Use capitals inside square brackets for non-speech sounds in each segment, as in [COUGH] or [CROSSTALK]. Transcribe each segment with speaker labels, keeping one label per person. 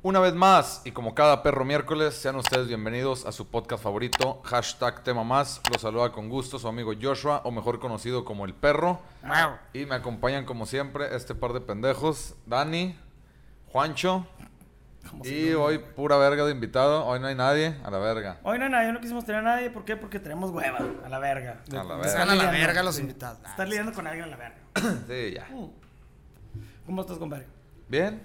Speaker 1: Una vez más, y como cada perro miércoles, sean ustedes bienvenidos a su podcast favorito, hashtag tema más. Los saluda con gusto su amigo Joshua, o mejor conocido como el perro. Y me acompañan como siempre este par de pendejos, Dani, Juancho. Y hoy pura verga de invitado, hoy no hay nadie, a la
Speaker 2: [COUGHS]
Speaker 1: verga.
Speaker 2: Hoy no hay nadie, no quisimos tener a nadie. ¿Por qué? Porque tenemos hueva. A la verga.
Speaker 1: A la
Speaker 3: Se
Speaker 1: verga.
Speaker 3: van a la
Speaker 2: lidiando,
Speaker 3: verga los
Speaker 2: sí.
Speaker 3: invitados. Nah,
Speaker 2: Estar lidiando con alguien a la verga. Uh.
Speaker 1: Sí, ya.
Speaker 2: ¿Cómo estás, compadre?
Speaker 1: Bien,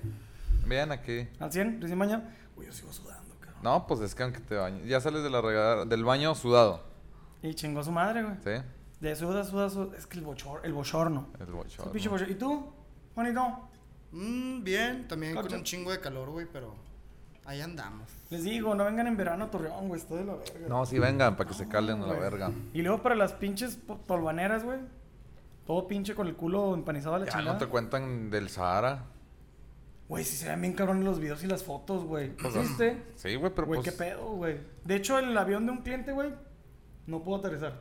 Speaker 1: bien aquí.
Speaker 2: ¿Al 100? ¿Recién bañado? Uy, yo sigo sudando, cabrón.
Speaker 1: No, pues es que aunque te bañes, ya sales de la regadera- del baño sudado,
Speaker 2: Y chingó a su madre, güey.
Speaker 1: ¿sí?
Speaker 2: De suda, suda, suda. Es que el, bochor, el bochorno.
Speaker 1: El
Speaker 2: Es un
Speaker 1: bochorno.
Speaker 2: pinche bochorno. ¿Y tú, Juanito?
Speaker 3: mm, bien, también con
Speaker 2: Cacha.
Speaker 3: un chingo de calor, güey, pero ahí andamos.
Speaker 2: Les digo, no vengan en verano a Torreón, güey. Está de la verga.
Speaker 1: No, sí, vengan, para que se calen a la verga.
Speaker 2: Y luego para las pinches po- tolvaneras, güey. Todo pinche con el culo empanizado a la
Speaker 1: Ya
Speaker 2: chingada.
Speaker 1: no te cuentan del Sahara.
Speaker 2: Güey, si se ven bien cabrones los videos y las fotos, güey.
Speaker 1: Pues,
Speaker 2: ¿Viste?
Speaker 1: Sí, güey, pero
Speaker 2: Güey,
Speaker 1: pues...
Speaker 2: qué pedo, güey. De hecho, el avión de un cliente, güey, no pudo aterrizar.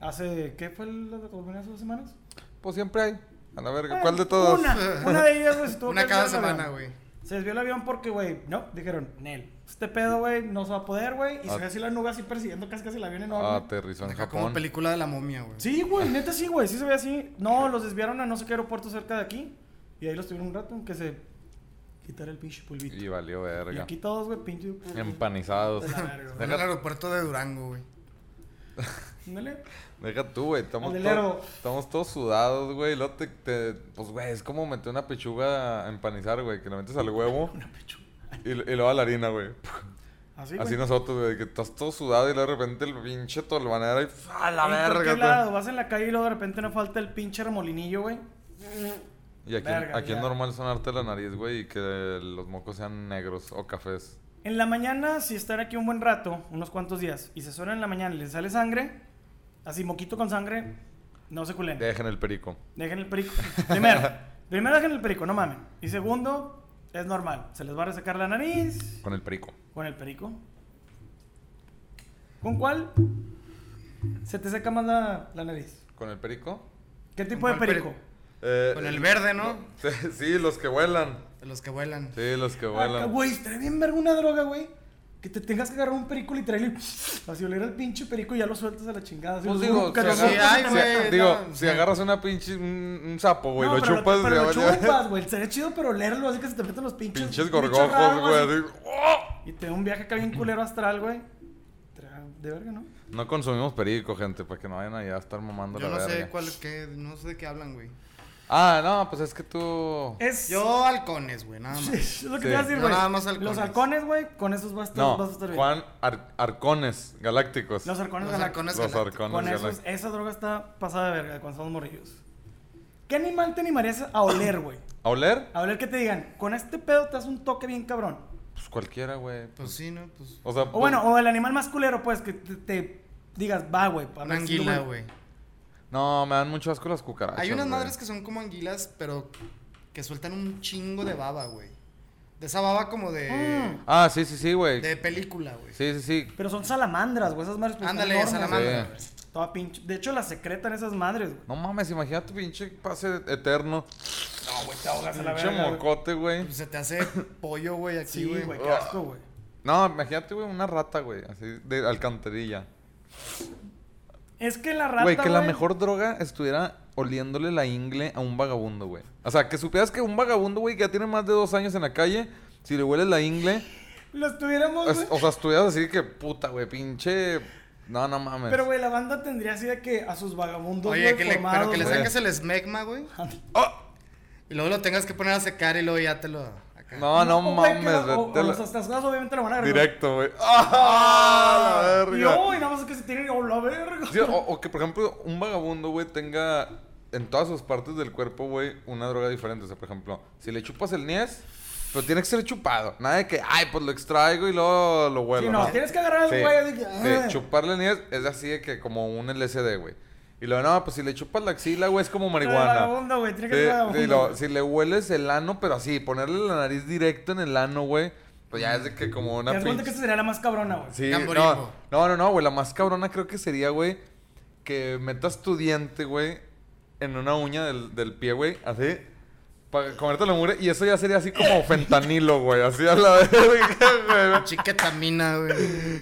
Speaker 2: Hace, ¿qué fue la de Colombia hace dos semanas?
Speaker 1: Pues siempre hay. A la verga.
Speaker 2: Bueno,
Speaker 1: Eh, ¿Cuál de todos?
Speaker 2: Una, una de
Speaker 1: [LAUGHS]
Speaker 2: ellas, güey, se tuvo
Speaker 3: Una
Speaker 2: que
Speaker 3: cada
Speaker 2: desviar el
Speaker 3: semana,
Speaker 2: avión.
Speaker 3: güey.
Speaker 2: Se desvió el avión porque, güey, no, dijeron, Nel, este pedo, güey, no se va a poder, güey. Y
Speaker 1: Ah.
Speaker 2: se ve así la nube así persiguiendo casi casi el avión enorme.
Speaker 1: Aterrizó en
Speaker 3: Acá como
Speaker 1: Japón.
Speaker 3: película de la momia, güey.
Speaker 2: Sí, güey, neta sí, güey, sí se ve así. No, los desviaron a no sé qué aeropuerto cerca de aquí. Y ahí los tuvieron un rato en que se quitara el pinche pulvito.
Speaker 1: Y valió
Speaker 2: Y
Speaker 1: verga.
Speaker 2: aquí todos, güey, pinche.
Speaker 1: Empanizados.
Speaker 2: De la verga, güey.
Speaker 3: En el aeropuerto de Durango, güey.
Speaker 2: Ándale.
Speaker 1: Deja tú, güey. Estamos,
Speaker 2: Al del
Speaker 1: todos-
Speaker 2: Ero.
Speaker 1: estamos todos sudados, güey. y luego te- te- Pues, güey, es como meter una pechuga a empanizar, güey. Que la metes al huevo y, y luego a la harina, güey.
Speaker 2: Así, güey.
Speaker 1: Así nosotros, güey. Que estás todo sudado y luego de repente el pinche tolvanera y... ¡pf! ¡A la
Speaker 2: ¿En
Speaker 1: verga,
Speaker 2: cualquier
Speaker 1: güey!
Speaker 2: lado, vas en la calle y luego de repente no falta el pinche remolinillo, güey.
Speaker 1: Y aquí,
Speaker 2: Verga,
Speaker 1: aquí es
Speaker 2: ya.
Speaker 1: normal sonarte la nariz, güey. Y que los mocos sean negros o cafés.
Speaker 2: En la mañana, si están aquí un buen rato, unos cuantos días, y se suena en la mañana y les sale sangre, así moquito con sangre, no se culen.
Speaker 1: Dejen el perico.
Speaker 2: Dejen el perico. Primero, primero dejen el perico, no mamen. Y segundo, es normal. Se les va a resecar la nariz
Speaker 1: Con el perico.
Speaker 2: con el perico. ¿Con cuál? Se te seca más la, la nariz.
Speaker 1: ¿Con el perico?
Speaker 2: ¿Qué tipo de
Speaker 3: ¿Con cuál
Speaker 2: perico?
Speaker 3: perico?
Speaker 1: Eh,
Speaker 3: Con el verde, ¿no?
Speaker 1: [LAUGHS] Sí, sí, los que vuelan.
Speaker 3: De los que vuelan.
Speaker 1: Sí, los que
Speaker 2: Ah,
Speaker 1: vuelan.
Speaker 2: Güey, estaría bien verga una droga, güey. Que te tengas que agarrar un perico literal y [LAUGHS] así oler al pinche perico y ya lo sueltas a la chingada. Así,
Speaker 1: Pues
Speaker 2: ¡uh,
Speaker 1: digo, si
Speaker 2: caramba!
Speaker 1: agarras,
Speaker 3: sí, ay,
Speaker 1: si-
Speaker 3: güey,
Speaker 1: digo,
Speaker 3: no,
Speaker 1: si
Speaker 3: sí.
Speaker 1: agarras una pinche, un, un sapo, güey,
Speaker 2: No,
Speaker 1: lo
Speaker 2: pero
Speaker 1: chupas,
Speaker 2: pero lo
Speaker 1: ya valió. [LAUGHS]
Speaker 2: chupas, güey. Sería chido, pero olerlo así que se te meten los pinches.
Speaker 1: Pinches
Speaker 2: bichos
Speaker 1: gorgojos,
Speaker 2: raros,
Speaker 1: güey.
Speaker 2: así.
Speaker 1: así. ¡Oh!
Speaker 2: Y te da un viaje acá bien culero astral, güey. Tra- De verga, ¿no?
Speaker 1: No consumimos perico, gente, para que no vayan allá a estar mamando
Speaker 3: Yo
Speaker 1: la
Speaker 3: no sé
Speaker 1: verga.
Speaker 3: cuál, qué, no sé de qué hablan, güey.
Speaker 1: Ah, no, pues es que tú.
Speaker 2: Es. [LAUGHS]
Speaker 3: Yo halcones, güey, nada más.
Speaker 2: Es lo que
Speaker 1: Sí.
Speaker 2: te iba a decir,
Speaker 3: No,
Speaker 2: güey.
Speaker 3: nada más halcones.
Speaker 2: Los halcones, güey, con esos vas a estar,
Speaker 1: No,
Speaker 2: vas a estar bien.
Speaker 1: Juan Ar- Arcones Galácticos.
Speaker 2: Los halcones
Speaker 3: Los
Speaker 2: galácticos.
Speaker 3: halcones
Speaker 1: Los
Speaker 3: galácticos.
Speaker 1: Arcones
Speaker 2: Con esos,
Speaker 1: Galácticos.
Speaker 2: esa droga está pasada de verga cuando somos morrillos. ¿Qué animal te animarías a oler, güey?
Speaker 1: ¿A oler?
Speaker 2: A oler que te digan, con este pedo te das un toque bien cabrón.
Speaker 1: Pues cualquiera, güey.
Speaker 3: Pues sí, ¿no? Pues.
Speaker 1: O sea,
Speaker 2: O bueno, o el animal más culero, pues, que te, te digas, va, güey. pa'
Speaker 3: Una
Speaker 2: ver si lo
Speaker 3: anguila,
Speaker 2: huele".
Speaker 3: güey.
Speaker 1: No, me dan mucho asco las cucarachas.
Speaker 3: Hay unas
Speaker 1: Ah, güey.
Speaker 3: madres que son como anguilas, pero que sueltan un chingo de baba, güey. De esa baba como de.
Speaker 2: Mm.
Speaker 1: Ah, sí, sí, sí, güey.
Speaker 3: de película, güey.
Speaker 1: Sí, sí, sí.
Speaker 2: Pero son salamandras, güey, esas madres. pues, están
Speaker 3: Ándale,
Speaker 2: enormes,
Speaker 3: salamandra.
Speaker 1: Sí.
Speaker 2: güey. Toda pinche. De hecho, las secretan esas madres, güey.
Speaker 1: No mames, imagínate pinche pase eterno.
Speaker 2: No, güey, te ahogas a la
Speaker 1: Pinche
Speaker 2: verga, güey.
Speaker 1: mocote, güey.
Speaker 3: Pues se te
Speaker 2: [COUGHS]
Speaker 3: hace pollo, güey, aquí,
Speaker 2: Sí, güey,
Speaker 3: güey.
Speaker 2: qué asco, güey.
Speaker 1: No, imagínate, güey, una rata, güey, así de alcantarilla.
Speaker 2: Es que la rata.
Speaker 1: Güey, que la mejor droga estuviera oliéndole la ingle a un vagabundo, güey. O sea, que supieras que un vagabundo, güey, que ya tiene más de dos años en la calle, si le hueles la ingle,
Speaker 2: Los tuviéramos,
Speaker 1: es-
Speaker 2: güey.
Speaker 1: o sea, estuvieras así que puta, güey, pinche. No, no mames.
Speaker 2: Pero, güey, la banda tendría así de que a sus vagabundos.
Speaker 3: Oye,
Speaker 2: güey,
Speaker 3: que le, pero
Speaker 2: formados,
Speaker 3: que le
Speaker 2: güey.
Speaker 3: saques el esmegma,
Speaker 2: [LAUGHS]
Speaker 3: güey.
Speaker 1: ¡Oh!
Speaker 3: Y luego lo tengas que poner a secar y luego ya te lo. Acá.
Speaker 1: No, no,
Speaker 2: O, güey, que
Speaker 1: mames,
Speaker 2: lo- o-
Speaker 1: vete
Speaker 2: o
Speaker 1: a la-
Speaker 2: los atascados obviamente lo van a agarrar.
Speaker 1: Directo,
Speaker 2: [LAUGHS]
Speaker 1: güey. ¡Ah! La
Speaker 2: Y
Speaker 1: verga.
Speaker 2: hoy, nada más es que se tienen. ¡Oh, la verga!
Speaker 1: Sí, o, o que, por ejemplo, un vagabundo, güey, tenga en todas sus partes del cuerpo, güey, una droga diferente. O sea, por ejemplo, si le chupas el niés, pero tiene que ser chupado. Nada de que, ay, pues lo extraigo y luego lo huelo.
Speaker 2: Sí, no, tienes que agarrar
Speaker 1: Sí,
Speaker 2: al güey de que. ah.
Speaker 1: sí, chuparle el niés es así de que como un LSD, güey. Y luego, no, pues si le chupas la axila, güey, es como marihuana.
Speaker 2: Vagabundo, güey, tiene que
Speaker 1: Sí,
Speaker 2: ser
Speaker 1: sí,
Speaker 2: vagabundo,
Speaker 1: luego,
Speaker 2: güey.
Speaker 1: si le hueles el ano, pero así, ponerle la nariz directo en el ano, güey, pues ya es de que como
Speaker 2: Te
Speaker 1: una
Speaker 2: das cuenta que
Speaker 1: pinche-
Speaker 2: esa sería la más cabrona, güey.
Speaker 1: Sí, no,
Speaker 3: Gamborimbo.
Speaker 1: no, no, no, güey. La más cabrona creo que sería, güey, que metas tu diente, güey, en una uña del, del pie, güey, así. Para comerte la mugre. Y eso ya sería así como fentanilo, güey. Así a la verga,
Speaker 3: Chiquetamina, güey.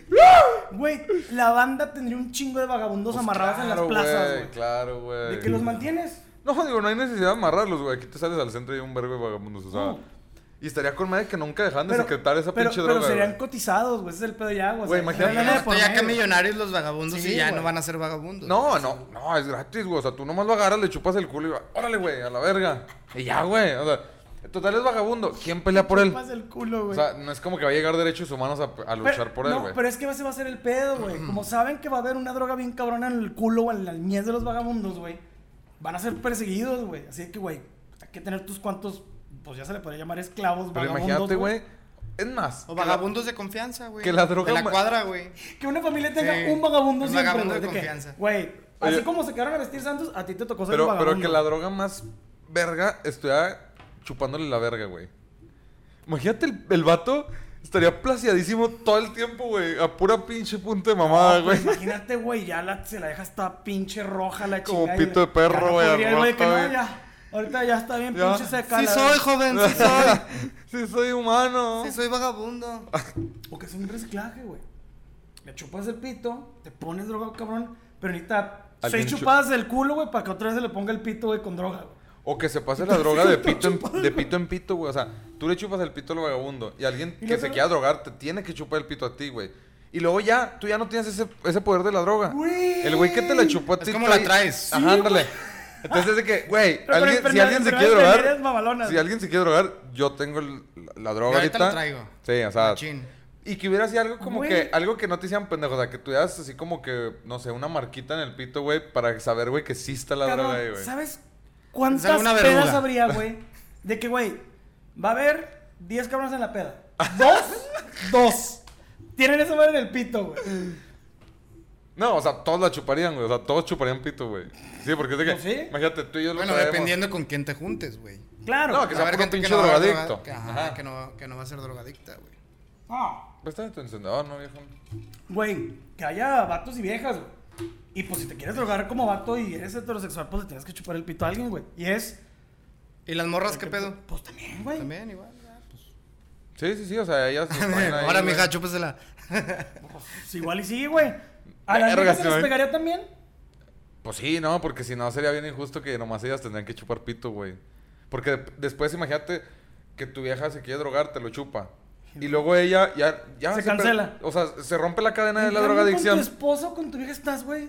Speaker 2: Güey, la banda tendría un chingo de vagabundos amarrados
Speaker 1: Claro,
Speaker 2: en las plazas,
Speaker 1: güey.
Speaker 2: güey.
Speaker 1: Claro, güey.
Speaker 2: De que los mantienes.
Speaker 1: No, digo, no hay necesidad de amarrarlos, güey. Aquí te sales al centro y hay un verbo de vagabundos, o sea.
Speaker 2: No.
Speaker 1: Y estaría con madre que nunca dejaran de secretar esa
Speaker 2: pero,
Speaker 1: pinche
Speaker 2: pero
Speaker 1: droga.
Speaker 2: serían
Speaker 1: güey.
Speaker 2: cotizados, güey. Ese es el pedo ya, güey.
Speaker 1: Güey,
Speaker 2: O sea,
Speaker 1: imagínate,
Speaker 2: no hay nada de
Speaker 1: hasta
Speaker 2: por
Speaker 3: Hasta ya
Speaker 2: medio.
Speaker 3: que millonarios los vagabundos
Speaker 2: Sí,
Speaker 3: y ya
Speaker 2: güey.
Speaker 3: no van a ser vagabundos.
Speaker 1: No, no, no, es gratis, güey. O sea, tú nomás lo agarras, le chupas el culo y va, órale, güey, a la verga. Y ya, güey. O sea, en total es vagabundo. ¿Quién pelea por él?
Speaker 2: Chupas el culo,
Speaker 1: O
Speaker 2: güey.
Speaker 1: sea, no es como que va a llegar derechos humanos a, a
Speaker 2: Pero-
Speaker 1: luchar por él,
Speaker 2: no,
Speaker 1: güey.
Speaker 2: pero es que ese va a ser el pedo, güey.
Speaker 1: [CLEARS THROAT]
Speaker 2: Como saben que va a haber una droga bien cabrona en el culo o en la niñez de los vagabundos, güey. Van a ser perseguidos, güey. Así que, güey, hay que tener tus cuantos, pues ya se le podría llamar esclavos,
Speaker 1: Pero
Speaker 2: vagabundos,
Speaker 1: imagínate, güey. Es más.
Speaker 3: O vagabundos de confianza, güey.
Speaker 1: que la droga
Speaker 3: De la
Speaker 1: ma-
Speaker 3: cuadra, güey.
Speaker 2: Que una familia tenga
Speaker 3: Sí.
Speaker 2: un vagabundo
Speaker 3: Un
Speaker 2: siempre,
Speaker 3: vagabundo
Speaker 2: güey,
Speaker 3: de
Speaker 2: que,
Speaker 3: confianza.
Speaker 2: Güey, así
Speaker 1: Oye.
Speaker 2: como se quedaron a vestir santos, a ti te tocó ser un
Speaker 1: Pero,
Speaker 2: vagabundo.
Speaker 1: pero que la droga más verga estuviera chupándole la verga, güey. Imagínate el, el vato estaría placiadísimo todo el tiempo, güey. A pura pinche punta de mamada, güey.
Speaker 2: Pues Imagínate, güey, ya la, se la deja hasta pinche roja la
Speaker 1: Como
Speaker 2: chingada. y
Speaker 1: pito de
Speaker 2: ya
Speaker 1: perro,
Speaker 2: no
Speaker 1: güey, eh.
Speaker 2: podría, güey, que no,
Speaker 1: roja, güey.
Speaker 2: ya. Ahorita ya está bien
Speaker 1: Ya.
Speaker 2: pinche seca.
Speaker 3: Sí
Speaker 2: la
Speaker 3: soy,
Speaker 2: verdad.
Speaker 3: joven, sí soy.
Speaker 1: [LAUGHS] sí soy humano. [LAUGHS]
Speaker 3: Sí soy vagabundo.
Speaker 2: O que es un reciclaje, güey. Le chupas el pito, te pones droga, cabrón, pero necesita
Speaker 1: Alguien
Speaker 2: seis
Speaker 1: chu-
Speaker 2: chupadas del culo, güey, para que otra vez se le ponga el pito, güey, con droga, güey.
Speaker 1: O que se pase la droga de pito, en, de pito en pito, güey. O sea, tú le chupas el pito al vagabundo y alguien
Speaker 2: Y
Speaker 1: que
Speaker 2: luego-
Speaker 1: se quiera drogar te tiene que chupar el pito a ti, güey. Y luego ya, tú ya no tienes ese, ese poder de la droga.
Speaker 2: Güey.
Speaker 1: El güey que te la chupó a
Speaker 3: Es
Speaker 1: ti.
Speaker 3: como
Speaker 1: trae-
Speaker 3: la traes.
Speaker 1: Ajá, ándale. Entonces es de que, güey,
Speaker 2: Pero con
Speaker 1: alguien- si
Speaker 2: enfermedades-
Speaker 1: alguien se quiere
Speaker 2: enfermedades venéreas
Speaker 1: drogar.
Speaker 2: mamalonas.
Speaker 1: Si alguien se quiere drogar, yo tengo el- la, la droga
Speaker 3: Yo
Speaker 1: ahorita.
Speaker 3: ahorita lo traigo.
Speaker 1: Sí, o sea.
Speaker 3: Machín.
Speaker 1: Y que hubiera así algo como
Speaker 2: Güey.
Speaker 1: que, algo que no te hicieran pendejo, o sea, que tuvieras así como que, no sé, una marquita en el pito, güey, para saber, güey, que sí está la
Speaker 2: Cabrón,
Speaker 1: droga ahí, güey.
Speaker 2: ¿Sabes
Speaker 3: Sale
Speaker 2: cuántas
Speaker 3: una
Speaker 2: pedas
Speaker 3: verruga.
Speaker 2: habría, güey? De que, güey, va a haber 10 cabrones en la
Speaker 1: [LAUGHS]
Speaker 2: peda. ¿Dos? Dos. Tienen esa madre en el pito, güey.
Speaker 1: No, o sea, todos la chuparían, güey. O sea, todos chuparían pito, güey. Sí, porque es de que.
Speaker 2: Pues sí.
Speaker 1: Imagínate, tú y yo lo
Speaker 3: Bueno,
Speaker 1: traemos.
Speaker 3: dependiendo con quién te juntes, güey.
Speaker 2: Claro.
Speaker 1: No, que sea
Speaker 3: Va a haber
Speaker 1: puro
Speaker 3: gente que
Speaker 1: pinche
Speaker 3: no va a ser
Speaker 1: drogadicto.
Speaker 3: droga- que-
Speaker 1: Ajá.
Speaker 3: Ajá, que no, que no va a ser drogadicta, güey.
Speaker 2: Ah,
Speaker 1: Pues está en tu encendedor, ¿no, viejo?
Speaker 2: Güey, que haya vatos y viejas, güey. Y pues si te quieres drogar como vato y eres heterosexual, pues le tienes que chupar el pito a alguien, güey. Y es...
Speaker 3: ¿Y las morras qué pedo?
Speaker 2: Pues también, güey.
Speaker 3: También, igual. ya, pues.
Speaker 1: Sí, sí, sí. O sea,
Speaker 3: [LAUGHS]
Speaker 1: ellas. nos ponen ahí,
Speaker 3: Ahora,
Speaker 1: güey.
Speaker 3: mija, chúpesela.
Speaker 2: Pues, igual y sí, güey. ¿A las
Speaker 1: Verga,
Speaker 2: viejas
Speaker 1: sí,
Speaker 2: se les
Speaker 1: güey.
Speaker 2: pegaría también?
Speaker 1: Pues sí, no, porque si no sería bien injusto que nomás ellas tendrían que chupar pito, güey. Porque de- después imagínate que tu vieja se quiere drogar, te lo chupa. Y luego ella ya. ya
Speaker 2: Se
Speaker 1: per-
Speaker 2: cancela.
Speaker 1: O sea, se rompe la cadena de
Speaker 2: En
Speaker 1: la
Speaker 2: cambio,
Speaker 1: drogadicción.
Speaker 2: Con tu esposo, con tu vieja estás, güey.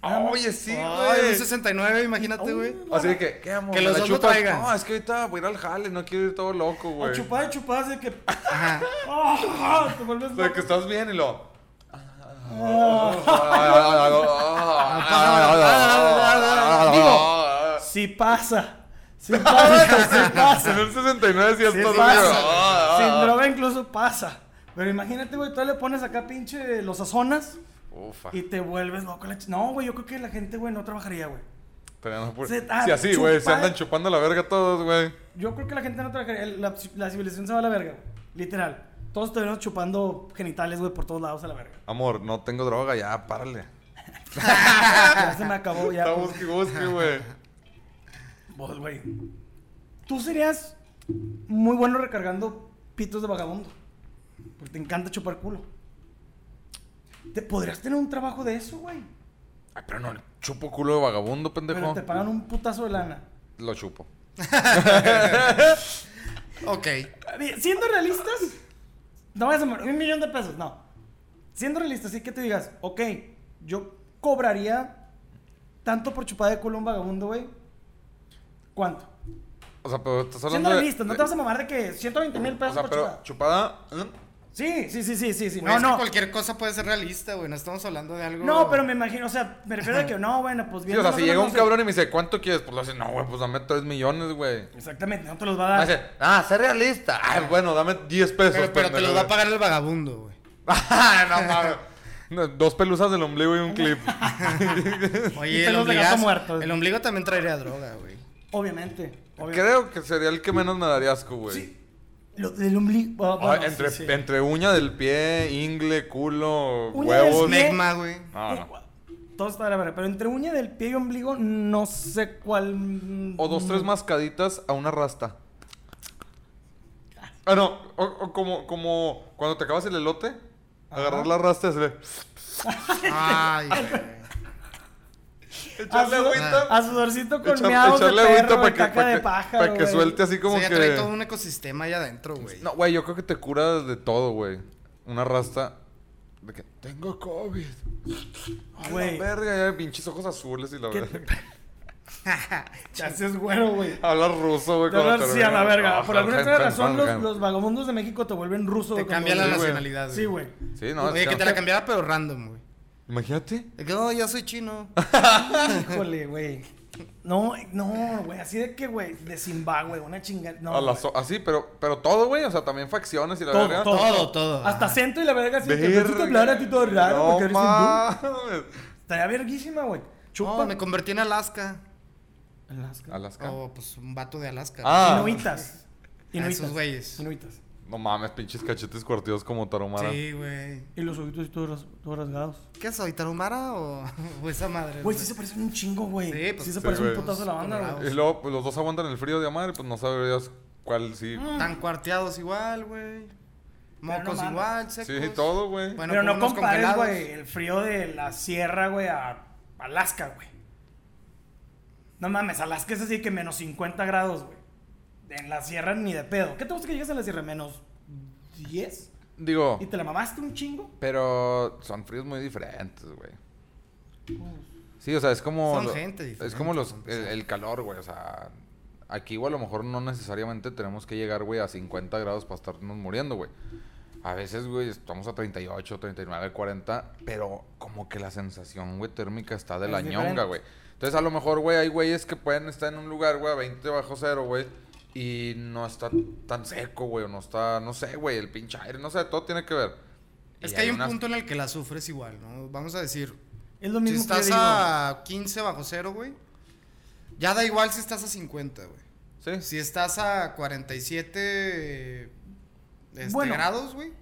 Speaker 2: Nada más.
Speaker 1: Oye, sí,
Speaker 3: Ay,
Speaker 1: güey.
Speaker 3: un 69, imagínate, güey.
Speaker 1: Así de que, ¿qué amor?
Speaker 3: Que
Speaker 1: ¿Me
Speaker 3: los
Speaker 1: la
Speaker 3: dos lo
Speaker 1: chupas?
Speaker 3: traigan.
Speaker 1: No, es que ahorita voy a ir al jale, no quiero ir todo loco,
Speaker 2: O
Speaker 1: güey.
Speaker 2: chupadas, chupadas de que.
Speaker 3: Ajá.
Speaker 2: [LAUGHS] ¡Ah! Te vuelves
Speaker 1: O sea, que
Speaker 2: loco. Ah.
Speaker 1: estás bien y lo.
Speaker 2: Digo, Sí pasa. Sí pasa, sí
Speaker 1: [LAUGHS] En
Speaker 2: pasa.
Speaker 1: el 69 decías
Speaker 2: Sí
Speaker 1: todo Ah,
Speaker 2: pasa. Sin
Speaker 1: bien.
Speaker 2: droga incluso pasa. Pero imagínate, güey, tú le pones acá pinche los sazonas
Speaker 1: Ufa.
Speaker 2: y te vuelves loco. la ch- No, güey, yo creo que la gente, güey, no trabajaría, güey.
Speaker 1: Pero no por-
Speaker 2: Se- ah,
Speaker 1: Sí, así, güey. Se
Speaker 2: chupar.
Speaker 1: andan chupando la verga todos, güey.
Speaker 2: Yo creo que la gente no trabajaría. el- La, la civilización se va a la verga, güey. Literal. Todos estaríamos chupando genitales, güey, por todos lados a la verga.
Speaker 1: Amor, no tengo droga, ya, párale.
Speaker 2: ya se me acabó, ya.
Speaker 1: Está
Speaker 2: pues.
Speaker 1: busque, y busque, güey.
Speaker 2: Vos, güey. Tú serías muy bueno recargando pitos de vagabundo. Porque te encanta chupar culo. Te podrías tener un trabajo de eso, güey.
Speaker 1: Ay, pero no, chupo culo de vagabundo,
Speaker 2: Pero
Speaker 1: pendejo.
Speaker 2: te pagan un putazo de lana.
Speaker 1: Lo chupo.
Speaker 3: Ok.
Speaker 2: A ver, Siendo realistas, no vayas a morir, un millón de pesos, no. Siendo realistas, sí que te digas, ok, yo cobraría tanto por chupada de culo a un vagabundo, güey. ¿Cuánto?
Speaker 1: O sea, pero estás hablando
Speaker 2: Siendo
Speaker 1: de.
Speaker 2: realistas, no te vas a mamar de que 120 mil
Speaker 1: O
Speaker 2: pesos
Speaker 1: sea,
Speaker 2: por
Speaker 1: pero
Speaker 2: chupada.
Speaker 1: chupada. ¿eh?
Speaker 2: Sí, sí, sí, sí, sí, sí.
Speaker 3: Güey,
Speaker 2: No,
Speaker 3: es que
Speaker 2: no.
Speaker 3: cualquier cosa puede ser realista, güey. No estamos hablando de algo.
Speaker 2: No, pero me imagino, o sea, me refiero a que no, bueno, pues
Speaker 1: Sí,
Speaker 2: bien.
Speaker 1: o sea, si llega un cabrón y me dice, ¿cuánto quieres? Pues lo hace, no, güey, pues dame 3 millones, güey.
Speaker 2: Exactamente, no te los va
Speaker 1: Ah,
Speaker 2: a dar.
Speaker 1: dice, ah, sé realista. Ay, bueno, dame 10 pesos.
Speaker 3: Pero, pero te
Speaker 1: pendejo,
Speaker 3: lo va a
Speaker 1: güey.
Speaker 3: pagar el vagabundo,
Speaker 2: [LAUGHS]
Speaker 3: güey.
Speaker 1: Ay, no mames. No, Dos pelusas del ombligo y un clip.
Speaker 2: Y
Speaker 3: Oye, el
Speaker 2: pelos de gato muerto.
Speaker 3: ombligo. El ombligo también traería droga, güey.
Speaker 2: Obviamente, obviamente.
Speaker 1: Creo que sería el que menos me daría asco, güey.
Speaker 2: Sí. Lo del ombligo. ah,
Speaker 1: Ah,
Speaker 2: bueno,
Speaker 1: entre,
Speaker 2: sí, sí.
Speaker 1: entre uña del pie, ingle, culo,
Speaker 2: Uña del
Speaker 1: huevos.
Speaker 2: pie. [LAUGHS]
Speaker 3: Megma, güey.
Speaker 1: Ah, No, no.
Speaker 2: todo está Eh, de la verga. Pero entre uña del pie y ombligo, no sé cuál. mm,
Speaker 1: O dos, tres
Speaker 2: mm,
Speaker 1: mascaditas a una rasta. Ah, no. O, o como, como cuando te acabas el elote, agarrar la rasta y se le...
Speaker 3: Ay, güey.
Speaker 1: Echarle
Speaker 2: A su-
Speaker 1: agüita.
Speaker 2: A sudorcito Ah, con
Speaker 1: Ah, echar-
Speaker 2: miados de
Speaker 1: echarle
Speaker 2: perro,
Speaker 1: agüita
Speaker 2: de
Speaker 1: para que,
Speaker 2: caca
Speaker 1: pa'
Speaker 2: de
Speaker 1: que-
Speaker 2: paja,
Speaker 1: pa' que
Speaker 2: güey.
Speaker 1: suelte así como
Speaker 3: Sí, ya trae todo
Speaker 1: que...
Speaker 3: un ecosistema allá adentro, güey.
Speaker 1: No, güey, yo creo que te cura de todo, güey. Una rasta de que tengo COVID. A
Speaker 2: Ah, Güey.
Speaker 1: La
Speaker 2: [LAUGHS]
Speaker 1: verga, ya pinches ojos azules y la
Speaker 2: ¿Qué [LAUGHS]
Speaker 1: verga. [LAUGHS]
Speaker 2: te haces güero, güey.
Speaker 1: Hablar ruso, Ah, güey.
Speaker 2: De verdad,
Speaker 1: cuando
Speaker 2: sí, a la
Speaker 1: termina.
Speaker 2: verga.
Speaker 1: Ah,
Speaker 2: Por alguna extraña
Speaker 1: Hansen,
Speaker 2: razón, los,
Speaker 1: Hansen.
Speaker 2: los vagabundos de México te vuelven ruso.
Speaker 3: Te
Speaker 2: güey,
Speaker 3: cambia la
Speaker 2: cuando-
Speaker 1: güey.
Speaker 3: nacionalidad,
Speaker 2: Sí, güey.
Speaker 1: Sí, no,
Speaker 3: Oye,
Speaker 1: es
Speaker 3: que
Speaker 1: que-
Speaker 3: te la cambiara, pero random, güey.
Speaker 1: Imagínate.
Speaker 3: De que, no, yo soy chino.
Speaker 2: Híjole, güey. No, no, güey. Así de que, güey, de Zimbabue, una chingada. No,
Speaker 1: A la
Speaker 2: güey.
Speaker 1: so- así, pero, pero todo, güey. O sea, también facciones y la
Speaker 2: todo,
Speaker 1: verga.
Speaker 2: [LAUGHS] todo,
Speaker 3: Todo, todo. Ajá.
Speaker 2: Hasta acento y la verga así. Te
Speaker 1: Verga.
Speaker 2: empezaste a hablar a ti todo raro
Speaker 1: no
Speaker 2: porque eres hindú.
Speaker 1: mames.
Speaker 2: Estaría verguísima, güey. Chupa.
Speaker 3: No, me convertí en Alaska.
Speaker 2: Alaska.
Speaker 1: Alaska.
Speaker 3: O, pues, un vato de Alaska.
Speaker 1: Ah.
Speaker 2: Inuitas.
Speaker 3: [LAUGHS] A
Speaker 2: Inuitas.
Speaker 3: esos güeyes.
Speaker 2: Inuitas.
Speaker 1: No mames, pinches cachetes cuarteados como taromara.
Speaker 3: Sí, güey.
Speaker 2: Y los ojitos y todos, ras- todos rasgados.
Speaker 3: ¿Qué soy, Tarumara o, [LAUGHS] o esa madre?
Speaker 2: Güey, sí se parecen un chingo, güey.
Speaker 3: Sí, pues,
Speaker 2: sí se
Speaker 3: sí,
Speaker 2: parecen un
Speaker 1: güey.
Speaker 2: putazo a la banda,
Speaker 1: Y
Speaker 2: güey.
Speaker 1: luego, pues los dos aguantan el frío de madre, pues no sabrías cuál
Speaker 2: Ah,
Speaker 1: sí.
Speaker 3: Tan cuarteados igual, güey. Mocos
Speaker 2: mames.
Speaker 3: igual, secos.
Speaker 1: Sí, todo, güey.
Speaker 3: Bueno,
Speaker 2: Pero no
Speaker 3: como unos
Speaker 2: compares,
Speaker 3: congelados.
Speaker 2: güey, el frío de la sierra, güey, a Alaska, güey. No mames, Alaska es así que menos 50 grados, güey. En la sierra ni de pedo. ¿Qué te gusta que llegues a la sierra? ¿Menos 10?
Speaker 1: Digo,
Speaker 2: ¿Y te la mamaste un chingo?
Speaker 1: pero son fríos muy diferentes, güey. Sí, o sea, es como.
Speaker 3: Son
Speaker 1: lo-
Speaker 3: gente
Speaker 1: Es
Speaker 3: diferente,
Speaker 1: como los,
Speaker 3: para
Speaker 1: el,
Speaker 3: empezar.
Speaker 1: el calor, güey. O sea, aquí, güey, a lo mejor no necesariamente tenemos que llegar, güey, a 50 grados para estarnos muriendo, güey. A veces, güey, estamos a 38, 39, 40, pero como que la sensación, güey, térmica está de
Speaker 2: Es
Speaker 1: la
Speaker 2: diferente.
Speaker 1: ñonga, güey. Entonces, a lo mejor, güey, hay güeyes que pueden estar en un lugar, güey, a 20 bajo cero, güey, y no está tan seco, güey, o no está, no sé, güey, el pinche aire, no sé, todo tiene que ver.
Speaker 3: Es
Speaker 1: Y
Speaker 3: que hay un
Speaker 1: unas-
Speaker 3: punto en el que la sufres igual, ¿no? Vamos a decir,
Speaker 2: Es lo
Speaker 3: si
Speaker 2: mismo que yo
Speaker 3: estás
Speaker 2: digo.
Speaker 3: a 15 bajo cero, güey, ya da igual si estás a 50, güey.
Speaker 1: Sí,
Speaker 3: Si estás a 47 este,
Speaker 2: Bueno.
Speaker 3: grados, güey,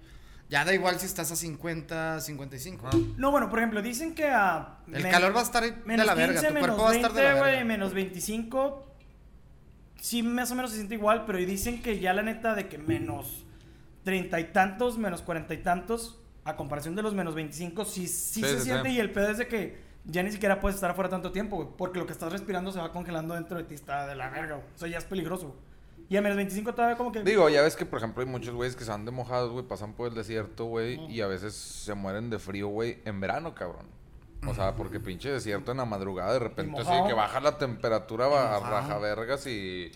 Speaker 3: ya da igual si estás a 50, 55.
Speaker 1: Ajá.
Speaker 2: No, bueno, por ejemplo, dicen que a...
Speaker 3: El
Speaker 2: men-
Speaker 3: calor va a estar de
Speaker 2: menos
Speaker 3: la verga,
Speaker 2: 15,
Speaker 3: tu
Speaker 2: menos
Speaker 3: cuerpo va a estar de la
Speaker 2: 20, güey,
Speaker 3: verga.
Speaker 2: menos 25. Sí, más o menos se siente igual, pero dicen que ya la neta de que menos treinta y tantos, menos cuarenta y tantos, a comparación de los menos 25, sí, sí,
Speaker 1: Sí,
Speaker 2: se
Speaker 1: sí,
Speaker 2: siente
Speaker 1: sí.
Speaker 2: y el pedo es de que ya ni siquiera puedes estar afuera tanto tiempo, güey, porque lo que estás respirando se va congelando dentro de ti, está de la verga, güey. O sea, ya es peligroso. güey. Y a menos 25 todavía como que...
Speaker 1: Digo, ya ves que, por ejemplo, hay muchos güeyes que se han de mojados, güey, pasan por el desierto, güey, y a veces se mueren de frío, güey, en verano, cabrón. O sea, porque pinche desierto en la madrugada de repente, así
Speaker 2: mojado.
Speaker 1: que baja la temperatura va- a
Speaker 3: mojado.
Speaker 1: raja vergas y,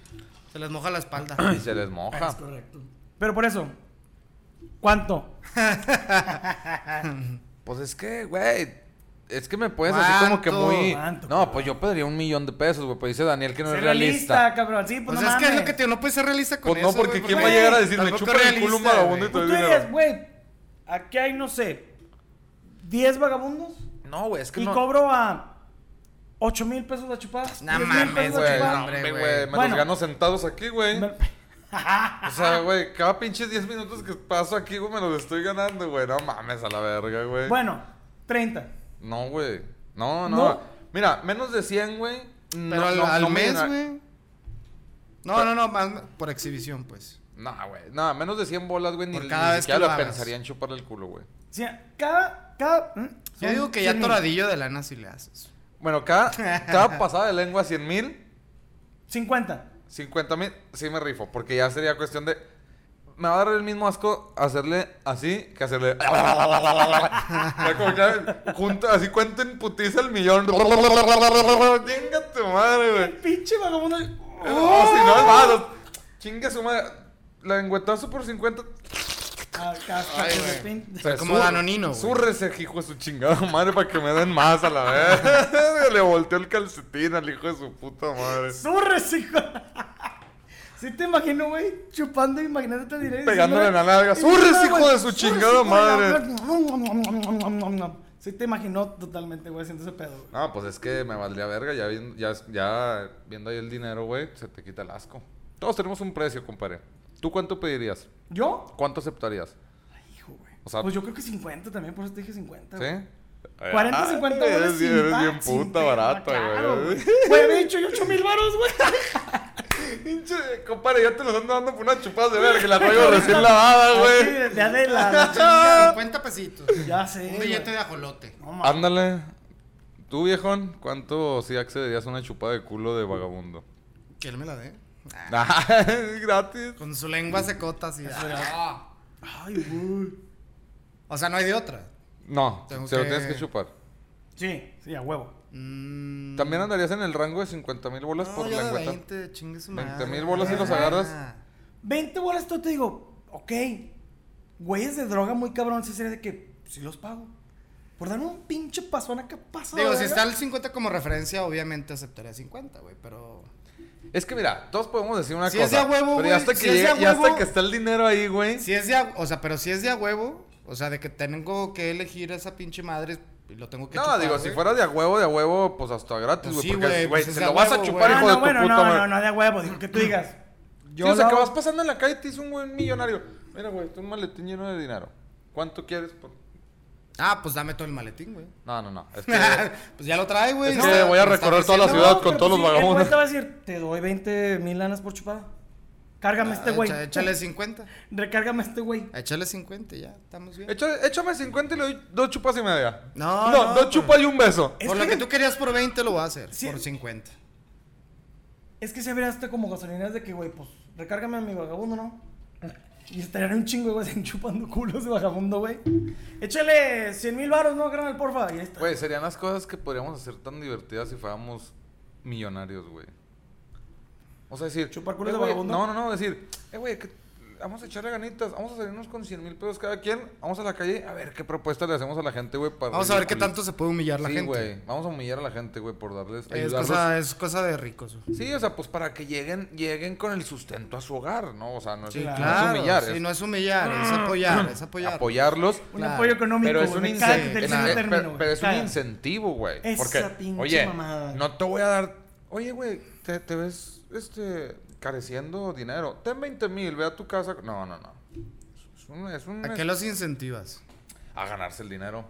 Speaker 3: Se les moja la espalda.
Speaker 1: [CLEARS THROAT] y se les moja.
Speaker 2: Es correcto. Pero por eso, ¿cuánto?
Speaker 1: Pues es que, güey, es que me puedes así
Speaker 3: ¿Cuánto?
Speaker 1: como que muy...
Speaker 2: ¿Cuánto,
Speaker 1: no, pues yo pediría un millón de pesos, güey, pues dice Daniel que no
Speaker 2: Ser
Speaker 1: es realista.
Speaker 2: cabrón. Sí, pues
Speaker 3: Pues
Speaker 2: no
Speaker 3: es que es
Speaker 2: mames.
Speaker 3: lo que te no puedes ser realista con
Speaker 1: Pues
Speaker 3: eso.
Speaker 1: no, porque
Speaker 3: güey,
Speaker 1: ¿quién
Speaker 2: porque-
Speaker 1: va a llegar a decir, me
Speaker 3: Tampoco
Speaker 1: chupa el culo un
Speaker 3: realista,
Speaker 1: vagabundo y te
Speaker 3: güey.
Speaker 2: Pues
Speaker 1: doy
Speaker 2: tú
Speaker 1: dinero"?
Speaker 2: dirías, güey, aquí hay, no sé, 10 vagabundos
Speaker 1: No, güey, es que
Speaker 2: y
Speaker 1: no...
Speaker 2: cobro a 8 mil pesos la chupada.
Speaker 3: No Pues,
Speaker 2: 10,000
Speaker 3: mames,
Speaker 2: pesos la
Speaker 1: Güey,
Speaker 2: chupada.
Speaker 1: no,
Speaker 3: hombre,
Speaker 1: hombre,
Speaker 3: güey.
Speaker 1: güey, me
Speaker 2: Bueno.
Speaker 1: los gano sentados aquí, güey.
Speaker 2: Me-
Speaker 1: O sea, güey, cada pinches 10 minutos que paso aquí, güey, me los estoy ganando, güey. No mames a la verga, güey.
Speaker 2: Bueno, 30.
Speaker 1: No, güey. No, no,
Speaker 2: No.
Speaker 1: Mira, menos de 100, güey. No,
Speaker 3: Pero al,
Speaker 1: no,
Speaker 3: al
Speaker 1: no me
Speaker 3: mes,
Speaker 1: llena-
Speaker 3: güey. No, no, no, más por exhibición, pues.
Speaker 1: No, güey. No, menos de 100 bolas, güey. Ni,
Speaker 3: Por cada
Speaker 1: ni
Speaker 3: vez
Speaker 1: siquiera
Speaker 3: que lo
Speaker 1: la
Speaker 3: hagas.
Speaker 1: pensaría en chuparle el culo, güey.
Speaker 2: O sea, cada... cada ¿Mm?
Speaker 3: Yo
Speaker 2: Son
Speaker 3: digo que ya
Speaker 2: 100,000.
Speaker 3: toradillo de lana si
Speaker 1: [LAUGHS]
Speaker 3: le haces.
Speaker 1: Bueno, cada, cada
Speaker 3: [LAUGHS]
Speaker 1: pasada de lengua 100 mil,
Speaker 2: 50.
Speaker 1: 50 mil, sí me rifo. Porque ya sería cuestión de... Me va a dar el mismo asco hacerle así que hacerle... [LAUGHS] Ya como que junta, así cuenten putiza el millón. Chinga tu madre, güey.
Speaker 2: El pinche vagabundo...
Speaker 1: O Oh, si no, es más. Chingue su madre. Lengüetazo por 50.
Speaker 2: Acá está,
Speaker 3: Ay,
Speaker 2: que
Speaker 3: güey.
Speaker 2: se pin-
Speaker 1: Se
Speaker 3: como Danonino, güey.
Speaker 1: Súrrese, hijo de su chingada madre, para que me den más a la vez. [LAUGHS] Le volteó el calcetín al hijo de su puta madre.
Speaker 2: ¡Zurres, hijo! Sí te imagino, güey, chupando, imagínate el dinero. y
Speaker 1: Pegándole
Speaker 2: diciéndole-
Speaker 1: en la nalga,
Speaker 2: y diciéndole,
Speaker 1: "Zurres, hijo
Speaker 2: güey,
Speaker 1: de su
Speaker 2: zurres,
Speaker 1: chingada
Speaker 2: hijo de la-". Sí te imaginó totalmente, güey, haciendo ese pedo. güey.
Speaker 1: No, pues es que me valdría verga. Ya, vien- ya, ya viendo ahí el dinero, güey, se te quita el asco. Todos tenemos un precio, compadre. ¿Tú cuánto pedirías?
Speaker 2: ¿Yo?
Speaker 1: ¿Cuánto aceptarías?
Speaker 2: Hijo, güey.
Speaker 1: O sea-
Speaker 2: pues yo creo que 50 también, por eso te dije 50. güey.
Speaker 1: ¿Sí?
Speaker 2: 40, 50
Speaker 1: Ay,
Speaker 2: dólares
Speaker 1: eres,
Speaker 2: sin
Speaker 1: bien- eres
Speaker 2: tax,
Speaker 1: bien
Speaker 2: sin
Speaker 1: puta
Speaker 2: pedo,
Speaker 1: barata,
Speaker 2: claro,
Speaker 1: güey.
Speaker 2: Güey, me he dicho 8 mil baros, güey.
Speaker 1: [LAUGHS] Pinche, compadre, ya te los ando dando por unas chupadas de verga. que La
Speaker 2: [LAUGHS]
Speaker 1: traigo recién lavada, Ah, güey. Ah,
Speaker 2: Así, Ya de la...
Speaker 3: 50 pesitos.
Speaker 2: Ya sé,
Speaker 3: Un billete de ajolote.
Speaker 2: No, mames.
Speaker 1: Ándale. Tú, viejón, ¿cuánto sí accederías a una chupada de culo de vagabundo?
Speaker 3: Que él me la dé.
Speaker 1: Ah, [LAUGHS] es gratis.
Speaker 3: Con su lengua secota así. Ah.
Speaker 2: Ay, güey.
Speaker 3: O sea, no hay de otra.
Speaker 1: No,
Speaker 3: Tengo
Speaker 1: se lo
Speaker 3: que-
Speaker 1: tienes que chupar.
Speaker 2: Sí, sí, a huevo.
Speaker 3: Mm,
Speaker 1: También andarías en el rango de 50 mil bolas
Speaker 3: no,
Speaker 1: por
Speaker 3: yo de
Speaker 1: lengüeta.
Speaker 3: 20, chingue su madre.
Speaker 1: 20,000 bolas
Speaker 2: y los
Speaker 1: agarras.
Speaker 2: 20 bolas, tú te digo, ok, güeyes de droga muy cabrón, sí sería de que sí los pago. Por darme un pinche pasón acá pasa.
Speaker 3: Digo, si está el 50 como referencia, obviamente aceptaría 50, güey, pero...
Speaker 1: Es que mira, todos podemos decir una
Speaker 3: Si
Speaker 1: cosa.
Speaker 3: es de a huevo,
Speaker 1: pero
Speaker 3: güey,
Speaker 1: ya hasta, que
Speaker 3: si es de
Speaker 1: llegue-
Speaker 3: a
Speaker 1: ya hasta
Speaker 3: huevo-
Speaker 1: que está el dinero ahí, güey.
Speaker 3: Si es de a, o sea, pero si es de a huevo, o sea, de que tengo que elegir esa pinche madre y lo tengo que
Speaker 1: no,
Speaker 3: chupar,
Speaker 1: digo,
Speaker 3: güey.
Speaker 1: si fuera de a huevo, de a huevo, pues hasta gratis,
Speaker 3: Pues
Speaker 1: güey.
Speaker 3: sí,
Speaker 1: porque,
Speaker 3: güey,
Speaker 1: güey,
Speaker 3: pues es
Speaker 1: te
Speaker 3: de
Speaker 1: lo
Speaker 3: a
Speaker 1: vas a
Speaker 3: huevo,
Speaker 1: chupar,
Speaker 3: güey.
Speaker 1: hijo
Speaker 2: Ah, no,
Speaker 1: de
Speaker 2: no,
Speaker 1: tu
Speaker 2: bueno,
Speaker 1: puta
Speaker 2: no,
Speaker 1: madre.
Speaker 2: no, no, de a huevo, digo, que tú digas.
Speaker 1: Sí,
Speaker 2: Yo
Speaker 1: o sea,
Speaker 2: lo-
Speaker 1: que vas pasando en la calle y te dice un buen millonario. Mira, güey, tú un maletín lleno de dinero. ¿Cuánto quieres? por-?"
Speaker 3: Ah, pues dame todo el maletín, güey.
Speaker 1: No, no, no. Es que
Speaker 3: [LAUGHS] pues ya lo trae, güey.
Speaker 1: Es
Speaker 3: o
Speaker 1: que
Speaker 3: sea,
Speaker 1: voy a
Speaker 3: me está
Speaker 1: recorrer toda la
Speaker 3: diciendo,
Speaker 1: ciudad
Speaker 2: No,
Speaker 1: con
Speaker 2: pero
Speaker 1: todos los
Speaker 2: sí, el güey
Speaker 1: vagabundos.
Speaker 2: te va a decir, te doy 20 mil lanas por chupada. Cárgame a este
Speaker 3: "Ah,
Speaker 2: güey.
Speaker 3: echa- Échale 50.
Speaker 2: Recárgame a este güey.
Speaker 3: Échale 50, ya, estamos bien.
Speaker 1: Echa- échame 50 y le doy dos chupas y media.
Speaker 3: No,
Speaker 1: no,
Speaker 3: no,
Speaker 1: dos
Speaker 3: pues.
Speaker 1: chupas y un beso.
Speaker 2: Es
Speaker 3: por lo
Speaker 2: que-
Speaker 3: que tú querías por 20 lo voy a hacer,
Speaker 2: Sí.
Speaker 3: por 50.
Speaker 1: Pues
Speaker 2: Es que se vería hasta como gasolineras de que, güey, pues, recárgame a mi vagabundo, ¿no? Y estarían un chingo de güeyes [LAUGHS] ahí chupando culos de vagabundo, güey. Échale 100 mil baros, ¿no, carnal, porfa? Y ahí está.
Speaker 1: Güey, serían las cosas que podríamos hacer tan divertidas si fuéramos millonarios, güey. O sea, decir...
Speaker 2: ¿Chupar culos
Speaker 1: "Eh,
Speaker 2: de
Speaker 1: güey,
Speaker 2: vagabundo"?
Speaker 1: No, no, no, decir... Eh, güey, que vamos a echarle ganitas. Vamos a salirnos con 100 mil pesos cada quien. Vamos a la calle a ver qué propuesta le hacemos a la gente, güey, para...
Speaker 3: Vamos a ver qué
Speaker 1: ridiculizar".
Speaker 3: tanto se puede humillar la
Speaker 1: sí,
Speaker 3: gente.
Speaker 1: güey. Vamos a humillar a la gente, güey, por darles...
Speaker 3: Es
Speaker 1: ayudarlos.
Speaker 3: cosa, es cosa de ricos. güey.
Speaker 1: Sí, o sea, pues para que lleguen lleguen con el sustento a su hogar, ¿no? O sea, no es,
Speaker 3: Sí,
Speaker 1: no es
Speaker 3: claro.
Speaker 1: humillar,
Speaker 3: sí,
Speaker 1: es
Speaker 3: no es humillar,
Speaker 2: Ah.
Speaker 3: es apoyar,
Speaker 1: [CLEARS THROAT]
Speaker 3: es apoyar.
Speaker 1: apoyarlos.
Speaker 2: Un
Speaker 3: claro.
Speaker 2: apoyo económico,
Speaker 1: Pero es
Speaker 2: güey,
Speaker 1: un,
Speaker 2: me
Speaker 1: incen-
Speaker 2: caga que
Speaker 1: es-
Speaker 2: utilicen ese
Speaker 1: eh,
Speaker 2: término,
Speaker 1: pero,
Speaker 2: güey,
Speaker 1: pero es
Speaker 2: me
Speaker 1: un
Speaker 2: caga.
Speaker 1: incentivo, güey.
Speaker 2: Esa
Speaker 1: Porque,
Speaker 2: pinche
Speaker 1: oye,
Speaker 2: mamada.
Speaker 1: no te voy a dar... Oye, güey, te, te ves este, careciendo dinero. Ten 20 mil, ve a tu casa. No, no, no. Es un... Es un
Speaker 3: ¿A qué los incentivas?
Speaker 1: a ganarse el dinero.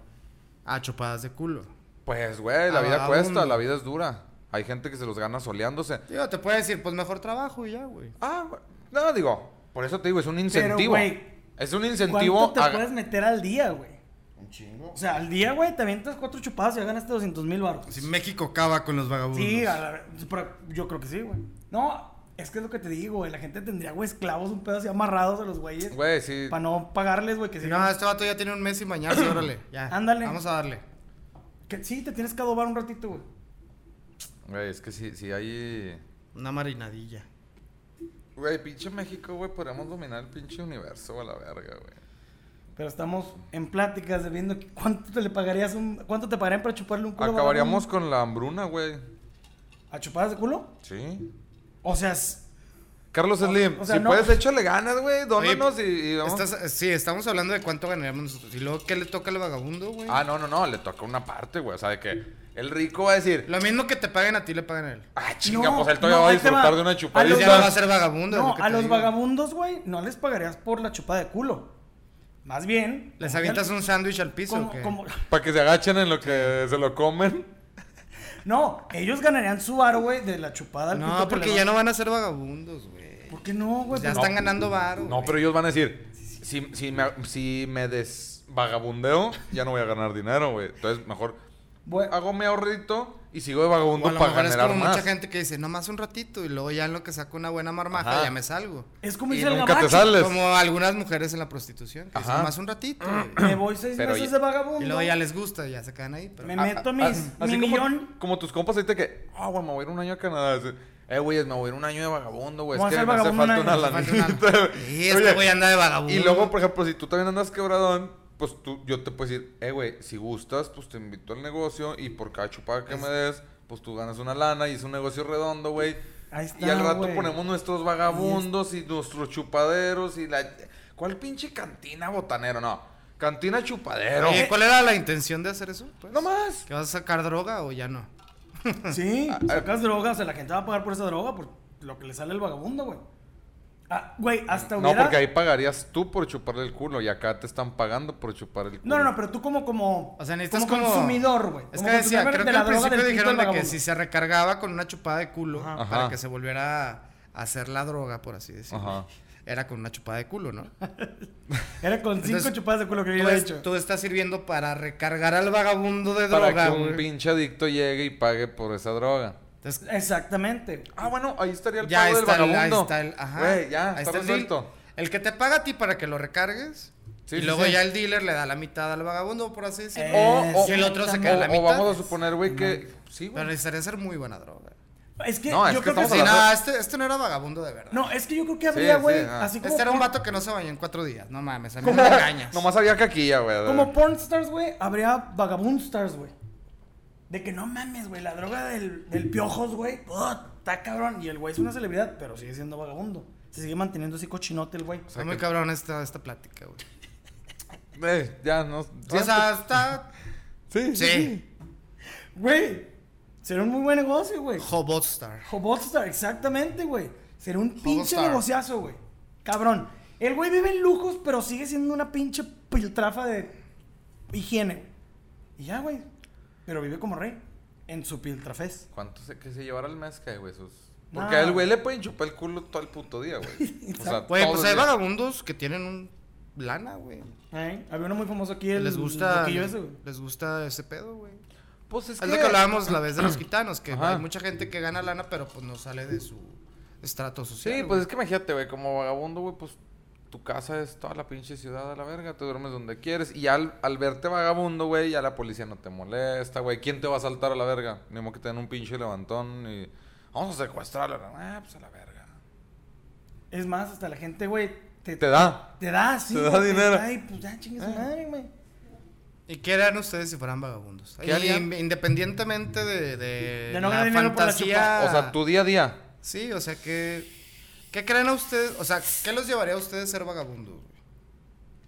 Speaker 3: A chupadas de culo.
Speaker 1: Pues, güey, la
Speaker 3: A
Speaker 1: vida
Speaker 3: vagabundo.
Speaker 1: cuesta, la vida es dura. Hay gente que se los gana soleándose.
Speaker 3: Digo, te puede decir, pues mejor trabajo y ya, güey.
Speaker 1: Ah, güey. No, digo, por eso te digo, es un incentivo.
Speaker 2: güey,
Speaker 1: es un
Speaker 2: ¿Cuánto
Speaker 1: incentivo
Speaker 2: te
Speaker 1: a-
Speaker 2: puedes meter al día, güey?
Speaker 3: Un chingo.
Speaker 2: O sea, al día, güey, te avientas cuatro chupadas y ya ganaste 200 mil baros.
Speaker 3: Si México cava con los vagabundos.
Speaker 2: Sí, a la- pero yo creo que sí, güey. No, es que es lo que te digo, güey. La gente tendría, güey, esclavos un pedo así amarrados a los güeyes.
Speaker 1: Güey, sí.
Speaker 2: Para no pagarles, güey, que sí.
Speaker 3: No, este vato ya tiene un mes y mañana, sí, órale. Ya.
Speaker 2: Ándale.
Speaker 3: Vamos a darle.
Speaker 2: Que sí, te tienes que adobar un ratito, güey.
Speaker 1: Güey, es que si, si hay...
Speaker 3: Una marinadilla.
Speaker 1: Güey, pinche México, güey, podríamos dominar el pinche universo a la verga, güey.
Speaker 2: Pero estamos en pláticas de viendo que- cuánto te le pagarías un, cuánto te pagarían para chuparle un culo.
Speaker 1: Acabaríamos
Speaker 2: vagabundo?
Speaker 1: con la hambruna, güey.
Speaker 2: a chupadas de culo.
Speaker 1: Sí.
Speaker 2: O sea, es-
Speaker 1: Carlos
Speaker 2: O-
Speaker 1: Slim,
Speaker 2: o sea,
Speaker 1: si
Speaker 2: no-
Speaker 1: puedes, échale ganas, güey. Dónanos
Speaker 3: Oye,
Speaker 1: y, y vamos.
Speaker 3: Estás- eh, sí, estamos hablando de cuánto ganaríamos nosotros. Y luego, ¿qué le toca al vagabundo, güey?
Speaker 1: Ah, no, no, no, le toca una parte, güey. O sea, de que el rico va a decir,
Speaker 3: Lo mismo que te paguen a ti, le pagan a él.
Speaker 1: ah, chinga,
Speaker 2: No,
Speaker 1: pues él todavía
Speaker 2: no,
Speaker 1: va a
Speaker 2: ahí te
Speaker 1: disfrutar
Speaker 2: va.
Speaker 1: de
Speaker 2: A
Speaker 1: una
Speaker 2: los
Speaker 1: chupadita.
Speaker 3: Pues ya no va a ser vagabundo. es
Speaker 2: no,
Speaker 3: lo que
Speaker 2: a
Speaker 3: te
Speaker 2: los
Speaker 3: digo.
Speaker 2: vagabundos, güey, no les pagarías por la chupada de culo. Más bien.
Speaker 3: ¿Les avientas un sándwich al piso
Speaker 2: como-
Speaker 3: o qué?
Speaker 2: como-
Speaker 1: Para que se agachen en lo que se lo comen.
Speaker 2: [LAUGHS] No, ellos ganarían su bar, güey, de la chupada al
Speaker 3: No, porque ya no van a ser vagabundos, güey.
Speaker 2: ¿Por qué no, güey?
Speaker 3: Pues ya
Speaker 2: Pues-
Speaker 3: están ganando varo.
Speaker 1: No,
Speaker 3: güey.
Speaker 1: pero ellos van a decir, si, si me, si me desvagabundeo, ya no voy a ganar dinero, güey. Entonces, mejor
Speaker 2: Güey,
Speaker 1: hago mi ahorrito y sigo de
Speaker 3: O a
Speaker 1: vagabundo
Speaker 3: lo
Speaker 1: para
Speaker 3: mejor es
Speaker 1: generar
Speaker 3: como
Speaker 1: más.
Speaker 3: mucha gente que dice, nomás un ratito, y luego ya en lo que saco una buena marmaja,
Speaker 1: Ajá.
Speaker 3: ya me salgo.
Speaker 2: Es como
Speaker 1: Y
Speaker 2: dice el
Speaker 1: nunca te
Speaker 2: gabacho.
Speaker 1: sales.
Speaker 3: Como algunas mujeres en la prostitución, que dicen,
Speaker 1: Ajá.
Speaker 3: nomás un ratito.
Speaker 2: Me voy seis
Speaker 1: Pero
Speaker 2: meses
Speaker 1: ya-
Speaker 2: de
Speaker 3: y
Speaker 2: vagabundo.
Speaker 3: luego ya les gusta, y ya se quedan ahí. Pero...
Speaker 2: Me
Speaker 1: Ah,
Speaker 2: meto
Speaker 1: ah,
Speaker 2: mis,
Speaker 1: ah,
Speaker 2: mi
Speaker 1: así como-
Speaker 2: millón.
Speaker 1: Como, tus compas ahorita que, ah, güey, me voy a ir un año a Canadá. Dice, Eh, güey, me voy a ir un año de vagabundo, güey. Es
Speaker 2: Vamos
Speaker 1: que
Speaker 2: a ser
Speaker 1: me hace
Speaker 2: vagabundo
Speaker 1: falta
Speaker 2: un
Speaker 1: una
Speaker 2: año,
Speaker 3: me falta una-
Speaker 1: lanita. [LAUGHS]
Speaker 3: Sí, este
Speaker 1: Oye,
Speaker 3: güey anda de vagabundo.
Speaker 1: Y luego, por ejemplo, si tú también andas quebradón, pues tú, yo te puedo decir, eh, güey, si gustas, pues te invito al negocio y por cada chupada que me des, pues tú ganas una lana y es un negocio redondo, güey.
Speaker 2: Ahí está,
Speaker 1: y al rato
Speaker 2: güey.
Speaker 1: ponemos nuestros vagabundos y nuestros chupaderos y la... ¿Cuál pinche cantina botanero? No, cantina chupadero.
Speaker 2: ¿Eh?
Speaker 3: Oye, ¿Cuál era la intención de hacer eso? pues?
Speaker 1: No más.
Speaker 3: ¿Que vas a sacar droga o ya no? Ah,
Speaker 2: pues Sí, sacas droga, o sea, la gente va a pagar por esa droga por lo que le sale el vagabundo, güey. Ah, güey, hasta
Speaker 1: No,
Speaker 2: hubiera...
Speaker 1: porque ahí pagarías tú por chuparle el culo y acá te están pagando por chupar el culo.
Speaker 2: No, no, no, pero tú como, como,
Speaker 3: O sea, necesitas
Speaker 2: como
Speaker 3: como...
Speaker 2: consumidor, güey.
Speaker 3: Es
Speaker 2: Como
Speaker 3: que decía,
Speaker 2: consumidor
Speaker 3: creo
Speaker 2: de
Speaker 3: que
Speaker 2: la
Speaker 3: al
Speaker 2: droga
Speaker 3: principio
Speaker 2: del pito
Speaker 3: dijeron
Speaker 2: del
Speaker 3: de que
Speaker 2: vagabundo.
Speaker 3: si se recargaba con una chupada de culo
Speaker 2: Ajá.
Speaker 1: Ajá.
Speaker 3: para que se volviera a hacer la droga, por así decirlo.
Speaker 1: Ajá.
Speaker 3: Era con una chupada de culo, ¿no?
Speaker 2: Era con cinco
Speaker 3: Entonces,
Speaker 2: chupadas de culo que
Speaker 3: Tú,
Speaker 2: hubiera
Speaker 3: es-
Speaker 2: hecho.
Speaker 3: tú estás sirviendo para recargar al vagabundo de
Speaker 1: Para
Speaker 3: droga,
Speaker 1: que un
Speaker 3: güey.
Speaker 1: pinche adicto llegue y pague por esa droga.
Speaker 3: Entonces,
Speaker 2: Exactamente.
Speaker 1: Ah, bueno, ahí estaría el
Speaker 3: ya
Speaker 1: pago
Speaker 3: está,
Speaker 1: del
Speaker 3: el, ahí
Speaker 1: vagabundo.
Speaker 3: está el... Ajá.
Speaker 1: Güey, ya,
Speaker 3: ahí
Speaker 1: está,
Speaker 3: el deal.
Speaker 1: resuelto.
Speaker 3: El que te paga a ti para que lo recargues.
Speaker 1: Sí,
Speaker 3: y
Speaker 1: sí,
Speaker 3: luego
Speaker 1: sí. Eh.
Speaker 3: ya el dealer le da la mitad al vagabundo, por así decirlo.
Speaker 1: O, o-
Speaker 3: Y el otro se
Speaker 1: o-
Speaker 3: queda la
Speaker 1: o
Speaker 3: mitad.
Speaker 1: vamos a suponer, güey, que. Sí,
Speaker 3: Pero
Speaker 1: güey.
Speaker 3: necesitaría ser muy buena droga.
Speaker 2: Es que
Speaker 1: No, es
Speaker 2: yo
Speaker 1: que
Speaker 2: creo que,
Speaker 1: estamos
Speaker 3: Sí,
Speaker 1: hablando-
Speaker 2: sí.
Speaker 3: no, este, este no era vagabundo de verdad.
Speaker 2: No, es que yo creo que habría,
Speaker 1: sí,
Speaker 2: güey,
Speaker 1: ah.
Speaker 2: así como...
Speaker 3: Este era un
Speaker 2: porn-
Speaker 3: vato que no se bañó en cuatro días. No mames, a
Speaker 1: [LAUGHS]
Speaker 3: mí me engañas.
Speaker 1: Nomás había caquilla, güey. Eh,
Speaker 2: Como pornstars, güey, habría vagabundstars, güey. De que no mames, güey, la droga del, del piojos, güey. ugh, Está cabrón. Y el güey es una celebridad, pero sigue siendo vagabundo. Se sigue manteniendo así cochinote el güey.
Speaker 3: Está muy cabrón esta, esta plática, güey.
Speaker 1: Eh, ya, no.
Speaker 3: O sea,
Speaker 1: [LAUGHS]
Speaker 3: está.
Speaker 1: sí,
Speaker 3: Sí,
Speaker 2: Güey, sería un muy buen negocio, güey.
Speaker 3: Hobotstar.
Speaker 2: Hobotstar, exactamente, güey. Sería un pinche
Speaker 3: Hobotstar.
Speaker 2: negociazo, güey. Cabrón. El güey vive en lujos, pero sigue siendo una pinche piltrafa de higiene. Y ya, güey. Pero vive como rey. En su piltrafés.
Speaker 1: ¿Cuánto se, que se llevara al mes que, güey? Sus...
Speaker 2: No.
Speaker 1: Porque al güey le pueden chupar el culo todo el puto día, [LAUGHS] güey. O sea,
Speaker 3: Güey,
Speaker 1: todo
Speaker 3: pues
Speaker 1: el
Speaker 3: hay
Speaker 1: día.
Speaker 3: vagabundos que tienen un lana, güey.
Speaker 2: ¿Eh? Había uno muy famoso aquí. El
Speaker 3: Les gusta.
Speaker 2: loquillo ese, güey.
Speaker 3: Les gusta ese pedo, güey.
Speaker 1: Pues es
Speaker 3: Es
Speaker 1: que.
Speaker 3: lo que hablábamos la vez de los gitanos, que
Speaker 1: Ajá.
Speaker 3: hay mucha gente que gana lana, pero pues no sale de su estrato social.
Speaker 1: Sí,
Speaker 3: güey.
Speaker 1: pues es que imagínate, güey, como vagabundo, güey, pues tu casa es toda la pinche ciudad a la verga, te duermes donde quieres. Y al, al verte vagabundo, güey, ya la policía no te molesta, güey. ¿Quién te va a saltar a la verga? Ni modo que te den un pinche levantón y. Vamos a secuestrarla. Ah, pues a la verga.
Speaker 2: Es más, hasta la gente, güey, te,
Speaker 1: Te da.
Speaker 2: te da, sí.
Speaker 1: te da
Speaker 2: güey,
Speaker 1: dinero.
Speaker 2: Ay, pues ya, chingue
Speaker 3: Ah.
Speaker 2: su madre, güey.
Speaker 3: ¿Y qué harían ustedes si fueran vagabundos?
Speaker 1: ¿Qué
Speaker 3: Y
Speaker 1: harían?
Speaker 3: independientemente de, de,
Speaker 2: De no ganar dinero por la chupada.
Speaker 1: O sea, tu día a día.
Speaker 3: Sí, o sea, que... ¿Qué creen a ustedes? O sea, ¿qué los llevaría a ustedes ser vagabundos? güey?
Speaker 1: ¿Qué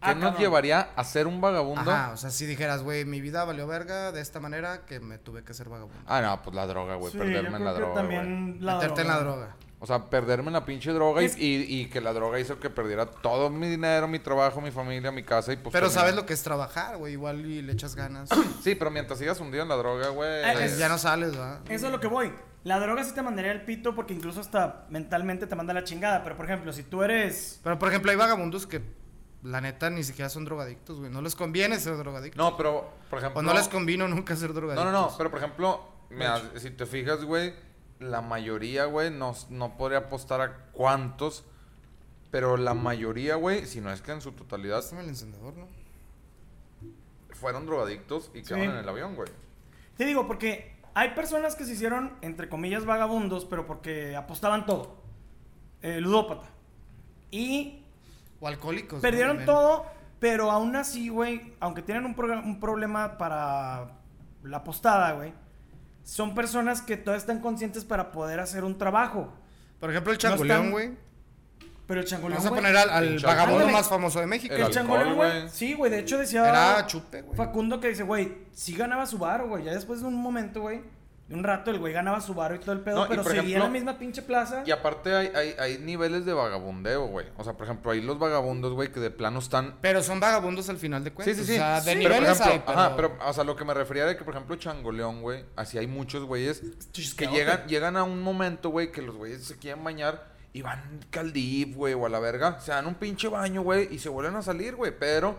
Speaker 2: Ah,
Speaker 1: nos
Speaker 2: cabrón.
Speaker 1: llevaría a ser un vagabundo?
Speaker 3: Ajá, o sea, si dijeras, güey, mi vida valió verga de esta manera que me tuve que ser vagabundo.
Speaker 1: Ah, no, pues la droga, güey.
Speaker 2: Sí, yo
Speaker 1: perderme
Speaker 2: creo
Speaker 1: en la
Speaker 2: que
Speaker 1: droga. güey.
Speaker 2: también la
Speaker 3: Meterte
Speaker 2: droga.
Speaker 3: en la droga.
Speaker 1: O sea, perderme en la pinche droga y,
Speaker 2: Es-
Speaker 1: y- y que la droga hizo que perdiera todo mi dinero, mi trabajo, mi familia, mi casa y pues.
Speaker 3: Pero
Speaker 1: terminé.
Speaker 3: sabes lo que es trabajar, güey, igual y le echas ganas.
Speaker 1: Sí, pero mientras sigas hundido en la droga, güey.
Speaker 2: Ah,
Speaker 3: Pues
Speaker 2: es-
Speaker 3: ya no sales, ¿verdad?
Speaker 2: Eso es lo que voy. La droga sí te mandaría el pito porque incluso hasta mentalmente te manda la chingada. Pero, por ejemplo, si tú eres...
Speaker 3: Pero, por ejemplo, hay vagabundos que, la neta, ni siquiera son drogadictos, güey. No les conviene ser drogadictos.
Speaker 1: No, pero, por ejemplo.
Speaker 3: o no les convino nunca ser
Speaker 1: No, no,
Speaker 3: drogadictos.
Speaker 1: no, pero por ejemplo, mira, si te fijas, güey, la mayoría, güey, no, no podría apostar a cuántos, pero la mayoría, güey, si no es que en su totalidad,
Speaker 3: Pásame el encendedor, ¿no?
Speaker 1: fueron drogadictos y quedaron en el avión, güey.
Speaker 2: Te digo, porque hay personas que se hicieron, entre comillas, vagabundos, pero porque apostaban todo. Eh, ludópata. Y
Speaker 3: Pues O alcohólicos. ¿no?
Speaker 2: Perdieron
Speaker 3: También.
Speaker 2: todo, pero aún así, güey, aunque tienen un, progra- un problema para la postada, güey, son personas que todavía están conscientes para poder hacer un trabajo.
Speaker 3: Por ejemplo, el
Speaker 2: No
Speaker 3: changoleón,
Speaker 2: están-
Speaker 3: güey.
Speaker 2: Pero el changoleón,
Speaker 3: Vamos a
Speaker 2: güey,
Speaker 3: poner al, al
Speaker 1: Pinche
Speaker 3: vagabundo
Speaker 2: alcohol.
Speaker 3: más famoso de México.
Speaker 1: El
Speaker 2: el changoleón,
Speaker 1: alcohol,
Speaker 2: güey,
Speaker 1: güey.
Speaker 2: sí, güey, de hecho decía
Speaker 3: Era chupe, güey.
Speaker 2: Facundo que dice, güey, sí ganaba su bar, güey, ya después de un momento, güey, de un rato el güey ganaba su bar y todo el pedo,
Speaker 1: No, y
Speaker 2: pero
Speaker 1: por
Speaker 2: seguía en
Speaker 1: ejemplo-
Speaker 2: la misma pinche plaza.
Speaker 1: Y aparte hay, hay, hay niveles de vagabundeo, güey. O sea, por ejemplo, hay los vagabundos, güey, que de plano están...
Speaker 3: Pero son vagabundos al final de
Speaker 1: Sí,
Speaker 3: cuentas.
Speaker 1: sí, sí.
Speaker 3: O sea, de
Speaker 1: Sí. Pero, por
Speaker 3: niveles
Speaker 1: ejemplo,
Speaker 3: hay, pero...
Speaker 1: ajá, pero, o sea, lo que me refería era que, por ejemplo, Changoleón, güey, así hay muchos güeyes que
Speaker 2: Chisqueote.
Speaker 1: llegan, llegan a un momento, güey, que los güeyes se quieren bañar y van caldif, güey, o a la verga. Se dan un pinche baño, güey, y se vuelven a salir, güey. Pero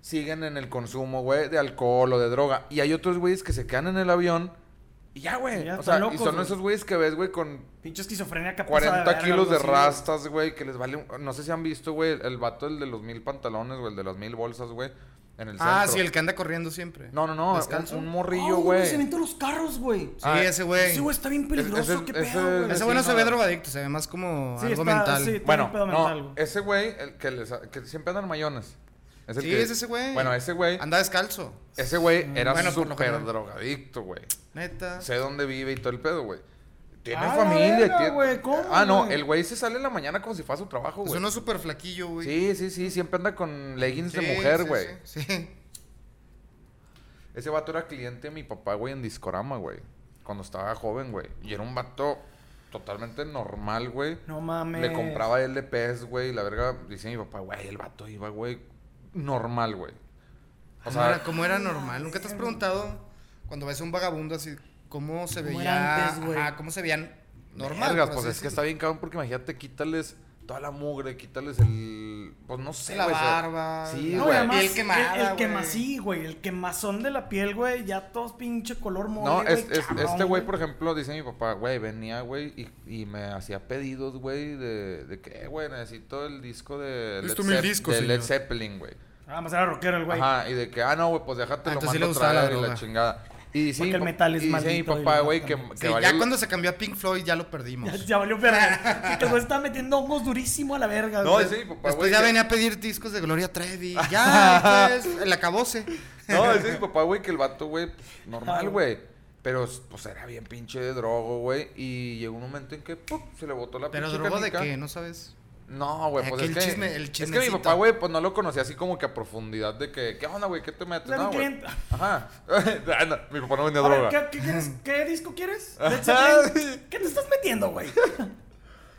Speaker 1: siguen en el consumo, güey, de alcohol o de droga. Y hay otros güeyes que se quedan en el avión y ya, güey.
Speaker 2: Ya
Speaker 1: O sea,
Speaker 2: están locos,
Speaker 1: y son
Speaker 2: güey.
Speaker 1: esos güeyes que ves, güey, con
Speaker 2: Pinche esquizofrenia capaz
Speaker 1: 40 kilos de rastas, güey, que les vale... un- No sé si han visto, güey, el vato, el de los mil pantalones, güey, el de las mil bolsas, güey, en el
Speaker 3: Ah,
Speaker 1: centro.
Speaker 3: sí, el que anda corriendo siempre.
Speaker 1: No, no, no, un,
Speaker 3: Descalzo.
Speaker 1: un
Speaker 2: rillo,
Speaker 1: morrillo,
Speaker 2: Oh, güey.
Speaker 1: güey.
Speaker 2: se avientan los carros, güey.
Speaker 3: Sí,
Speaker 1: Ah,
Speaker 3: ese güey.
Speaker 2: Sí, güey, está bien
Speaker 1: Ese-
Speaker 2: peligroso,
Speaker 1: ese-
Speaker 2: qué
Speaker 1: ese-
Speaker 2: pedo, güey.
Speaker 3: Ese güey no
Speaker 1: Sí,
Speaker 3: se
Speaker 1: no,
Speaker 3: ve
Speaker 1: no.
Speaker 3: drogadicto, se ve más como
Speaker 2: Sí,
Speaker 3: algo
Speaker 2: está-
Speaker 3: mental.
Speaker 2: sí.
Speaker 3: Sí,
Speaker 1: Bueno,
Speaker 2: un pedo mental,
Speaker 1: no,
Speaker 2: güey.
Speaker 1: ese güey, el que, les, que siempre andan mayones. Es el que-
Speaker 3: es ese güey.
Speaker 1: Bueno, ese güey,
Speaker 3: Anda descalzo.
Speaker 1: ese güey
Speaker 2: Mm,
Speaker 1: era
Speaker 3: Bueno, por lo
Speaker 1: súper
Speaker 3: general.
Speaker 1: drogadicto, güey.
Speaker 3: Neta.
Speaker 1: Sé dónde vive y todo el pedo, güey. Tiene
Speaker 2: Ah, la
Speaker 1: familia,
Speaker 2: verga,
Speaker 1: tiene...
Speaker 2: güey, ¿cómo,
Speaker 1: ah, no,
Speaker 2: güey?
Speaker 1: el güey se sale en la mañana como si fuera su trabajo,
Speaker 3: Es
Speaker 1: güey.
Speaker 3: uno súper flaquillo, Pues güey.
Speaker 1: Sí, sí, sí, siempre anda con leggings
Speaker 3: Sí,
Speaker 1: de mujer,
Speaker 3: sí,
Speaker 1: güey.
Speaker 3: Sí, sí.
Speaker 1: Ese vato era cliente de mi papá, güey, en Discorama, güey. Cuando estaba joven, güey. Y era un vato totalmente normal, güey.
Speaker 2: No mames.
Speaker 1: Le compraba LPs, güey. La verga, dice mi papá, güey, el vato iba, güey, normal, güey. O
Speaker 3: ¿Cómo Ah, era,
Speaker 1: sea,
Speaker 3: cómo era normal? ¿Nunca te has preguntado cuando ves a un vagabundo así, cómo se
Speaker 2: ¿Cómo
Speaker 3: veía?
Speaker 2: era antes, güey?
Speaker 3: Ajá, ¿cómo se veían normal?
Speaker 1: vergas,
Speaker 3: por
Speaker 1: pues
Speaker 3: así
Speaker 1: es que está
Speaker 3: decirlo?
Speaker 1: bien cabrón porque imagínate, quítales toda la mugre, quítales el. Pues no sé,
Speaker 3: La
Speaker 1: güey, o sea,
Speaker 3: barba.
Speaker 1: Sí,
Speaker 3: No,
Speaker 2: No,
Speaker 1: güey.
Speaker 2: y además,
Speaker 3: Piel quemada,
Speaker 2: el, el
Speaker 3: güey.
Speaker 2: quemasí, güey, el quemazón de la piel, güey, ya todos pinche color mole,
Speaker 1: No,
Speaker 2: güey,
Speaker 1: es, es-
Speaker 2: cabrón,
Speaker 1: este güey, por ejemplo, dice mi papá, güey, venía, güey, y, y me hacía pedidos, güey, de, de que, güey, necesito el disco de Led,
Speaker 3: Necesito mil
Speaker 1: Zepp-
Speaker 3: discos,
Speaker 1: de Led
Speaker 3: señor.
Speaker 1: Zeppelin, güey.
Speaker 2: Ah, más era rockero el güey.
Speaker 1: Ajá, y de que, ah, no, güey, pues déjate
Speaker 3: Ah,
Speaker 1: lo
Speaker 3: entonces sí
Speaker 1: mando
Speaker 3: le
Speaker 1: a
Speaker 3: gustaba la
Speaker 1: traer y la
Speaker 3: droga.
Speaker 1: chingada. Y sí,
Speaker 2: Porque
Speaker 1: mi
Speaker 2: el
Speaker 1: pa-
Speaker 2: metal es
Speaker 1: y dice mi
Speaker 2: maldito y
Speaker 1: papá,
Speaker 2: lo
Speaker 1: güey, que,
Speaker 2: matan.
Speaker 1: que
Speaker 3: Sí,
Speaker 1: valió-
Speaker 3: ya cuando se cambió a Pink Floyd ya lo perdimos.
Speaker 2: [LAUGHS] Ya, ya valió verga. Este güey está metiendo hongos durísimo a la verga,
Speaker 1: No,
Speaker 2: güey.
Speaker 1: dice mi papá,
Speaker 3: Después
Speaker 1: pues, güey.
Speaker 3: ya
Speaker 1: que-
Speaker 3: venía a pedir discos de Gloria
Speaker 1: [LAUGHS]
Speaker 3: Trevi. Ya, pues, el acabose.
Speaker 2: [LAUGHS]
Speaker 1: No, dice mi papá, güey, que el vato, güey, pues, normal, güey. Pero, pues, era bien pinche de drogo, güey. Y llegó un momento en que, ¡pum! se le botó la
Speaker 3: Pero
Speaker 1: pinche
Speaker 3: drogo de
Speaker 1: canica.
Speaker 3: qué, no sabes.
Speaker 1: No, güey, pues
Speaker 3: Aquí
Speaker 1: es
Speaker 3: el
Speaker 1: que.
Speaker 3: chisme- el
Speaker 1: es que mi
Speaker 3: chismecito.
Speaker 1: papá, güey, pues no lo conocía así como que a profundidad de que, ¿qué onda, güey? ¿Qué te metes?
Speaker 2: Era
Speaker 1: No,
Speaker 2: un
Speaker 1: güey.
Speaker 2: cliente.
Speaker 1: Ajá. [LAUGHS] Ah, no, mi papá no vendía
Speaker 2: A ver,
Speaker 1: droga.
Speaker 2: ¿qué, qué quieres? ¿Qué disco
Speaker 1: [LAUGHS]
Speaker 2: quieres?
Speaker 1: Ajá,
Speaker 2: Led Zeppelin.
Speaker 1: sí.
Speaker 2: ¿Qué te estás metiendo, güey?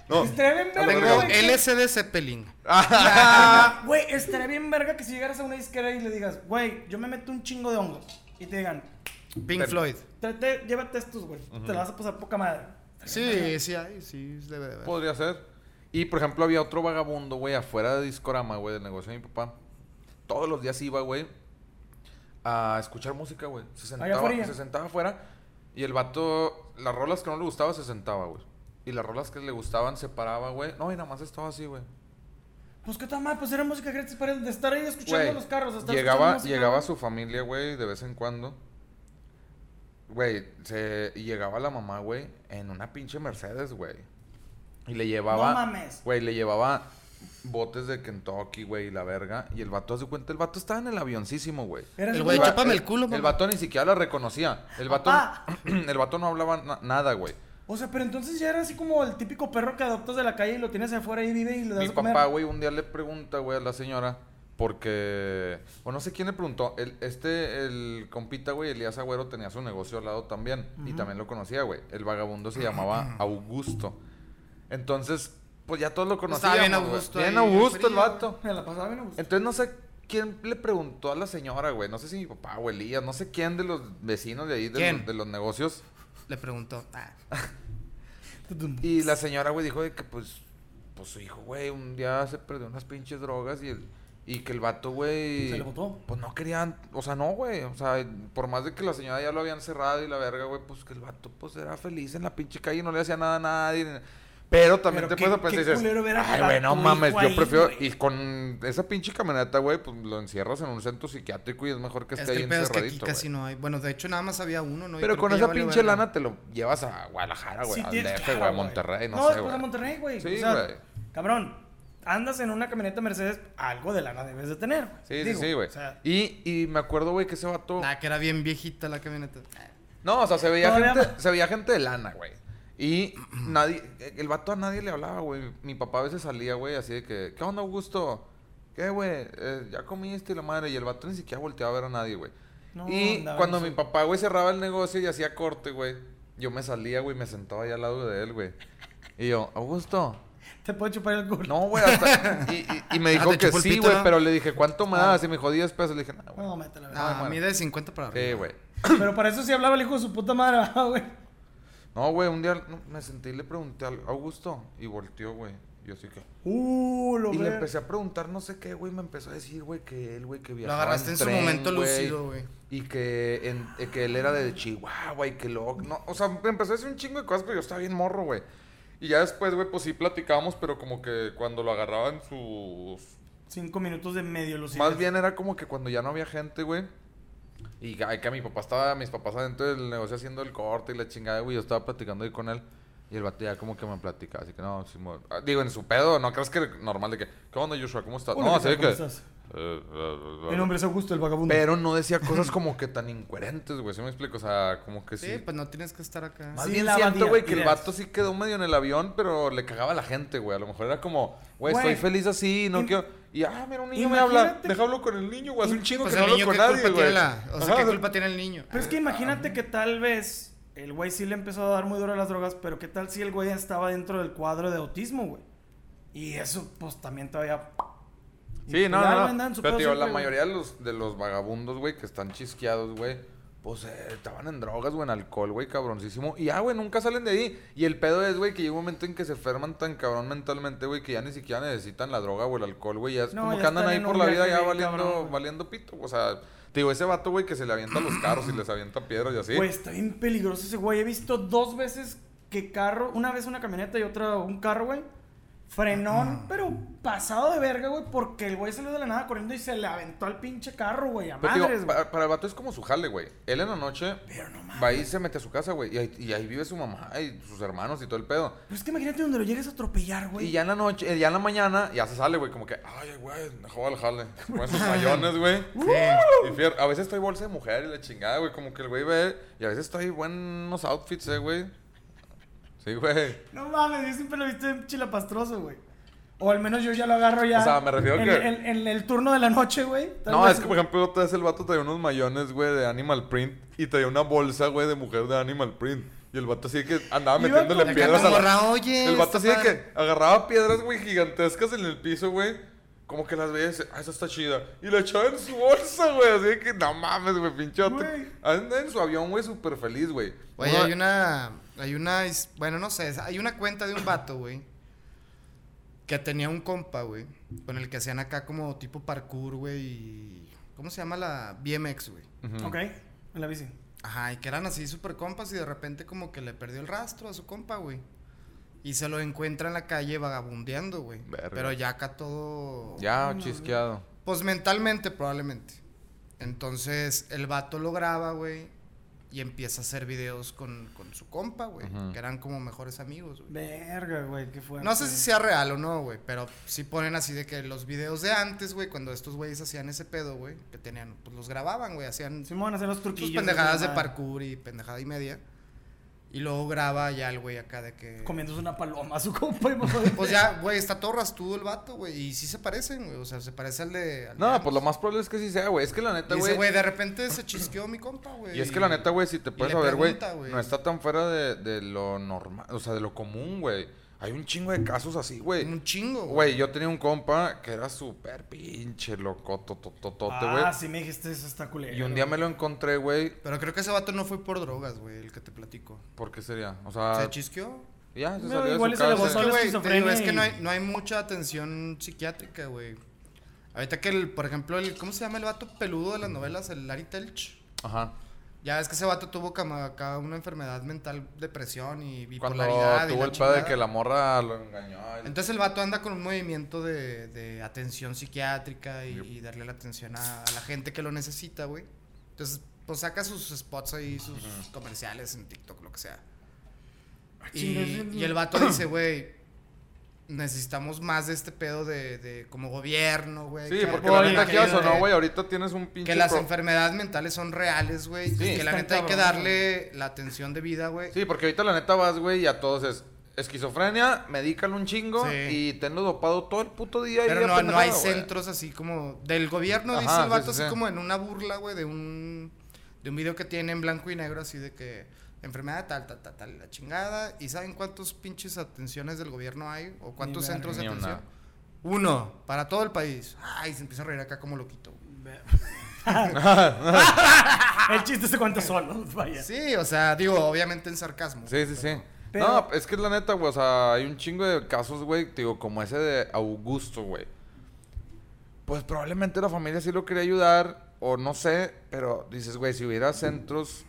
Speaker 1: No.
Speaker 2: Estaría bien
Speaker 1: A ver,
Speaker 2: verga,
Speaker 3: Tengo
Speaker 1: droga.
Speaker 2: güey, que-
Speaker 3: LSD Zeppelin.
Speaker 2: Ah, Güey, estaría bien verga que si llegaras a una disquera y le digas, güey, yo me meto un chingo de hongos. Y te digan,
Speaker 3: Pink Floyd.
Speaker 2: "Te- te- llévate estos, güey. Te la vas a pasar poca madre.
Speaker 3: Sí, sí hay, sí, debe de haber.
Speaker 1: Podría ser. Y por ejemplo, había otro vagabundo, güey, afuera de Discorama, güey, del negocio de mi papá. Todos los días iba, güey, a escuchar música, güey. Se sentaba,
Speaker 2: afuera.
Speaker 1: se sentaba afuera y el vato, las rolas que no le gustaba se sentaba, güey. Y las rolas que le gustaban se paraba, güey. No, y nada más estaba así, güey.
Speaker 2: Pues qué tal, madre, pues era música gratis para él, de estar ahí escuchando
Speaker 1: Güey,
Speaker 2: los carros. Hasta
Speaker 1: llegaba llegaba su familia, güey, de vez en cuando. Güey, se y llegaba la mamá, güey, en una pinche Mercedes, güey. Y le llevaba
Speaker 2: No mames.
Speaker 1: Güey, le llevaba botes de Kentucky, güey, y la verga, y el vato hace cuenta, el vato estaba en el avioncísimo, güey.
Speaker 3: El güey,
Speaker 1: va-
Speaker 3: chápame el culo,
Speaker 1: El
Speaker 3: mamá.
Speaker 1: vato ni siquiera la reconocía. El vato
Speaker 2: Papá.
Speaker 1: el vato no [CLEARS THROAT] hablaba na- nada, güey.
Speaker 2: O sea, pero entonces ya era así como el típico perro que adoptas de la calle y lo tienes afuera y vive y le das
Speaker 1: Mi
Speaker 2: a comer.
Speaker 1: papá, güey, un día le pregunta, güey, a la señora, porque, o no sé quién le preguntó, el, este, el compita, güey, Elías Agüero tenía su negocio al lado también, y también lo conocía, güey. El vagabundo se
Speaker 3: [CLEARS THROAT]
Speaker 1: llamaba Augusto. Entonces, pues ya todos lo conocían.
Speaker 3: Estaba bien Augusto
Speaker 1: Bien
Speaker 3: ahí,
Speaker 1: Augusto el
Speaker 3: frío.
Speaker 1: vato.
Speaker 2: Me la pasaba bien a gusto.
Speaker 1: Entonces no sé quién le preguntó a la señora, güey, no sé si mi papá o Elías, no sé quién de los vecinos de ahí, de,
Speaker 3: ¿Quién?
Speaker 1: los, de los negocios.
Speaker 3: Le preguntó. ah,
Speaker 1: Y la señora, güey, dijo de que, pues, pues su hijo, güey, un día se perdió unas pinches drogas y el, y que el vato, güey.
Speaker 2: Se le botó.
Speaker 1: Pues no querían, o sea, no, güey. O sea, por más de que la señora ya lo habían cerrado y la verga, güey, pues que el vato, pues era feliz en la pinche calle y no le hacía nada a nadie. ni- Pero también
Speaker 2: Pero
Speaker 1: te
Speaker 2: qué-
Speaker 1: puedes pensar
Speaker 2: qué
Speaker 1: y dices,
Speaker 2: culero ver a
Speaker 1: ay,
Speaker 2: tu-
Speaker 1: güey, no
Speaker 2: tu
Speaker 1: mames,
Speaker 2: hijo
Speaker 1: yo
Speaker 2: ahí,
Speaker 1: prefiero,
Speaker 2: güey".
Speaker 1: y con esa pinche camioneta, güey, pues lo encierras en un centro psiquiátrico y es mejor que
Speaker 3: Es
Speaker 1: esté
Speaker 3: que
Speaker 1: ahí
Speaker 3: el pedo es que aquí
Speaker 1: encerradito,
Speaker 3: casi
Speaker 1: güey.
Speaker 3: no hay. Bueno, de hecho nada más había uno, ¿no? Y
Speaker 1: Pero
Speaker 3: creo
Speaker 1: con
Speaker 3: que ya
Speaker 1: esa
Speaker 3: valió
Speaker 1: pinche
Speaker 3: verga.
Speaker 1: lana te lo llevas a Guadalajara, Ah, güey,
Speaker 2: Sí,
Speaker 1: al
Speaker 2: tienes-
Speaker 1: DF,
Speaker 2: claro, pues,
Speaker 1: güey, a Monterrey, no, sé,
Speaker 2: después
Speaker 1: güey.
Speaker 2: a Monterrey, güey.
Speaker 1: Sí,
Speaker 2: o sea,
Speaker 1: güey.
Speaker 2: Cabrón, andas en una camioneta Mercedes, algo de lana debes de tener. güey.
Speaker 1: Sí,
Speaker 2: Digo,
Speaker 1: sí, sí, güey.
Speaker 2: o sea,
Speaker 1: y, y me acuerdo, güey, que ese vato.
Speaker 3: Ah, que era bien viejita la camioneta.
Speaker 1: Ah, No, o sea, se veía,
Speaker 2: Todavía
Speaker 1: gente,
Speaker 2: no.
Speaker 1: se veía gente de lana, güey. Y [CLEARS THROAT] nadie, el vato a nadie le hablaba, güey. Mi papá a veces salía, güey, así de que, ¿qué onda, Augusto? ¿Qué, güey? Eh, ya comiste y la madre. Y el vato ni siquiera volteaba a ver a nadie, güey.
Speaker 2: No,
Speaker 1: y
Speaker 2: andaba
Speaker 1: cuando
Speaker 2: en
Speaker 1: mi
Speaker 2: su-
Speaker 1: papá, güey, cerraba el negocio y hacía corte, güey, yo me salía, güey, me sentaba allá al lado de él, güey. Y yo, Augusto,
Speaker 2: Te puedo chupar el culo.
Speaker 1: no, güey.
Speaker 2: [LAUGHS]
Speaker 1: hasta- Y, y- y me
Speaker 3: Ah,
Speaker 1: dijo
Speaker 3: te
Speaker 1: que
Speaker 3: chupó el
Speaker 1: sí,
Speaker 3: pito,
Speaker 1: güey,
Speaker 3: ¿no?
Speaker 1: pero le dije, ¿cuánto me das? Y me dijo 10 pesos. Le dije, no, güey.
Speaker 2: Ah. No, métela, la verga.
Speaker 1: Ah,
Speaker 3: Ah,
Speaker 1: bueno.
Speaker 3: a mí de 50 para arriba.
Speaker 1: Sí, güey.
Speaker 2: Pero para eso sí hablaba el hijo de su puta madre, [LAUGHS] ah, güey.
Speaker 1: No, güey, un día no, me senté y le pregunté al Augusto y volteó, güey. Yo así que.
Speaker 2: Uh, lo
Speaker 1: Y le
Speaker 2: ver-
Speaker 1: empecé a preguntar no sé qué, güey. Me empezó a decir, güey, que él, güey, que viajaba.
Speaker 3: agarraste en su momento lúcido, güey.
Speaker 1: Y que, en- eh, que él era de Chihuahua y que lo. No, o sea, me empezó a decir un chingo de cosas, pero yo estaba bien morro, güey. Y ya después, güey, pues sí platicábamos, pero como que cuando lo agarraban sus
Speaker 2: Cinco minutos de medio lucido.
Speaker 1: más bien era como que cuando ya no había gente, güey. Y ay, que mi papá estaba, mis papás adentro del negocio haciendo el corte y la chingada, güey. Yo estaba platicando ahí con él. Y el vato ya como que me platicaba. Así que no, Simón. Ah, Digo, en su pedo, ¿no crees que normal de que. ¿Qué onda, Joshua? ¿Cómo estás?
Speaker 2: Hola,
Speaker 1: no,
Speaker 2: ¿qué tal?
Speaker 1: así de
Speaker 2: ¿Cómo
Speaker 1: que.
Speaker 2: estás?
Speaker 1: eh, eh, eh,
Speaker 2: Mi nombre es Augusto, el vagabundo.
Speaker 1: Pero no decía cosas como que tan incoherentes, güey. ¿Sí me explico? O sea, como que sí.
Speaker 3: Sí, pues no tienes que estar acá.
Speaker 1: Más
Speaker 2: Sí,
Speaker 1: bien
Speaker 2: la
Speaker 1: siento,
Speaker 2: bandía,
Speaker 1: güey, que el
Speaker 2: ideas.
Speaker 1: vato sí quedó medio en el avión, pero le cagaba a la gente, güey. A lo mejor era como, güey, estoy
Speaker 2: Güey,
Speaker 1: feliz así, no
Speaker 2: im-
Speaker 1: quiero... Y, ah, mira, un niño me habla.
Speaker 2: imagínate-
Speaker 1: Deja hablo con el niño, güey. Hace un chingo
Speaker 3: Pues
Speaker 1: que no
Speaker 3: el
Speaker 1: hablo
Speaker 3: niño,
Speaker 1: con
Speaker 3: ¿qué
Speaker 1: nadie,
Speaker 3: culpa
Speaker 1: güey.
Speaker 3: tiene la- O sea,
Speaker 1: Ajá,
Speaker 3: ¿qué culpa tiene el niño?
Speaker 2: Pero es que imagínate que tal vez el güey sí le empezó a dar muy duro a las drogas, pero ¿qué tal si el güey estaba dentro del cuadro de autismo, güey? Y eso, pues también todavía.
Speaker 1: Sí, no,
Speaker 2: pues Ya,
Speaker 1: no,
Speaker 2: güey,
Speaker 1: no.
Speaker 2: andan en su
Speaker 1: Pero,
Speaker 2: pedo
Speaker 1: tío, la
Speaker 2: siempre, güey.
Speaker 1: mayoría de los, de los vagabundos, güey, que están chisqueados, güey, pues eh, estaban en drogas, güey, en alcohol, güey, cabroncísimo. Y ya, güey, nunca salen de ahí. Y el pedo es, güey, que llega un momento en que se enferman tan cabrón mentalmente, güey, que ya ni siquiera necesitan la droga o el alcohol, güey. Ya es
Speaker 2: No,
Speaker 1: como
Speaker 2: ya
Speaker 1: que andan
Speaker 2: están
Speaker 1: ahí
Speaker 2: en
Speaker 1: por
Speaker 2: un
Speaker 1: la vida
Speaker 2: viaje
Speaker 1: ya
Speaker 2: bien
Speaker 1: valiendo,
Speaker 2: cabrón, güey.
Speaker 1: valiendo pito. O sea, te digo, ese vato, güey, que se le avienta los carros y les avienta piedras y así.
Speaker 2: Güey, está bien peligroso ese güey. He visto dos veces que carro, una vez una camioneta y otra un carro, güey. Frenón, pero pasado de verga, güey, porque el güey salió de la nada corriendo y se le aventó al pinche carro, güey, a
Speaker 1: Pero te digo,
Speaker 2: madres, güey.
Speaker 1: para, para el vato es como su jale, güey. Él en la noche
Speaker 2: Pero no mames.
Speaker 1: va y se mete a su casa, güey. Y, ahí- y ahí vive su mamá y sus hermanos y todo el pedo.
Speaker 2: Pero es que imagínate donde lo llegues a atropellar, güey.
Speaker 1: Y ya en la noche, eh, ya en la mañana, ya se sale, güey, como que, ay, güey, me joda el jale. Con sus mayones, güey. Y fier- a veces estoy bolsa de mujer y la chingada, güey, como que el güey ve. Y a veces estoy buenos outfits, eh, güey. Sí, güey.
Speaker 2: No mames, yo siempre lo he visto en chilapastroso, güey. O al menos yo ya lo agarro ya.
Speaker 1: O sea, me refiero
Speaker 2: en,
Speaker 1: que-
Speaker 2: En, en el turno de la noche, güey. Tal
Speaker 1: No,
Speaker 2: vez-
Speaker 1: es que, por ejemplo, otra vez el vato traía unos mayones, güey, de Animal Print. Y traía una bolsa, güey, de mujer de Animal Print. Y el vato así de que andaba
Speaker 2: Iba
Speaker 1: metiéndole
Speaker 2: con-
Speaker 1: piedras a la...
Speaker 3: Morra, oye, este
Speaker 1: El vato así
Speaker 3: está
Speaker 1: de que agarraba piedras, güey, gigantescas en el piso, güey. Como que las veía y dice, ah, esa está chida. Y la echaba en su bolsa, güey. Así de que, no mames, güey, pinchote.
Speaker 2: Güey.
Speaker 1: Anda en su avión, güey, súper feliz, güey.
Speaker 3: Oye, hay una. Hay una. his- Bueno, no sé. Hay una cuenta de un vato, güey. Que tenía un compa, güey. Con el que hacían acá como tipo parkour, güey. y- ¿Cómo se llama la BMX, güey?
Speaker 1: Ujú.
Speaker 2: Ok, en la bici.
Speaker 3: Ajá, y que eran así super compas y de repente como que le perdió el rastro a su compa, güey. Y se lo encuentra en la calle vagabundeando, güey.
Speaker 1: Verga.
Speaker 3: Pero ya acá todo...
Speaker 1: Ya, chisqueado.
Speaker 3: Pues mentalmente, probablemente. Entonces, el vato lo graba, güey. Y empieza a hacer videos con, con su compa, güey.
Speaker 1: Ujú.
Speaker 3: Que eran como mejores amigos, güey.
Speaker 2: Verga, güey, qué fuerte.
Speaker 3: No sé si sea real o no, güey. Pero sí ponen así de que los videos de antes, güey. Cuando estos güeyes hacían ese pedo, güey. Que tenían... Pues los grababan, güey. Hacían
Speaker 2: Sí, me van a hacer los
Speaker 3: sus
Speaker 2: truquillos.
Speaker 3: pendejadas de
Speaker 2: la-
Speaker 3: parkour y pendejada y media. Y luego graba ya el güey acá de que.
Speaker 2: Comiéndose una paloma a su
Speaker 1: [LAUGHS]
Speaker 2: compa y mamá de-
Speaker 3: Pues ya, güey, está todo rastudo el vato, güey. Y sí se parecen, güey. O sea, se parece al de. al de
Speaker 1: No,
Speaker 3: antes.
Speaker 1: pues lo más probable es que sí sea, güey. Es que la
Speaker 3: Y
Speaker 1: neta,
Speaker 3: dice,
Speaker 1: güey.
Speaker 3: güey, de repente se chisqueó mi compa, güey.
Speaker 1: Y es que la neta, güey, si te
Speaker 3: y
Speaker 1: puedes
Speaker 3: le
Speaker 1: saber, güey,
Speaker 3: pregunta, güey.
Speaker 1: no está tan fuera de, de lo normal, o sea, de lo común, güey. Hay un chingo de casos así, güey.
Speaker 3: Un chingo, güey.
Speaker 1: Güey, yo tenía un compa que era súper pinche loco, tototote, güey.
Speaker 2: Ah, sí me dijiste eso, está culero.
Speaker 1: y un día me lo encontré, güey.
Speaker 3: Pero creo que ese vato no fue por drogas, güey, el que te platico.
Speaker 1: ¿Por qué sería? O sea,
Speaker 3: ¿Se chisqueó?
Speaker 1: ya se
Speaker 2: No,
Speaker 1: salió
Speaker 2: igual
Speaker 1: de
Speaker 2: y
Speaker 1: su
Speaker 2: se le
Speaker 1: casa.
Speaker 2: gozó
Speaker 3: Es que, güey, te
Speaker 2: la
Speaker 3: digo,
Speaker 2: esquizofrenia
Speaker 3: es que no
Speaker 2: y-
Speaker 3: hay, no hay mucha atención psiquiátrica, güey. Ahorita que, el, por ejemplo, el. ¿Cómo se llama el vato peludo de las novelas? El Larry Telch.
Speaker 1: Ajá.
Speaker 3: Ya es que ese vato tuvo como acá una enfermedad mental, depresión y
Speaker 1: Cuando
Speaker 3: bipolaridad. y
Speaker 1: tuvo
Speaker 3: la
Speaker 1: el pedo de
Speaker 3: chingada.
Speaker 1: que la morra lo engañó. y-
Speaker 3: Entonces el vato anda con un movimiento de, de atención psiquiátrica y, y darle la atención a, a la gente que lo necesita, güey. Entonces, pues saca sus spots ahí, sus comerciales en TikTok, lo que sea. Y,
Speaker 2: chinga, ese-
Speaker 3: y el vato dice, güey, necesitamos más de este pedo de, de como gobierno, güey.
Speaker 1: Sí,
Speaker 3: que-
Speaker 1: porque la
Speaker 2: Oye,
Speaker 1: neta,
Speaker 2: que-
Speaker 1: quieras o no,
Speaker 3: que-
Speaker 1: güey, ahorita tienes un pinche...
Speaker 3: que las
Speaker 1: pro-
Speaker 3: enfermedades mentales son reales, güey.
Speaker 1: Sí.
Speaker 3: y que la
Speaker 2: Están
Speaker 3: neta hay que
Speaker 2: cabrón,
Speaker 3: darle la atención de vida, güey.
Speaker 1: Sí, porque ahorita la neta vas, güey, y a todos es esquizofrenia, medícalo un chingo
Speaker 3: Sí.
Speaker 1: y tenlo dopado todo el puto día. y
Speaker 3: Pero
Speaker 1: ya
Speaker 3: no, no hay
Speaker 1: pendejado, güey.
Speaker 3: centros así como del gobierno, dice
Speaker 1: Ajá,
Speaker 3: el
Speaker 1: sí,
Speaker 3: vato,
Speaker 1: sí,
Speaker 3: así
Speaker 1: sí.
Speaker 3: como en una burla, güey, de un, de un video que tiene en blanco y negro, así de que enfermedad tal, tal, tal, tal, la chingada. ¿Y saben cuántos pinches atenciones del gobierno hay? ¿O cuántos
Speaker 2: verga.
Speaker 3: centros
Speaker 1: Ni
Speaker 3: de
Speaker 1: una.
Speaker 3: atención? Uno, para todo el país. Ay, se empieza a reír acá como loquito. güey.
Speaker 2: Ah, El chiste se cuenta solo, [LAUGHS] vaya.
Speaker 3: Sí, o sea, digo, obviamente en sarcasmo.
Speaker 1: Sí, sí, sí.
Speaker 2: Pero-
Speaker 1: No, es que es la neta, güey. O sea, hay un chingo de casos, güey. te Digo, como ese de Augusto, güey. Pues probablemente la familia sí lo quería ayudar. O no sé. Pero dices, güey, si hubiera centros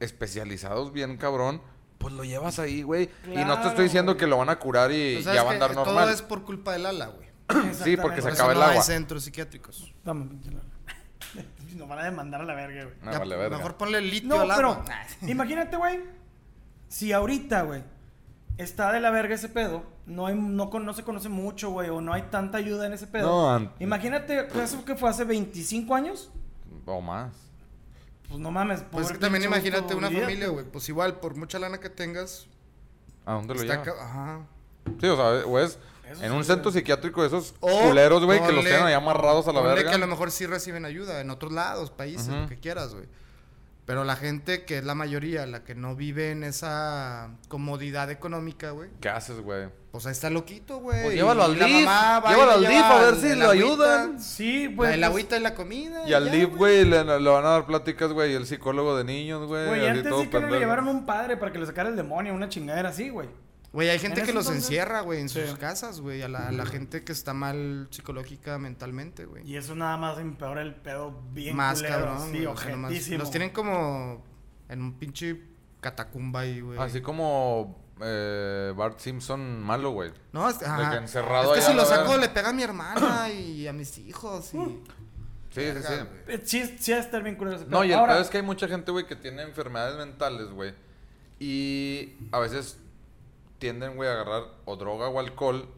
Speaker 1: especializados bien cabrón, pues lo llevas ahí, güey. Y no te
Speaker 2: Claro,
Speaker 1: estoy diciendo
Speaker 2: güey.
Speaker 1: que lo van a curar y
Speaker 3: Pero ¿sabes
Speaker 1: ya va a
Speaker 3: qué?
Speaker 1: andar
Speaker 3: Todo
Speaker 1: normal.
Speaker 3: Pues es por culpa del ala, güey.
Speaker 1: Sí, porque se
Speaker 3: Por
Speaker 1: acaba
Speaker 2: Exactamente.
Speaker 3: eso
Speaker 1: el
Speaker 3: no hay
Speaker 1: agua.
Speaker 3: centros psiquiátricos.
Speaker 2: Dame, pinche [LAUGHS] lana. Nos van a demandar a la verga, güey.
Speaker 1: No,
Speaker 3: Ya,
Speaker 1: Ah, vale, verga.
Speaker 3: mejor ponle litio
Speaker 2: No,
Speaker 3: al agua. [LAUGHS]
Speaker 2: pero imagínate, güey. Si ahorita, güey, está de la verga ese pedo, no, hay, no, con- no se conoce mucho, güey, o no hay tanta ayuda en ese pedo.
Speaker 1: No, an-
Speaker 2: Imagínate, pues, eso que fue hace 25 años,
Speaker 1: O más.
Speaker 2: pues no mames.
Speaker 3: Pues es
Speaker 2: pobre
Speaker 3: que también
Speaker 2: pinche
Speaker 3: imagínate
Speaker 2: gusto,
Speaker 3: una
Speaker 2: olvídate.
Speaker 3: familia, güey. Pues igual, por mucha lana que tengas,
Speaker 1: ¿A dónde lo
Speaker 3: está
Speaker 1: llevas?
Speaker 3: ca- Ajá.
Speaker 1: Sí, o sea, güey. es
Speaker 2: Eso
Speaker 1: En
Speaker 2: sí,
Speaker 1: un centro psiquiátrico de esos
Speaker 3: O
Speaker 1: culeros, güey, que los
Speaker 3: ponle-
Speaker 1: tienen ahí amarrados a la
Speaker 3: ponle
Speaker 1: verga.
Speaker 3: que a lo mejor sí reciben ayuda en otros lados, países,
Speaker 1: Ujú.
Speaker 3: lo que quieras, güey. Pero la gente que es la mayoría, la que no vive en esa comodidad económica, güey,
Speaker 1: ¿Qué haces, güey?
Speaker 3: pues ahí está loquito, güey.
Speaker 1: Pues llévalo
Speaker 3: Y
Speaker 1: al
Speaker 3: la
Speaker 1: DIF,
Speaker 3: mamá va y
Speaker 1: llévalo
Speaker 3: le
Speaker 1: al
Speaker 3: lleva
Speaker 1: DIF a ver
Speaker 3: el-
Speaker 1: si
Speaker 3: el
Speaker 1: le
Speaker 3: agüita,
Speaker 1: ayudan.
Speaker 2: Sí, pues.
Speaker 3: el
Speaker 2: pues,
Speaker 3: agüita y la comida.
Speaker 1: Y al
Speaker 3: ya,
Speaker 1: DIF, güey, le, le van a dar pláticas, güey, y el psicólogo de niños, güey.
Speaker 2: Güey,
Speaker 1: así
Speaker 2: antes
Speaker 1: todo
Speaker 2: sí que no le
Speaker 1: pendejo.
Speaker 2: llevaron un padre para que le sacara el demonio, una chingadera así, güey.
Speaker 3: Güey, hay gente
Speaker 2: ¿En
Speaker 3: que
Speaker 2: ese
Speaker 3: los
Speaker 2: entonces?
Speaker 3: encierra, güey, en
Speaker 2: Sí.
Speaker 3: sus casas, güey. A la, a la gente que está mal psicológica, mentalmente, güey.
Speaker 2: Y eso nada más empeora el pedo bien
Speaker 3: Más
Speaker 2: culero,
Speaker 3: cabrón,
Speaker 2: sí,
Speaker 3: güey, o sea, nomás-
Speaker 2: ojetísimo.
Speaker 3: Los tienen como en un pinche catacumba ahí, güey.
Speaker 1: Así como eh, Bart Simpson malo, güey.
Speaker 3: No, es, ajá.
Speaker 1: que encerrado allá
Speaker 3: Es que si
Speaker 1: a
Speaker 3: lo
Speaker 1: la
Speaker 3: saco
Speaker 1: verga.
Speaker 3: le pega a mi hermana y a mis hijos. Y...
Speaker 2: Uh,
Speaker 1: Sí, sí, sí.
Speaker 3: Verga, güey.
Speaker 2: Eh, Sí, es- sí va a estar bien culero ese pedo.
Speaker 1: No, y el
Speaker 2: Ahora,
Speaker 1: peor es que hay mucha gente, güey, que tiene enfermedades mentales, güey. Y a veces tienden, güey, a agarrar o droga o alcohol.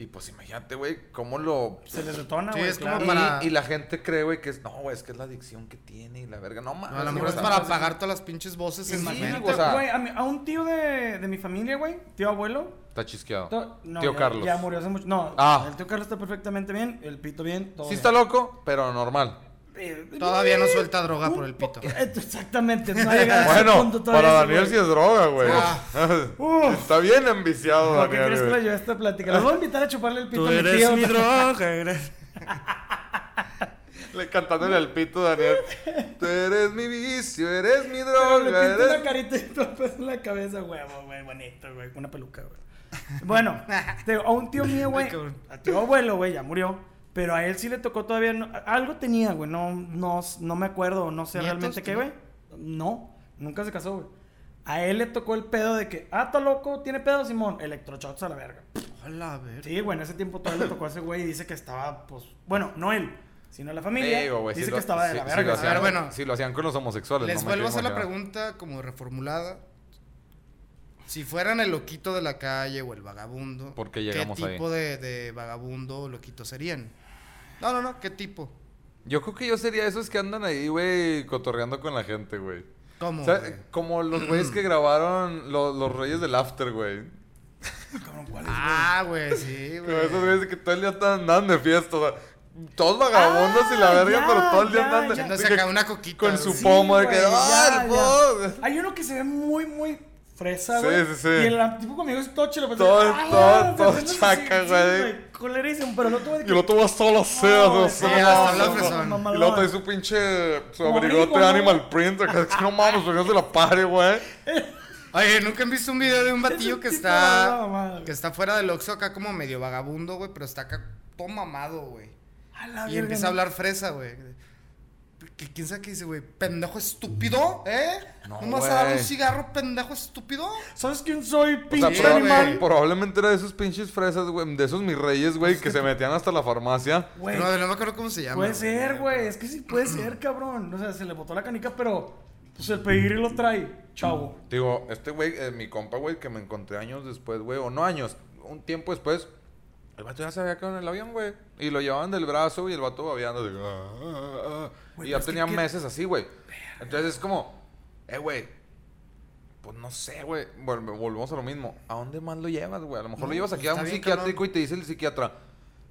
Speaker 1: Y pues imagínate, güey, cómo lo...
Speaker 2: Se les detona,
Speaker 3: Sí,
Speaker 2: güey,
Speaker 3: es como
Speaker 2: claro.
Speaker 1: Y,
Speaker 3: para-
Speaker 1: y la gente cree, güey, que es... No, güey, es que es la adicción que tiene y la verga. No,
Speaker 2: ah,
Speaker 1: mames.
Speaker 3: A lo
Speaker 1: güey,
Speaker 3: mejor
Speaker 1: o
Speaker 3: es
Speaker 1: sea,
Speaker 3: para
Speaker 1: no sé.
Speaker 3: apagar todas las pinches voces en
Speaker 1: Sí,
Speaker 3: la mente.
Speaker 1: güey, o sea-
Speaker 2: Güey, a, mi- a un tío de, de mi familia, güey, tío abuelo.
Speaker 1: Está chisqueado.
Speaker 2: to- no,
Speaker 1: Tío
Speaker 2: ya-
Speaker 1: Carlos.
Speaker 2: Ya murió hace mucho. No,
Speaker 1: Ah.
Speaker 2: el tío Carlos está perfectamente bien, el pito bien, todo.
Speaker 1: Sí
Speaker 2: bien.
Speaker 1: está loco, pero normal.
Speaker 2: Eh,
Speaker 3: Todavía no
Speaker 2: eh,
Speaker 3: suelta droga
Speaker 2: un
Speaker 3: por el pito.
Speaker 2: [LAUGHS] po- eh, Exactamente, no ha llegado a ese
Speaker 1: Bueno,
Speaker 2: punto todavía.
Speaker 1: para
Speaker 2: ese
Speaker 1: Daniel
Speaker 2: güey.
Speaker 1: sí es droga, güey.
Speaker 3: Ah.
Speaker 1: [LAUGHS]
Speaker 2: Uf.
Speaker 1: Está bien enviciado,
Speaker 2: ¿Por qué crees
Speaker 1: Daniel,
Speaker 2: que lo
Speaker 1: güey.
Speaker 2: llevé a
Speaker 1: [LAUGHS]
Speaker 2: esta plática? Los voy a invitar a chuparle el pito a mi tío. ¿no?
Speaker 3: droga.
Speaker 1: Le cantándole al pito Daniel. Tú eres mi vicio, eres mi
Speaker 2: Pero le
Speaker 1: droga,
Speaker 2: pinté una
Speaker 1: eres...
Speaker 2: carita y todo el peso en la cabeza, huevo, güey, bonito, güey, una peluca, güey.
Speaker 1: [LAUGHS]
Speaker 2: Bueno, te digo, a un tío mío, güey,
Speaker 3: Ay, cabrón.
Speaker 2: a tío abuelo, güey, ya murió, pero a él sí le tocó todavía, no- a- algo tenía, güey, no, no, no me acuerdo, no sé
Speaker 3: ¿Nietos
Speaker 2: realmente qué, güey.
Speaker 3: tenía?
Speaker 2: No, nunca se casó, güey. A él le tocó el pedo de que, ah, está loco, tiene pedo, Simón, electrochots a la verga.
Speaker 3: Hola, a ver.
Speaker 2: Sí, güey, en ese tiempo todavía le tocó a ese güey y dice que estaba, pues, bueno, no él, sino la familia,
Speaker 1: Digo, güey,
Speaker 2: dice
Speaker 1: si
Speaker 2: que
Speaker 1: lo-
Speaker 2: estaba de
Speaker 1: si-
Speaker 2: la
Speaker 1: si lo
Speaker 2: verga.
Speaker 1: hacían-
Speaker 3: A ver, bueno.
Speaker 1: Si lo hacían con los homosexuales.
Speaker 3: Les
Speaker 1: no me
Speaker 3: vuelvo a hacer
Speaker 1: quiero
Speaker 3: la
Speaker 1: imaginar.
Speaker 3: pregunta como reformulada. Si fueran el loquito de la calle o el vagabundo,
Speaker 1: ¿Por qué llegamos ahí?
Speaker 3: tipo de, de vagabundo o loquito serían? No, no, no, ¿qué tipo?
Speaker 1: Yo creo que yo sería esos que andan ahí, güey, cotorreando con la gente, güey.
Speaker 3: ¿Cómo?
Speaker 1: O sea,
Speaker 3: güey?
Speaker 1: como los güeyes que grabaron lo- Los Reyes del After, güey.
Speaker 2: Cabrón, ¿cuál es?
Speaker 3: Ah, güey,
Speaker 1: [LAUGHS]
Speaker 3: sí,
Speaker 1: Como Esos
Speaker 3: güey.
Speaker 1: güeyes que todo el día están andando de fiesta, o sea, todos vagabundos y la
Speaker 2: Ah,
Speaker 1: verga,
Speaker 2: ya,
Speaker 1: pero todo el día
Speaker 2: ya,
Speaker 1: andan
Speaker 2: ya.
Speaker 1: de-
Speaker 3: Echándose
Speaker 1: de que-
Speaker 3: acá una coquita.
Speaker 1: con su
Speaker 3: güey.
Speaker 2: Sí,
Speaker 1: pomo de
Speaker 2: güey,
Speaker 1: que,
Speaker 2: ya,
Speaker 1: "Ah, el
Speaker 2: ya".
Speaker 1: bobo".
Speaker 2: Hay uno que se ve muy, muy fresa,
Speaker 1: Sí,
Speaker 2: güey.
Speaker 1: sí, sí.
Speaker 2: Y el tipo conmigo es tocho, lo
Speaker 1: Todo- todo- todo chaca,
Speaker 2: chaca,
Speaker 1: güey.
Speaker 2: Colerísimo, pero el otro güey.
Speaker 1: Y lo tuvo solo
Speaker 2: güey,
Speaker 1: cedo,
Speaker 2: sí,
Speaker 1: cedo,
Speaker 3: hasta la
Speaker 1: cedo.
Speaker 3: fresón.
Speaker 1: Y luego trae
Speaker 2: mamalón.
Speaker 1: su pinche. Su
Speaker 2: Como
Speaker 1: abrigote
Speaker 2: rico, ¿no?
Speaker 1: Animal Print. Acá, que no mames, porque no se la pare, güey.
Speaker 3: Oye, ¿nunca han visto un video de un
Speaker 2: Es
Speaker 3: batillo
Speaker 2: un
Speaker 3: que
Speaker 2: tipo de
Speaker 3: está
Speaker 2: mamada, güey.
Speaker 3: que está fuera del Oxxo acá como medio vagabundo, güey, pero está acá todo mamado, güey?
Speaker 2: A la
Speaker 3: Y
Speaker 2: Ah, verga,
Speaker 3: empieza
Speaker 2: no.
Speaker 3: a hablar fresa, güey. Que- ¿Quién sabe qué dice, güey? ¿Pendejo estúpido? ¿Eh?
Speaker 1: No,
Speaker 3: ¿No, me vas a dar
Speaker 1: güey.
Speaker 3: un cigarro, pendejo estúpido?
Speaker 2: ¿Sabes quién soy,
Speaker 1: O sea,
Speaker 2: pinche
Speaker 1: proba-
Speaker 2: animal?
Speaker 1: probablemente era de esos pinches fresas, güey. De esos mis reyes, güey, que se metían hasta la farmacia.
Speaker 2: Güey,
Speaker 3: No, no me acuerdo cómo se llama.
Speaker 2: puede ser, güey. Es que sí puede ser, cabrón. O sea, se le botó la canica, pero. Pues el pedigrí lo trae, chavo.
Speaker 1: Digo, este güey, eh, mi compa, güey, que me encontré años después, güey, o no años, un tiempo después, el vato ya se había quedado en el avión, güey. Y lo llevaban del brazo y el vato babeando. así, "Ah, ah, ah",
Speaker 2: Güey,
Speaker 1: y ya
Speaker 2: pero es que
Speaker 1: tenía
Speaker 2: qué-
Speaker 1: meses así, güey. Entonces es como, eh, güey, pues no sé, güey. Vol- volvemos a lo mismo. ¿A dónde más lo llevas, güey? A lo mejor lo
Speaker 3: No,
Speaker 1: llevas
Speaker 3: pues
Speaker 1: aquí a
Speaker 3: está
Speaker 1: un
Speaker 3: bien,
Speaker 1: psiquiátrico
Speaker 3: cabrón.
Speaker 1: y te dice el psiquiatra,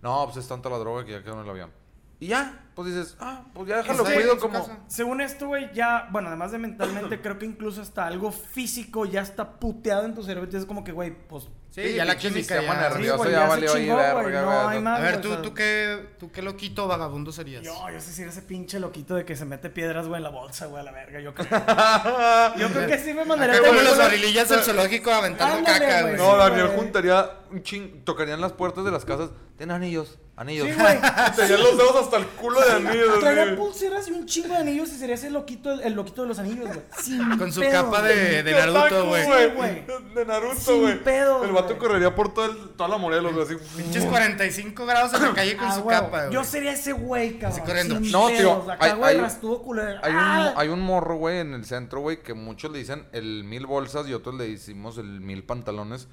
Speaker 1: no, pues es tanta la droga que ya quedó en el avión. Y ya, pues dices, ah, pues ya déjalo,
Speaker 3: Está ahí
Speaker 1: cuido
Speaker 3: en su
Speaker 1: como...
Speaker 3: casa.
Speaker 2: Según esto, güey, ya, bueno, además
Speaker 3: [COUGHS]
Speaker 2: de mentalmente, creo que incluso hasta algo físico ya está puteado en tu cerebro. Entonces, como que, güey, pues.
Speaker 3: Sí, ya la
Speaker 1: pinche
Speaker 3: química
Speaker 1: sistema
Speaker 3: ya.
Speaker 1: nervioso
Speaker 2: Sí, güey,
Speaker 1: ya,
Speaker 2: ya se
Speaker 1: valió ahí,
Speaker 2: chingó, güey,
Speaker 1: verga,
Speaker 2: no
Speaker 1: güey,
Speaker 2: hay
Speaker 1: no-
Speaker 2: más.
Speaker 3: A ver,
Speaker 2: o
Speaker 3: tú,
Speaker 2: sea-
Speaker 3: tú qué, tú qué loquito vagabundo serías.
Speaker 2: Yo, yo sé si era ese pinche loquito de que se mete piedras, güey, en la bolsa, güey, a la verga. Yo creo,
Speaker 3: [LAUGHS]
Speaker 2: yo creo que sí me mandaría
Speaker 3: Acá
Speaker 2: a
Speaker 3: como
Speaker 2: tener
Speaker 3: los
Speaker 2: una-
Speaker 3: barilillas del zoológico aventando
Speaker 2: Ándale,
Speaker 3: caca,
Speaker 2: güey.
Speaker 3: güey.
Speaker 1: No,
Speaker 2: Sí,
Speaker 1: Daniel
Speaker 2: güey.
Speaker 1: juntaría un ching, tocarían las puertas de las casas. Tienen anillos, anillos.
Speaker 2: Sí, güey.
Speaker 1: [LAUGHS] Tenían los dedos hasta el culo de anillos.
Speaker 2: Traería
Speaker 1: güey.
Speaker 2: pulseras y un chingo de anillos y sería ese loquito, el, el loquito de los anillos,
Speaker 3: [LAUGHS]
Speaker 2: güey. Sin
Speaker 3: Con su
Speaker 2: pedo,
Speaker 3: capa de,
Speaker 2: güey.
Speaker 3: de
Speaker 1: Otaku,
Speaker 3: Naruto, güey.
Speaker 2: Sí, güey.
Speaker 1: De Naruto,
Speaker 2: Sin
Speaker 1: güey.
Speaker 2: pedo,
Speaker 1: El vato
Speaker 2: güey.
Speaker 1: correría por todo el, toda la Morelos, güey. Así.
Speaker 3: Pinches 45 grados en la calle con
Speaker 2: Ah,
Speaker 3: su
Speaker 2: güey.
Speaker 3: capa, güey.
Speaker 2: Yo sería ese güey, cabrón.
Speaker 3: Así corriendo.
Speaker 2: sin
Speaker 1: No, tío,
Speaker 2: pedos,
Speaker 1: hay-
Speaker 2: Acá, güey,
Speaker 1: hay-
Speaker 2: rastudo culero.
Speaker 1: [LAUGHS] Hay
Speaker 2: Ah,
Speaker 1: un, hay un morro, güey, en el centro, güey, que muchos le dicen el mil bolsas y otros le decimos el mil pantalones.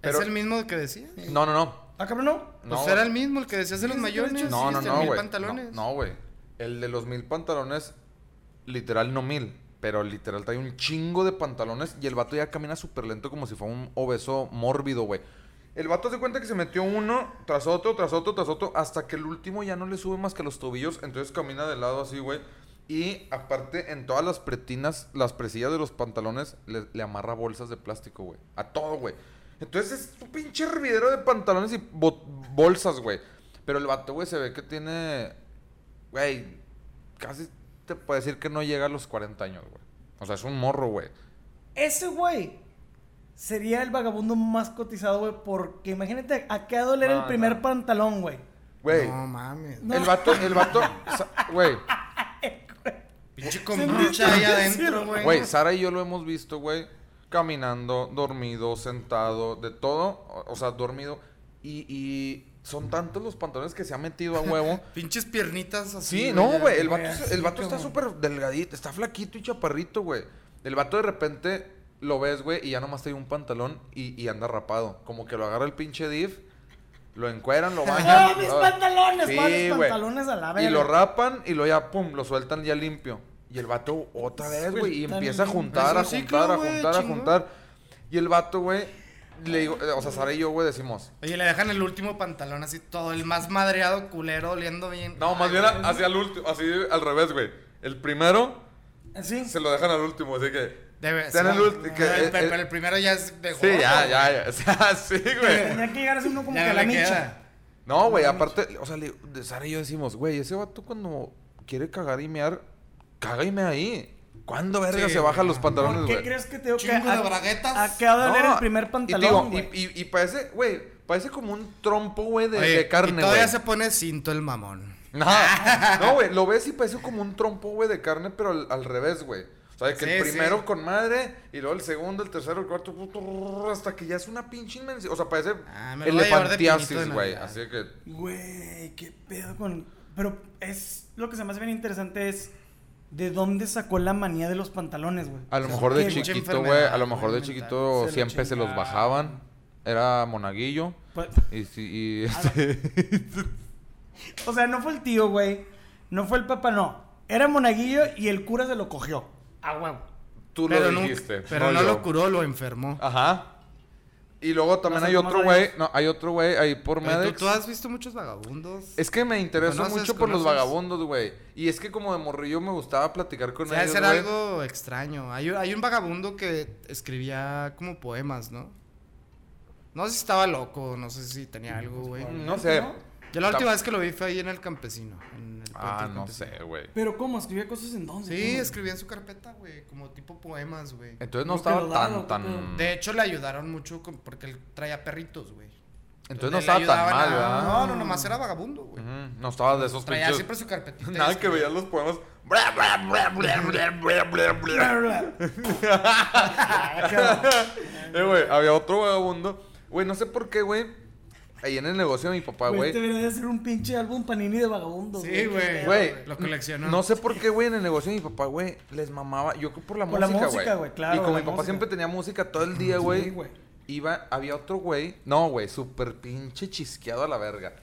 Speaker 1: Pero...
Speaker 3: ¿Es el mismo que decía?
Speaker 1: No, no,
Speaker 3: [LAUGHS]
Speaker 1: no.
Speaker 2: Ah, cabrón, no.
Speaker 1: No,
Speaker 3: Pues
Speaker 1: güey.
Speaker 3: era el mismo, el que decías de los
Speaker 2: Sí, sí,
Speaker 3: mayones.
Speaker 2: sí, sí,
Speaker 1: No,
Speaker 3: y
Speaker 1: no,
Speaker 3: de
Speaker 1: no,
Speaker 3: mil
Speaker 1: güey.
Speaker 3: pantalones.
Speaker 1: No, no, güey. el de los mil pantalones, literal no mil, pero literal trae un chingo de pantalones y el vato ya camina súper lento como si fuera un obeso mórbido, güey. El vato se cuenta que se metió uno tras otro, tras otro, tras otro, hasta que el último ya no le sube más que los tobillos, entonces camina de lado así, güey. Y aparte, en todas las pretinas, las presillas de los pantalones le, le amarra bolsas de plástico, güey. A todo, güey. Entonces es un pinche hervidero de pantalones y bo- bolsas, güey. Pero el vato, güey, se ve que tiene. Güey, casi te puedo decir que no llega a los 40 años, güey. O sea, es un morro, güey.
Speaker 2: Ese güey sería el vagabundo más cotizado, güey, porque imagínate a qué edad era
Speaker 1: No,
Speaker 2: el primer
Speaker 1: no.
Speaker 2: pantalón, güey.
Speaker 1: Güey,
Speaker 3: No mames.
Speaker 2: No.
Speaker 1: el vato, el vato. sa- Güey,
Speaker 3: Pinche
Speaker 2: Sentiste
Speaker 3: kombucha ahí
Speaker 2: que
Speaker 3: adentro,
Speaker 2: sí,
Speaker 3: güey.
Speaker 1: güey, Sara y yo lo hemos visto, güey, caminando, dormido, sentado, de todo. o- O sea, dormido. Y, y son tantos los pantalones que se ha metido a huevo.
Speaker 3: Pinches piernitas así.
Speaker 1: Sí, no,
Speaker 3: ya.
Speaker 1: güey. El
Speaker 2: güey,
Speaker 1: vato,
Speaker 2: así,
Speaker 1: el vato está
Speaker 2: cabrón.
Speaker 1: súper delgadito, está flaquito y chaparrito, güey. El vato de repente lo ves, güey, y ya nomás trae un pantalón y, y anda rapado. Como que lo agarra el pinche div, lo encueran, lo bañan.
Speaker 2: ¡Ah, mis
Speaker 1: lo-
Speaker 2: pantalones! ¿Cuáles
Speaker 1: güey.
Speaker 2: pantalones a la
Speaker 1: Y
Speaker 2: verga?
Speaker 1: lo rapan y lo ya, pum, lo sueltan ya limpio. Y el vato otra vez, güey, y
Speaker 2: Sueltan
Speaker 1: empieza a
Speaker 2: limpio.
Speaker 1: juntar, a
Speaker 3: Es un ciclo,
Speaker 1: juntar, a
Speaker 3: güey,
Speaker 1: juntar, a
Speaker 3: chingón.
Speaker 1: juntar. Y el vato, güey, le digo, eh, o sea, Sara y yo, güey, decimos,
Speaker 3: Oye, le dejan el último pantalón así todo, el más madreado, culero, oliendo bien.
Speaker 1: no, más bien a- hacia el último, así al revés, güey. El primero
Speaker 2: Sí.
Speaker 1: se lo dejan al último, así que.
Speaker 3: Debe
Speaker 1: Ten
Speaker 3: ser.
Speaker 1: el ulti- que-
Speaker 3: Pero-
Speaker 1: eh,
Speaker 3: pero
Speaker 1: eh,
Speaker 3: el primero ya es de
Speaker 1: Sí,
Speaker 3: gordo,
Speaker 1: ya,
Speaker 3: güey.
Speaker 1: ya, ya. [LAUGHS] O sea, sí, güey.
Speaker 2: Tendría que llegar a ser uno como
Speaker 3: Ya
Speaker 2: que a
Speaker 3: no
Speaker 2: la
Speaker 3: le
Speaker 2: micha.
Speaker 3: queda.
Speaker 1: No, güey, aparte, o sea, le- de Sara y yo decimos, güey, ese vato cuando quiere cagar y mear, caga y mea ahí. ¿Cuándo verga
Speaker 3: Sí,
Speaker 1: se bajan
Speaker 3: güey.
Speaker 1: los
Speaker 2: ¿Por
Speaker 1: palones,
Speaker 2: qué
Speaker 1: güey?
Speaker 2: crees que te digo que
Speaker 3: Chingo de braguetas.
Speaker 2: a, a qué edad era
Speaker 1: No,
Speaker 2: el primer
Speaker 1: y, te digo,
Speaker 2: pantalón, güey?
Speaker 1: y, y- y parece, güey, parece como un trompo, güey, de,
Speaker 3: Oye,
Speaker 1: de
Speaker 3: y
Speaker 1: carne,
Speaker 3: todavía
Speaker 1: güey.
Speaker 3: se pone cinto el mamón. [LAUGHS]
Speaker 1: No, no, güey, lo ves y parece como un trompo, güey, de carne, pero al, al revés, güey. O sea, de que el
Speaker 3: Sí, sí.
Speaker 1: primero con madre, y luego el segundo, el tercero, el cuarto, puto, hasta que ya es una pinche inmensidad. O sea, parece
Speaker 3: Ah, me lo voy a llevar de pinito de
Speaker 1: elefantiasis, güey.
Speaker 3: Navidad.
Speaker 1: Así que
Speaker 2: Güey, qué pedo con... Pero es... Lo que se me hace bien interesante es... ¿De dónde sacó la manía de los pantalones, güey?
Speaker 1: A lo
Speaker 2: Se
Speaker 1: mejor de
Speaker 2: supone, güey.
Speaker 1: chiquito, güey.
Speaker 3: enfermedad,
Speaker 1: A lo mejor de
Speaker 3: güey,
Speaker 1: chiquito
Speaker 2: mental. Se lo
Speaker 1: siempre se los
Speaker 2: chingaron.
Speaker 1: bajaban. Era monaguillo.
Speaker 2: Pues-
Speaker 1: Y si. y-
Speaker 3: Ah,
Speaker 2: O sea, no fue el tío, güey. No fue el papá, no. Era monaguillo y el cura se lo cogió. A huevo.
Speaker 1: [LAUGHS] tú
Speaker 3: Pero,
Speaker 1: lo
Speaker 3: nunca-
Speaker 1: dijiste.
Speaker 3: pero no,
Speaker 1: yo. Ah,
Speaker 3: lo curó, lo enfermó.
Speaker 1: Ajá. Y luego también
Speaker 2: sé
Speaker 1: hay
Speaker 2: cómo
Speaker 1: otro
Speaker 2: lo
Speaker 1: güey.
Speaker 2: dices.
Speaker 1: No, hay otro güey ahí por
Speaker 3: Oye, ¿tú-
Speaker 1: Medex.
Speaker 3: ¿Tú, has visto muchos vagabundos.
Speaker 1: Es que me interesó
Speaker 3: ¿Conoces,
Speaker 1: mucho por los
Speaker 3: conoces?
Speaker 1: vagabundos, güey. Y es que como de morrillo me gustaba platicar con
Speaker 3: O sea,
Speaker 1: ellos.
Speaker 3: debe ser
Speaker 1: güey.
Speaker 3: algo extraño. Hay, un- hay un vagabundo que escribía como poemas, ¿no? No sé si estaba loco, no sé si tenía algo, güey.
Speaker 1: Mm, No sé.
Speaker 2: ¿No?
Speaker 3: Yo la
Speaker 1: Está-
Speaker 3: última vez que lo vi fue ahí en el campesino. en el puente
Speaker 1: Ah,
Speaker 3: del
Speaker 1: no
Speaker 3: Campesino.
Speaker 1: sé, güey.
Speaker 2: Pero ¿cómo? Escribía cosas en dónde.
Speaker 3: Sí,
Speaker 2: ¿Cómo?
Speaker 3: escribía en su carpeta, güey, como tipo poemas, güey.
Speaker 1: Entonces no
Speaker 2: Nunca
Speaker 1: estaba
Speaker 2: lo
Speaker 1: tan,
Speaker 2: daba,
Speaker 1: tan.
Speaker 2: nunca.
Speaker 3: De hecho, le ayudaron mucho con- porque él traía perritos, güey.
Speaker 1: Entonces no
Speaker 3: le
Speaker 1: estaba tan
Speaker 3: ayudaban
Speaker 1: mal,
Speaker 3: a-
Speaker 1: ¿verdad?
Speaker 3: No, no, nomás era vagabundo, güey.
Speaker 1: Ujú, No estaba de esos
Speaker 3: Traía
Speaker 1: pinches- [LAUGHS]
Speaker 3: siempre su carpetita. este, y
Speaker 1: Nada que
Speaker 3: escribía.
Speaker 1: veía los poemas. Bla, bla, bla, bla, bla, bla, bla, bla.
Speaker 2: Ah,
Speaker 1: [LAUGHS] Eh, güey, había otro vagabundo. Güey, no sé por qué, güey. Ahí en el negocio de mi papá,
Speaker 2: Güey,
Speaker 1: güey.
Speaker 2: Este debería de hacer un pinche álbum panini de vagabundos.
Speaker 3: Sí, güey.
Speaker 1: Güey,
Speaker 3: Lo coleccionó.
Speaker 1: No sé por qué, güey, en el negocio de mi papá, güey, les mamaba. Yo por la
Speaker 2: Por la
Speaker 1: música, güey.
Speaker 2: música, güey, claro,
Speaker 1: Y como
Speaker 2: la
Speaker 1: mi papá
Speaker 2: música.
Speaker 1: siempre tenía música todo el día, güey.
Speaker 2: güey.
Speaker 1: Iba, había otro güey. No, güey, súper pinche chisqueado a la verga.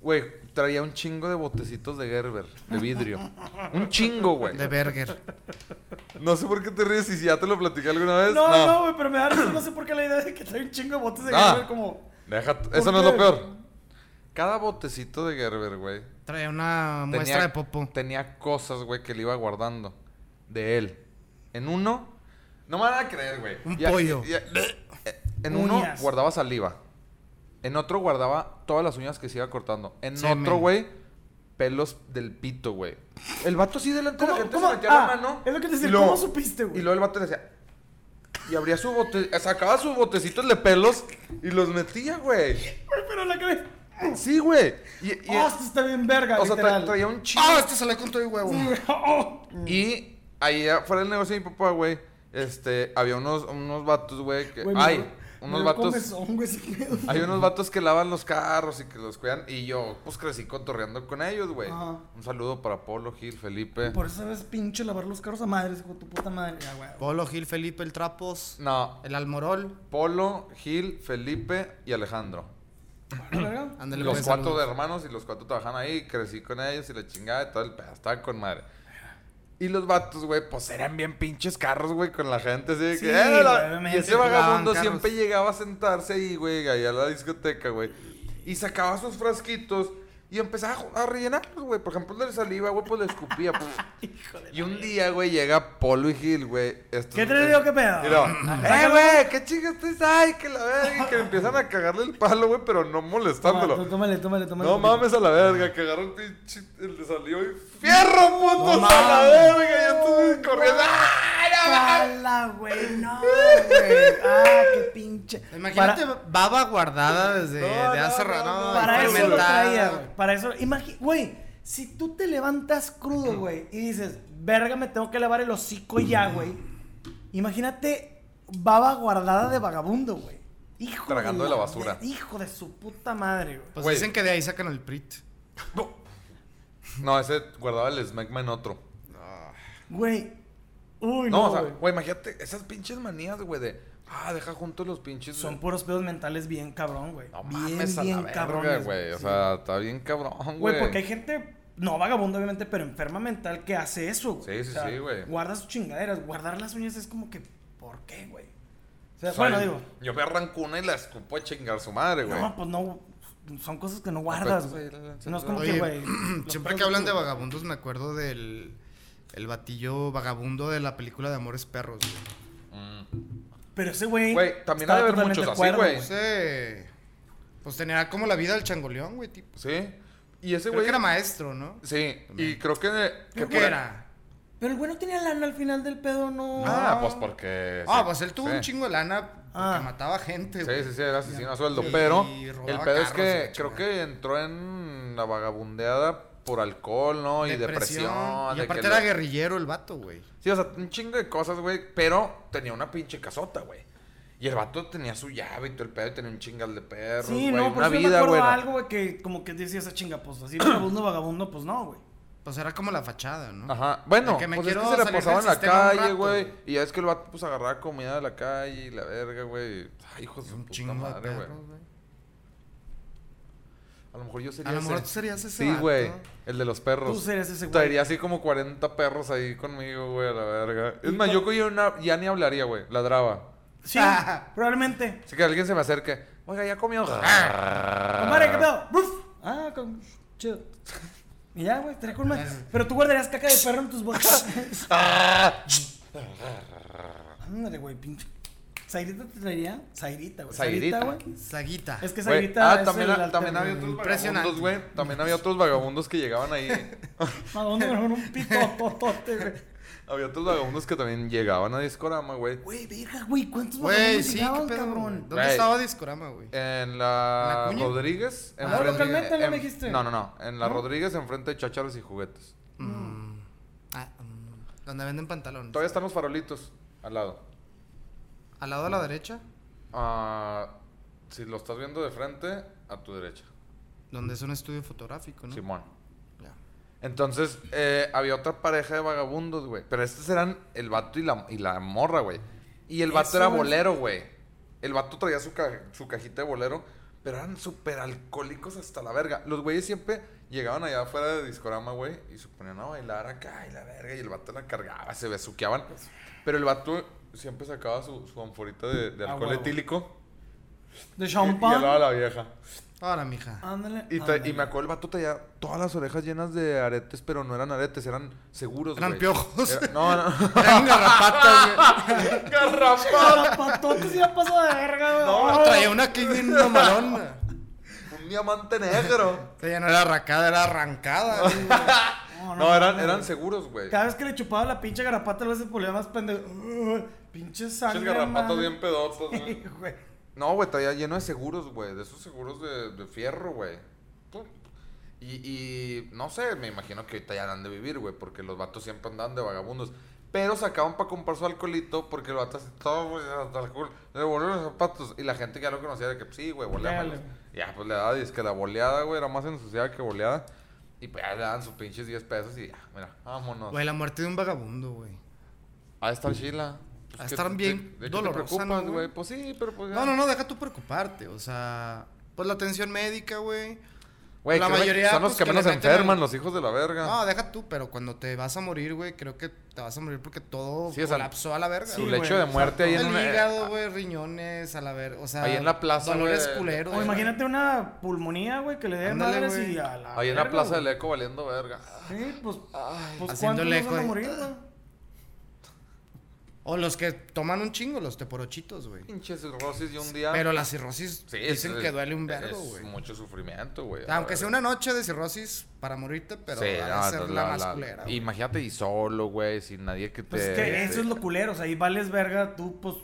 Speaker 1: Güey, traía un chingo de botecitos de Gerber, de vidrio. un chingo, güey.
Speaker 3: De Berger.
Speaker 1: No sé por qué te ríes y si ya te lo platicé alguna vez.
Speaker 2: No, no, güey, pero me da risa, no sé por qué la idea de que trae un chingo de botes de
Speaker 1: Ah.
Speaker 2: Gerber como...
Speaker 1: Deja,
Speaker 2: ¿Por
Speaker 1: eso no es lo
Speaker 2: qué?
Speaker 1: peor. Cada botecito de Gerber, güey.
Speaker 3: Traía una muestra de popo.
Speaker 1: tenía cosas, güey, que le iba guardando de él. En uno, no me van a creer, güey.
Speaker 3: Un pollo.
Speaker 1: ya- eh, en uno
Speaker 2: Uñas.
Speaker 1: guardaba saliva. En otro guardaba todas las uñas que se iba cortando. En
Speaker 3: Semen.
Speaker 1: otro, güey, pelos del pito, güey. El vato así delante de la
Speaker 2: ¿Cómo-
Speaker 1: gente
Speaker 2: cómo?
Speaker 1: se metía la
Speaker 2: Ah,
Speaker 1: mano.
Speaker 2: es lo que te
Speaker 1: y
Speaker 2: decía,
Speaker 1: luego-
Speaker 2: ¿cómo supiste, güey?
Speaker 1: Y luego el vato le decía. Y abría su bote, sacaba sus botecitos de pelos y los metía, güey.
Speaker 2: Güey, pero la cabeza...
Speaker 1: Sí, güey. Y, y-
Speaker 2: Oh, esto está bien verga,
Speaker 1: o sea, tra-
Speaker 2: literal.
Speaker 1: traía un chingo.
Speaker 3: ¡Ah! este sale con todo el huevo.
Speaker 2: [LAUGHS] Oh.
Speaker 1: Y ahí afuera del negocio de mi papá, güey, este, había unos, unos vatos, güey, que...
Speaker 2: Güey, me
Speaker 1: ay,
Speaker 2: dio- me
Speaker 1: unos
Speaker 2: dio
Speaker 1: vatos...
Speaker 2: comezón, güey, ese pedo.
Speaker 1: Hay unos vatos que lavan los carros y que los cuidan. Y yo, pues, crecí cotorreando con ellos, güey.
Speaker 2: Ajá.
Speaker 1: Un saludo para Polo, Gil, Felipe.
Speaker 2: Por eso sabes pinche lavar los carros a madres, hijo de tu puta madre. Ya,
Speaker 1: [LAUGHS]
Speaker 2: güey.
Speaker 3: Polo, Gil, Felipe, el Trapos,
Speaker 1: No,
Speaker 3: el Almorol.
Speaker 1: Polo, Gil, Felipe y Alejandro.
Speaker 2: Bueno, verga.
Speaker 3: Ándale,
Speaker 1: los
Speaker 3: pues,
Speaker 1: cuatro
Speaker 3: saludos.
Speaker 1: de hermanos y los cuatro trabajan ahí. Crecí con ellos y la chingada y todo el pedo. Estaba con madre. Y los vatos, güey, pues eran bien pinches carros, güey, con la gente así de
Speaker 2: Sí,
Speaker 1: que, "Eh, la-".
Speaker 2: güey, obviamente,
Speaker 1: Y ese vagabundo
Speaker 3: jugaban carros.
Speaker 1: siempre llegaba a sentarse ahí, güey, ahí a la discoteca, güey. Y sacaba sus frasquitos Y empezaba a jo- a rellenarlos, güey. Por ejemplo, de saliva, güey, pues le escupía.
Speaker 2: [LAUGHS]
Speaker 1: pf. y un día, güey, llega Polo y Gil, güey. estos-
Speaker 2: ¿Qué te digo, qué pedo?
Speaker 1: Y luego, eh, güey, qué chingas ustedes, ay, que la verga. Y
Speaker 2: [LAUGHS]
Speaker 1: que le empiezan a cagarle el palo, güey, pero no molestándolo.
Speaker 2: Toma, tú Tómale, tómale, tómale.
Speaker 1: No mames a la verga, que agarró el pinche, el de salió y fierro putos
Speaker 3: No
Speaker 1: a la
Speaker 3: mames.
Speaker 1: verga, ya estuve corriendo. ¡Ay, la verga!
Speaker 2: ¡Hala, güey! ¡No, güey! ¡Ah, qué pinche!
Speaker 3: Imagínate
Speaker 2: Para-
Speaker 3: baba guardada desde
Speaker 1: No,
Speaker 3: de
Speaker 1: no,
Speaker 3: hace
Speaker 1: no,
Speaker 3: rato.
Speaker 1: no,
Speaker 2: Para eso lo
Speaker 1: fermentada.
Speaker 2: traía, güey. Para eso. imagi- Güey, si tú te levantas crudo, güey, y dices, verga, me tengo que lavar el hocico ya, güey. Imagínate baba guardada de vagabundo, güey. Hijo
Speaker 1: Tragando de la basura.
Speaker 2: de- hijo de su puta madre, güey.
Speaker 3: Pues
Speaker 1: Güey.
Speaker 3: dicen que de ahí sacan el prit.
Speaker 1: No, ese guardaba el smegma en otro.
Speaker 2: Güey. Uy,
Speaker 1: No,
Speaker 2: no,
Speaker 1: o sea,
Speaker 2: güey.
Speaker 1: güey, imagínate esas pinches manías, güey, de, ah, deja juntos los pinches.
Speaker 2: Son puros pedos mentales bien cabrón, güey.
Speaker 1: no
Speaker 2: bien,
Speaker 1: mames a la
Speaker 2: bien
Speaker 1: verga,
Speaker 2: cabrones,
Speaker 1: güey. O
Speaker 2: Sí.
Speaker 1: sea, está bien cabrón,
Speaker 2: Güey, porque
Speaker 1: güey.
Speaker 2: hay gente, no vagabundo obviamente, pero enferma mental que hace eso, güey.
Speaker 1: Sí, sí, sí, güey.
Speaker 2: Guarda sus chingaderas. Guardar las uñas es como que, ¿por qué, güey? O sea,
Speaker 1: O sea,
Speaker 2: bueno, digo,
Speaker 1: Yo me arranco una y la escupo a chingar su madre, güey. pues,
Speaker 2: no, pues no, son cosas que no guardas, güey. No es como que,
Speaker 3: Oye, [CLEARS THROAT]
Speaker 2: güey.
Speaker 3: siempre que hablan de vagabundos me acuerdo del el batillo vagabundo de la película de Amores Perros. güey.
Speaker 2: Pero ese güey.
Speaker 1: Güey, también ha
Speaker 2: estaba
Speaker 1: de haber
Speaker 2: totalmente
Speaker 1: muchos así,
Speaker 2: cuerdo,
Speaker 1: güey.
Speaker 3: Ese, pues tenía como la vida del changoleón, güey, tipo.
Speaker 1: Sí. Y ese
Speaker 3: Creo
Speaker 1: güey.
Speaker 3: que era maestro, ¿no?
Speaker 1: Sí, y creo que.
Speaker 3: Creo
Speaker 1: por-
Speaker 3: que era.
Speaker 2: Pero el güey no tenía lana al final del pedo, no.
Speaker 1: Ah,
Speaker 3: No.
Speaker 1: pues porque.
Speaker 3: Ah,
Speaker 1: sí,
Speaker 3: pues él tuvo
Speaker 1: sí.
Speaker 3: un chingo de lana
Speaker 2: Ah.
Speaker 3: porque mataba gente,
Speaker 1: Sí,
Speaker 3: güey.
Speaker 1: sí, sí, era asesino a sueldo.
Speaker 3: Y
Speaker 1: pero
Speaker 3: robaba
Speaker 1: el pedo es
Speaker 3: carros y
Speaker 1: que
Speaker 3: la
Speaker 1: creo
Speaker 3: chingada.
Speaker 1: que entró en la vagabundeada por alcohol, ¿no? Y depresión.
Speaker 3: Y
Speaker 1: de
Speaker 3: aparte
Speaker 1: que
Speaker 3: era
Speaker 1: lo-
Speaker 3: guerrillero el vato, güey.
Speaker 1: Sí, o sea, un chingo de cosas, güey. Pero tenía una pinche casota, güey. Y el vato tenía su llave y todo el pedo y tenía un chingal de perros,
Speaker 2: Sí,
Speaker 1: güey.
Speaker 2: no, por
Speaker 1: una
Speaker 2: eso yo me
Speaker 1: vida,
Speaker 2: acuerdo
Speaker 1: güey.
Speaker 2: algo, güey, que como que decía esa chinga, pues así, vagabundo, vagabundo, pues no, güey.
Speaker 3: Pues era como la fachada, ¿no?
Speaker 1: Ajá. Bueno,
Speaker 3: De que me
Speaker 1: pues es que
Speaker 3: quiero
Speaker 1: se le
Speaker 3: salir del
Speaker 1: posaba en la
Speaker 3: sistema un
Speaker 1: calle,
Speaker 3: rato,
Speaker 1: güey.
Speaker 3: güey.
Speaker 1: Y ya es que el vato, pues, agarraba comida de la calle y la verga, güey. Ay, hijo de su
Speaker 3: Un
Speaker 1: puta
Speaker 3: chingo de
Speaker 1: madre, güey.
Speaker 3: perros, güey.
Speaker 1: A lo mejor yo sería
Speaker 3: A lo mejor
Speaker 1: ese.
Speaker 3: tú serías ese
Speaker 1: Sí,
Speaker 3: vato.
Speaker 1: güey. El de los perros.
Speaker 2: Tú serías ese güey.
Speaker 1: Traería así como 40 perros ahí conmigo, güey, a la verga. Es más, yo con una- ya ni hablaría, güey. Ladraba. [LAUGHS]
Speaker 2: Sí, probablemente.
Speaker 1: Así que alguien se me acerque. Ah. Oiga, ya comió.
Speaker 2: Compadre, ¿qué pedo? ¡Ruf! Ah, con... chido. Y ya, güey, te con más. Pero tú guardarías caca de perro en tus bolsas.
Speaker 1: Ah.
Speaker 2: Ándale, güey, pinche. ¿Zairita te traería? Zairita, güey.
Speaker 1: Zairita.
Speaker 2: güey.
Speaker 3: Saguita.
Speaker 2: Es que
Speaker 1: Güey,
Speaker 2: Zairita.
Speaker 1: Ah,
Speaker 2: es
Speaker 1: también,
Speaker 2: el
Speaker 1: ha- también había
Speaker 2: alterno,
Speaker 1: otros
Speaker 2: güey.
Speaker 1: vagabundos,
Speaker 3: Impresionante.
Speaker 1: güey. También había otros vagabundos que llegaban
Speaker 2: [LAUGHS]
Speaker 1: ahí.
Speaker 2: Madonna me dejó un pito totote, güey.
Speaker 1: había otros vagabundos que también llegaban a Discorama, güey.
Speaker 2: Güey, verga, güey. ¿Cuántos
Speaker 3: Güey,
Speaker 2: vagabundos
Speaker 3: sí, qué
Speaker 2: llegaban,
Speaker 3: pedo, güey.
Speaker 2: cabrón?
Speaker 3: ¿Dónde
Speaker 1: Güey.
Speaker 3: estaba Discorama, güey?
Speaker 1: En la,
Speaker 3: ¿En la cuña?
Speaker 1: Rodríguez.
Speaker 2: Ah,
Speaker 1: enfrente-
Speaker 2: localmente, ¿no
Speaker 1: en-
Speaker 2: me dijiste?
Speaker 1: No, no, no. En la Rodríguez, enfrente de Chácharos y Juguetes.
Speaker 3: Mm. Ah, mm, Donde venden pantalones.
Speaker 1: Todavía están los farolitos al lado.
Speaker 3: ¿Al lado a la derecha?
Speaker 1: Ah, si lo estás viendo de frente, a tu derecha.
Speaker 3: Donde es un estudio fotográfico, ¿no?
Speaker 1: Simón.
Speaker 3: Ya.
Speaker 1: Entonces, eh, había otra pareja de vagabundos, güey. Pero estos eran el vato y la, y la morra, güey. Y el vato
Speaker 2: Eso
Speaker 1: era
Speaker 2: es-
Speaker 1: bolero, güey. El vato traía su, ca- su cajita de bolero, pero eran súper alcohólicos hasta la verga. Los güeyes siempre llegaban allá afuera de Discorama, güey, y se ponían a bailar acá y la verga. Y el vato la cargaba, se besuqueaban.
Speaker 2: Pues.
Speaker 1: Pero el vato siempre sacaba su, su anforita de, de
Speaker 2: Ah,
Speaker 1: alcohol
Speaker 2: huevo.
Speaker 1: etílico
Speaker 2: De
Speaker 1: y, y al lado a
Speaker 2: champán.
Speaker 1: la vieja.
Speaker 3: Ahora, mija. [LAUGHS]
Speaker 2: Ándale.
Speaker 1: Y, tra-
Speaker 2: ándale.
Speaker 1: y me acuerdo el vato traía todas las orejas llenas de aretes, pero no eran aretes, eran seguros,
Speaker 3: Eran
Speaker 1: güey.
Speaker 3: piojos.
Speaker 1: Era- no, no.
Speaker 3: Eran garrapatas, güey.
Speaker 1: [LAUGHS] ¡Garrapata!
Speaker 2: Garrapatotes ya pasó de verga, güey.
Speaker 3: No, [LAUGHS] traía una que bien mamalona.
Speaker 1: Un diamante negro.
Speaker 3: Ella no era arrancada, era arrancada. güey.
Speaker 1: No, eran, eran seguros, güey.
Speaker 2: Cada vez que le chupaba la pinche garrapata, a veces ponía más pendejo. Uy, pinche sangre.
Speaker 1: Pinches garrapatas
Speaker 2: madre.
Speaker 1: bien pedotos, [LAUGHS] güey.
Speaker 2: Güey.
Speaker 1: No, güey, traía lleno de seguros, güey. De esos seguros de, de fierro, güey. Pum. Y, y no sé, me imagino que ahorita ya han de vivir, güey, porque los vatos siempre andaban de vagabundos. Pero sacaban para comprar su alcoholito porque el vato así, todo, güey, hasta el alcohol. Le voló los zapatos. Y la gente que ya lo conocía de que, pues, sí, güey, boleámalos.
Speaker 2: Dale, güey.
Speaker 1: Ya, pues le daba, es que la boleada, güey, era más ensuciada que boleada. Y pues ya le daban sus pinches 10 pesos y ya, mira, vámonos.
Speaker 3: Güey, la muerte de un vagabundo, güey.
Speaker 1: A estar chila. Pues,
Speaker 3: Ha de
Speaker 1: ¿qué
Speaker 3: estar
Speaker 1: te-
Speaker 3: Pues bien
Speaker 1: de qué te
Speaker 3: dolorosa,
Speaker 1: preocupas,
Speaker 3: ¿no,
Speaker 1: güey?
Speaker 3: güey?
Speaker 1: Pues sí, pero pues ya.
Speaker 3: No, no, no, deja tú preocuparte. O sea, pues la atención médica, güey.
Speaker 1: Güey,
Speaker 3: La
Speaker 1: creo que
Speaker 3: mayoría,
Speaker 1: son los
Speaker 3: pues,
Speaker 1: que
Speaker 3: que
Speaker 1: menos
Speaker 3: le meten
Speaker 1: enferman,
Speaker 3: el-
Speaker 1: los hijos de la verga.
Speaker 3: No, deja tú, pero cuando te vas a morir, güey, creo que te vas a morir porque todo
Speaker 1: Sí, o sea,
Speaker 3: colapsó a la verga.
Speaker 1: Su
Speaker 3: güey.
Speaker 1: lecho de
Speaker 2: güey,
Speaker 1: muerte ahí en
Speaker 3: el
Speaker 1: una- eh, ah.
Speaker 3: hígado, güey, riñones, a la verga. O sea,
Speaker 1: Ahí en la plaza,
Speaker 3: Dolores
Speaker 1: güey.
Speaker 3: culeros.
Speaker 2: O
Speaker 3: güey.
Speaker 2: Oh, imagínate una pulmonía, güey, que le den
Speaker 3: Ándale,
Speaker 2: madres
Speaker 3: güey.
Speaker 2: y a la.
Speaker 1: Ahí en la
Speaker 2: verga,
Speaker 1: plaza del
Speaker 2: güey.
Speaker 1: eco valiendo verga. Ah,
Speaker 2: Sí, pues. pues
Speaker 3: Haciendo
Speaker 2: ¿Cuántos
Speaker 3: el
Speaker 2: no se
Speaker 3: eco
Speaker 2: van a
Speaker 3: ahí.
Speaker 2: morir, güey?
Speaker 3: O los que toman un chingo, los teporochitos, güey.
Speaker 1: Pinches cirrosis de un día.
Speaker 3: Pero la cirrosis
Speaker 1: Sí, es-
Speaker 3: dicen que duele un vergo,
Speaker 1: es
Speaker 3: güey.
Speaker 1: mucho sufrimiento, güey.
Speaker 3: O
Speaker 1: a
Speaker 3: sea, Aunque
Speaker 1: ver.
Speaker 3: sea una noche de cirrosis para morirte, pero
Speaker 1: Sí,
Speaker 3: ha de
Speaker 1: no,
Speaker 3: ser
Speaker 1: entonces
Speaker 3: la,
Speaker 1: la-
Speaker 3: más
Speaker 1: la-
Speaker 3: culera, güey.
Speaker 1: Imagínate y solo, güey, sin nadie que te...
Speaker 2: Pues es
Speaker 3: este.
Speaker 2: que eso
Speaker 1: te-
Speaker 2: es lo culero. O sea, ahí vales verga tú, pues.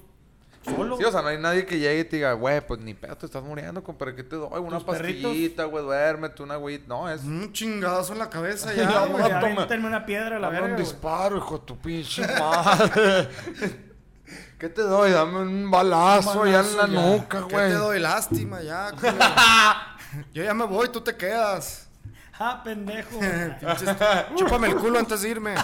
Speaker 2: Solo.
Speaker 1: Sí, o sea, no hay nadie que llegue y te diga, güey, pues ni pedo, te estás muriendo, compadre, ¿qué te doy? Una
Speaker 2: Tus perritos.
Speaker 1: pastillita, güey, duérmete, una güey. No, es...
Speaker 3: Un chingadazo en la cabeza
Speaker 2: [LAUGHS] Ya,
Speaker 3: ya,
Speaker 2: güey,
Speaker 3: güey.
Speaker 2: ya, aviéntenme una piedra a la
Speaker 1: Dame
Speaker 2: verga.
Speaker 1: un
Speaker 2: güey.
Speaker 1: disparo, hijo de tu pinche madre. ¿Qué te doy? Dame un balazo, ya en la
Speaker 3: Ya.
Speaker 1: nuca,
Speaker 3: ¿Qué
Speaker 1: güey.
Speaker 3: te doy lástima
Speaker 1: [LAUGHS]
Speaker 3: ya, culero? Yo ya me voy, tú te quedas.
Speaker 2: Ah,
Speaker 3: [LAUGHS]
Speaker 2: pendejo.
Speaker 3: Pinches- Chúpame el culo antes de irme.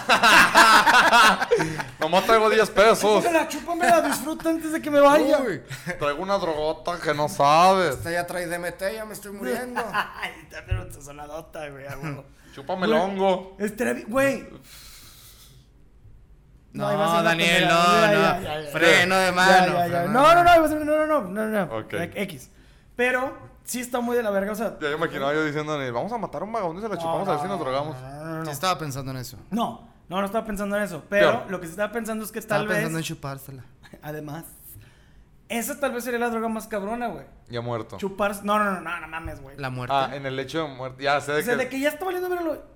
Speaker 1: Nomás traigo 10
Speaker 2: [LAUGHS]
Speaker 1: pesos.
Speaker 2: Chúpamela, chúpamela, disfruta antes de que me vaya.
Speaker 3: Pues, Uy,
Speaker 1: Traigo una drogota que no sabes.
Speaker 3: esta ya trae DMT, ya me estoy muriendo.
Speaker 2: [LAUGHS] Ay, está pero tu sonadota, güey, a huevo.
Speaker 1: Chúpame el hongo.
Speaker 2: Estaría bien- güey.
Speaker 3: No,
Speaker 2: ahí vas a ir a
Speaker 3: Daniel,
Speaker 2: pendeja.
Speaker 3: no,
Speaker 2: Ya,
Speaker 3: no.
Speaker 2: ya, ya, ya.
Speaker 3: Freno de
Speaker 2: Ya,
Speaker 3: mano.
Speaker 2: ya, ya.
Speaker 3: freno de
Speaker 2: No, no,
Speaker 3: mano.
Speaker 2: no, ibas a- no, no, no, no, no, no.
Speaker 1: Ok.
Speaker 2: X. Pero sí está muy de la verga, o sea.
Speaker 1: Ya yo imaginaba yo diciéndole, vamos a matar a un vagabundo y se la chupamos a ver si nos drogamos.
Speaker 3: Sí estaba pensando en eso.
Speaker 2: No, no, no estaba pensando en eso. Pero
Speaker 1: Peor.
Speaker 2: lo que sí estaba pensando es que
Speaker 3: Estaba
Speaker 2: tal
Speaker 3: pensando en
Speaker 2: vez.
Speaker 3: chupársela.
Speaker 2: Además, esa tal vez sería la droga más cabrona, güey.
Speaker 1: Ya muerto.
Speaker 2: Chupar. No, no, no, no, no mames, güey.
Speaker 3: La muerte.
Speaker 1: Ah, en el lecho de muerte. Ya sé
Speaker 2: O
Speaker 1: de
Speaker 2: sea,
Speaker 1: que,
Speaker 2: de que ya está valiendo verlo.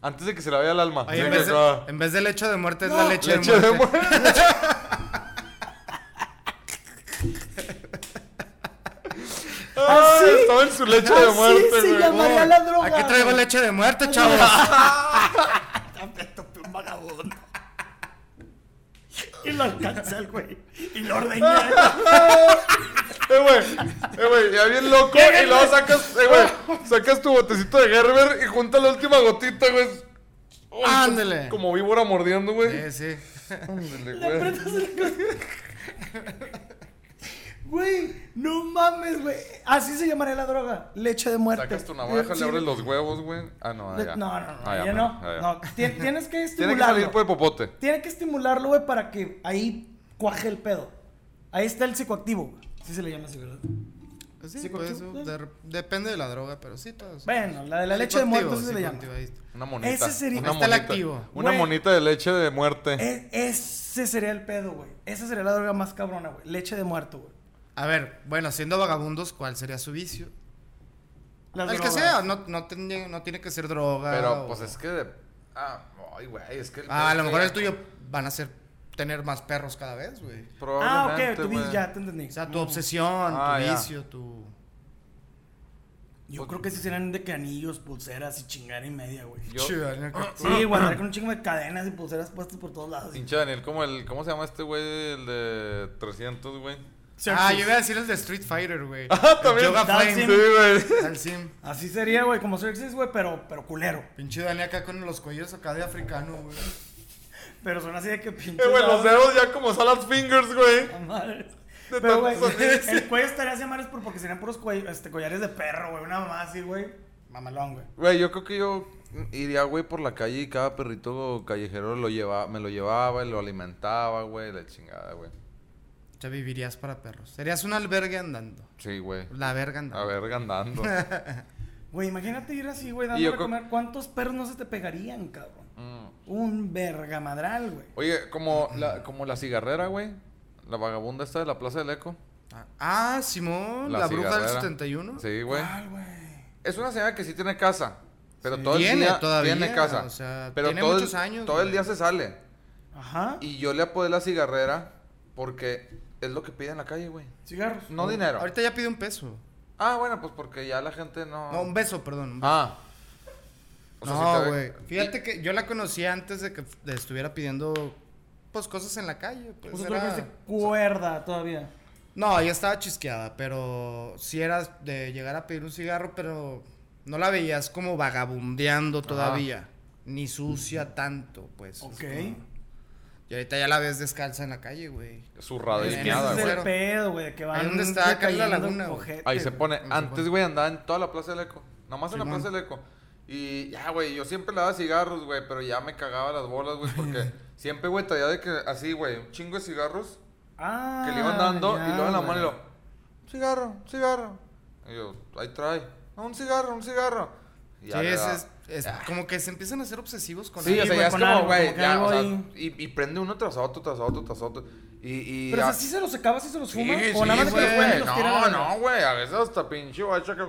Speaker 1: Antes de que se la vea el alma.
Speaker 3: Oye,
Speaker 1: Sí,
Speaker 3: en,
Speaker 1: que
Speaker 3: vez de,
Speaker 1: acaba.
Speaker 3: en vez de lecho de muerte es
Speaker 2: No.
Speaker 3: la leche,
Speaker 1: Leche
Speaker 3: de
Speaker 1: de
Speaker 3: muerte.
Speaker 1: muerte. Ah,
Speaker 2: [LAUGHS] Así.
Speaker 1: estaba en su leche de
Speaker 2: Así
Speaker 1: muerte,
Speaker 2: Ah, se
Speaker 1: güey.
Speaker 2: llamaría la droga.
Speaker 3: Aquí traigo
Speaker 2: güey.
Speaker 3: leche de muerte, chavos.
Speaker 2: un vagabundo. [LAUGHS] Y lo alcanza el güey. Y
Speaker 1: [LAUGHS]
Speaker 2: lo ordena.
Speaker 1: [LAUGHS] Eh, güey, eh, güey, ya bien loco. Y luego sacas, eh, güey,
Speaker 2: [LAUGHS]
Speaker 1: sacas tu botecito de Gerber y junta la última gotita, güey. Uy,
Speaker 3: Ándele.
Speaker 1: Como víbora mordiendo, güey.
Speaker 3: Sí, sí.
Speaker 1: Ándele,
Speaker 2: Le
Speaker 1: güey.
Speaker 2: apretas el co- Güey, no mames, güey. Así se llamaría la droga. Leche de muerte.
Speaker 1: Sacas tu navaja,
Speaker 2: Sí.
Speaker 1: le abres los huevos, güey. Ah, no,
Speaker 2: Le-
Speaker 1: allá.
Speaker 2: No, no, no.
Speaker 1: Ah,
Speaker 2: ya,
Speaker 1: ya,
Speaker 2: no.
Speaker 1: ah, ya.
Speaker 2: no. Tien- Tienes que
Speaker 1: [LAUGHS] Tiene que salir pues,
Speaker 2: estimularlo.
Speaker 1: por el popote.
Speaker 2: Tiene que estimularlo, güey, para que ahí cuaje el pedo. Ahí está el psicoactivo, güey. Sí se le llama así, ¿verdad?
Speaker 3: Sí,
Speaker 2: Sí,
Speaker 3: pues,
Speaker 2: contigo,
Speaker 3: de- depende de la droga, pero sí, todos.
Speaker 2: Bueno, la de la leche de muerte sí se le llama.
Speaker 1: Una monita.
Speaker 2: Ese sería-
Speaker 1: una
Speaker 3: Está el
Speaker 1: monita,
Speaker 3: activo.
Speaker 1: Una
Speaker 2: Güey.
Speaker 1: monita de leche de muerte.
Speaker 2: E- ese sería el pedo, güey. Esa sería la droga más cabrona, güey. Leche de muerto, güey.
Speaker 3: A ver, bueno, siendo vagabundos, ¿cuál sería su vicio?
Speaker 2: Las
Speaker 3: el que
Speaker 2: drogas.
Speaker 3: sea, no, no, tiene, no tiene que ser droga.
Speaker 1: Pero,
Speaker 3: o-
Speaker 1: pues es que. de- Ah, ay, güey, es que. el-
Speaker 3: Ah, a lo mejor el
Speaker 1: es que-
Speaker 3: tuyo van a ser tener más perros cada vez, güey.
Speaker 2: Ah,
Speaker 1: Probablemente,
Speaker 2: ok, tú
Speaker 1: güey.
Speaker 2: dices, ya te entendí. Mm.
Speaker 3: O sea, tu obsesión,
Speaker 1: Ah,
Speaker 3: tu
Speaker 1: ya.
Speaker 3: vicio, tu.
Speaker 2: Yo creo que sí serían de que anillos, pulseras y chingada y media, güey.
Speaker 1: Yo-
Speaker 3: Chido, ¿no?
Speaker 1: [CLEARS THROAT]
Speaker 2: Sí, güey, andar con un chingo de cadenas y pulseras puestas por todos lados.
Speaker 1: Pinche Daniel, como el, ¿cómo se llama este güey? El de 300, güey.
Speaker 3: Ah, yo iba a decir el de Street Fighter, güey.
Speaker 1: Ah, también.
Speaker 3: Yoga
Speaker 2: Dalsim.
Speaker 1: Sí,
Speaker 3: Flame.
Speaker 1: güey.
Speaker 3: Dalsim.
Speaker 2: Así sería, güey, como Xerxes, güey, pero, pero culero.
Speaker 3: Pinche Dani acá con los cuellos acá de africano, güey.
Speaker 2: Pero son así de que pinche.
Speaker 1: Eh, güey, los
Speaker 2: madre.
Speaker 1: dedos ya como salas fingers, güey.
Speaker 2: Madre.
Speaker 1: De
Speaker 2: Pero, güey,
Speaker 1: tantos anillos.
Speaker 2: el cuello estaría así a madres por- porque serían puros cuello- este, collares de perro, güey. Una mamá así, güey. Mamalón, güey.
Speaker 1: Güey, yo creo que yo iría, güey, por la calle y cada perrito callejero lo lleva, me lo llevaba y lo alimentaba, güey, la chingada, güey.
Speaker 3: Ya vivirías para perros. Serías un albergue andando.
Speaker 1: Sí, güey.
Speaker 3: La verga
Speaker 1: A
Speaker 3: andando.
Speaker 1: ver, andando.
Speaker 2: Güey, imagínate ir así,
Speaker 1: Y yo
Speaker 2: güey, dándole a
Speaker 1: creo-
Speaker 2: comer. ¿Cuántos perros no se te pegarían, cabrón?
Speaker 1: Mm.
Speaker 2: Un vergamadral, güey.
Speaker 1: Oye, como la, como la cigarrera, güey. La vagabunda esta de la Plaza del Eco.
Speaker 3: Ah, Simón, la, bruja del
Speaker 1: cigarrera.
Speaker 3: 71.
Speaker 1: Sí, güey.
Speaker 2: ¿Cuál, güey?
Speaker 1: Es una señora que sí tiene casa. Pero
Speaker 3: Ah. Sí.
Speaker 1: todo el
Speaker 3: Tiene
Speaker 1: día
Speaker 3: todavía,
Speaker 1: tiene casa.
Speaker 3: o sea,
Speaker 1: pero
Speaker 3: tiene
Speaker 1: todo
Speaker 3: muchos
Speaker 1: el,
Speaker 3: años,
Speaker 1: Todo el
Speaker 3: güey.
Speaker 1: día se sale.
Speaker 2: Ajá.
Speaker 1: Y yo le apodé la cigarrera porque es lo que pide en la calle, güey.
Speaker 2: Cigarros.
Speaker 1: No dinero.
Speaker 3: Oh, Ahorita ya pide un peso.
Speaker 1: Ah, bueno, pues porque ya la gente no.
Speaker 3: No, un beso, perdón. un beso.
Speaker 1: Ah. O sea, sí
Speaker 3: no,
Speaker 1: te-
Speaker 3: güey. Fíjate que yo la conocí antes de que f- de estuviera pidiendo pues cosas en la calle. pues,
Speaker 2: O sea, tú
Speaker 3: era-
Speaker 2: le fuiste cuerda todavía.
Speaker 3: No, ya estaba chisqueada, pero sí era de llegar a pedir un cigarro, pero no la veías como vagabundeando todavía. Ni sucia tanto, pues.
Speaker 2: Ok.
Speaker 3: Es como- Y ahorita ya la ves descalza en la calle, güey.
Speaker 1: Su
Speaker 3: Eh, Es que nada,
Speaker 1: radismeada,
Speaker 2: ese es
Speaker 1: güey.
Speaker 2: el
Speaker 3: güey.
Speaker 2: pedo, güey, de que van
Speaker 3: donde está acá en la
Speaker 2: decayendo
Speaker 3: laguna, güey.
Speaker 2: ojete,
Speaker 1: Ahí se
Speaker 2: güey.
Speaker 1: pone.
Speaker 3: Ahí se
Speaker 1: Antes,
Speaker 3: pone.
Speaker 1: güey, andaba en toda la Plaza del Eco. Nomás en la
Speaker 3: Simón.
Speaker 1: Plaza del Eco. Y ya, güey, yo siempre le daba cigarros, güey, pero ya me cagaba las bolas, güey,
Speaker 2: [LAUGHS]
Speaker 1: porque siempre, güey, traía de que así, güey, un chingo de cigarros
Speaker 2: Ah.
Speaker 1: que le iban dando
Speaker 2: ya,
Speaker 1: y luego en la mano y
Speaker 2: güey.
Speaker 1: lo, "Un cigarro, un cigarro. Y yo, ahí trae, no, un cigarro, un cigarro. Y ya
Speaker 3: sí,
Speaker 1: le
Speaker 3: es,
Speaker 1: daba.
Speaker 3: es- es
Speaker 1: Ah.
Speaker 3: como que se empiezan a ser obsesivos con
Speaker 1: Sí, o
Speaker 3: algo.
Speaker 1: sea,
Speaker 2: güey,
Speaker 1: ya es
Speaker 2: con
Speaker 1: como,
Speaker 2: algo,
Speaker 1: güey,
Speaker 2: como que
Speaker 1: ya,
Speaker 2: algo
Speaker 1: o sea,
Speaker 2: ahí.
Speaker 1: y, y prende uno tras otro, tras otro, tras otro. Y, y
Speaker 2: Pero
Speaker 1: ya-
Speaker 2: o sea, ¿sí se los acaba, sí se los
Speaker 1: Sí,
Speaker 2: fuma.
Speaker 1: sí,
Speaker 2: o nada más de que los
Speaker 1: güey.
Speaker 2: prende y los tira a la
Speaker 1: No,
Speaker 2: verga?
Speaker 1: no, güey. A veces hasta pinche guacha que.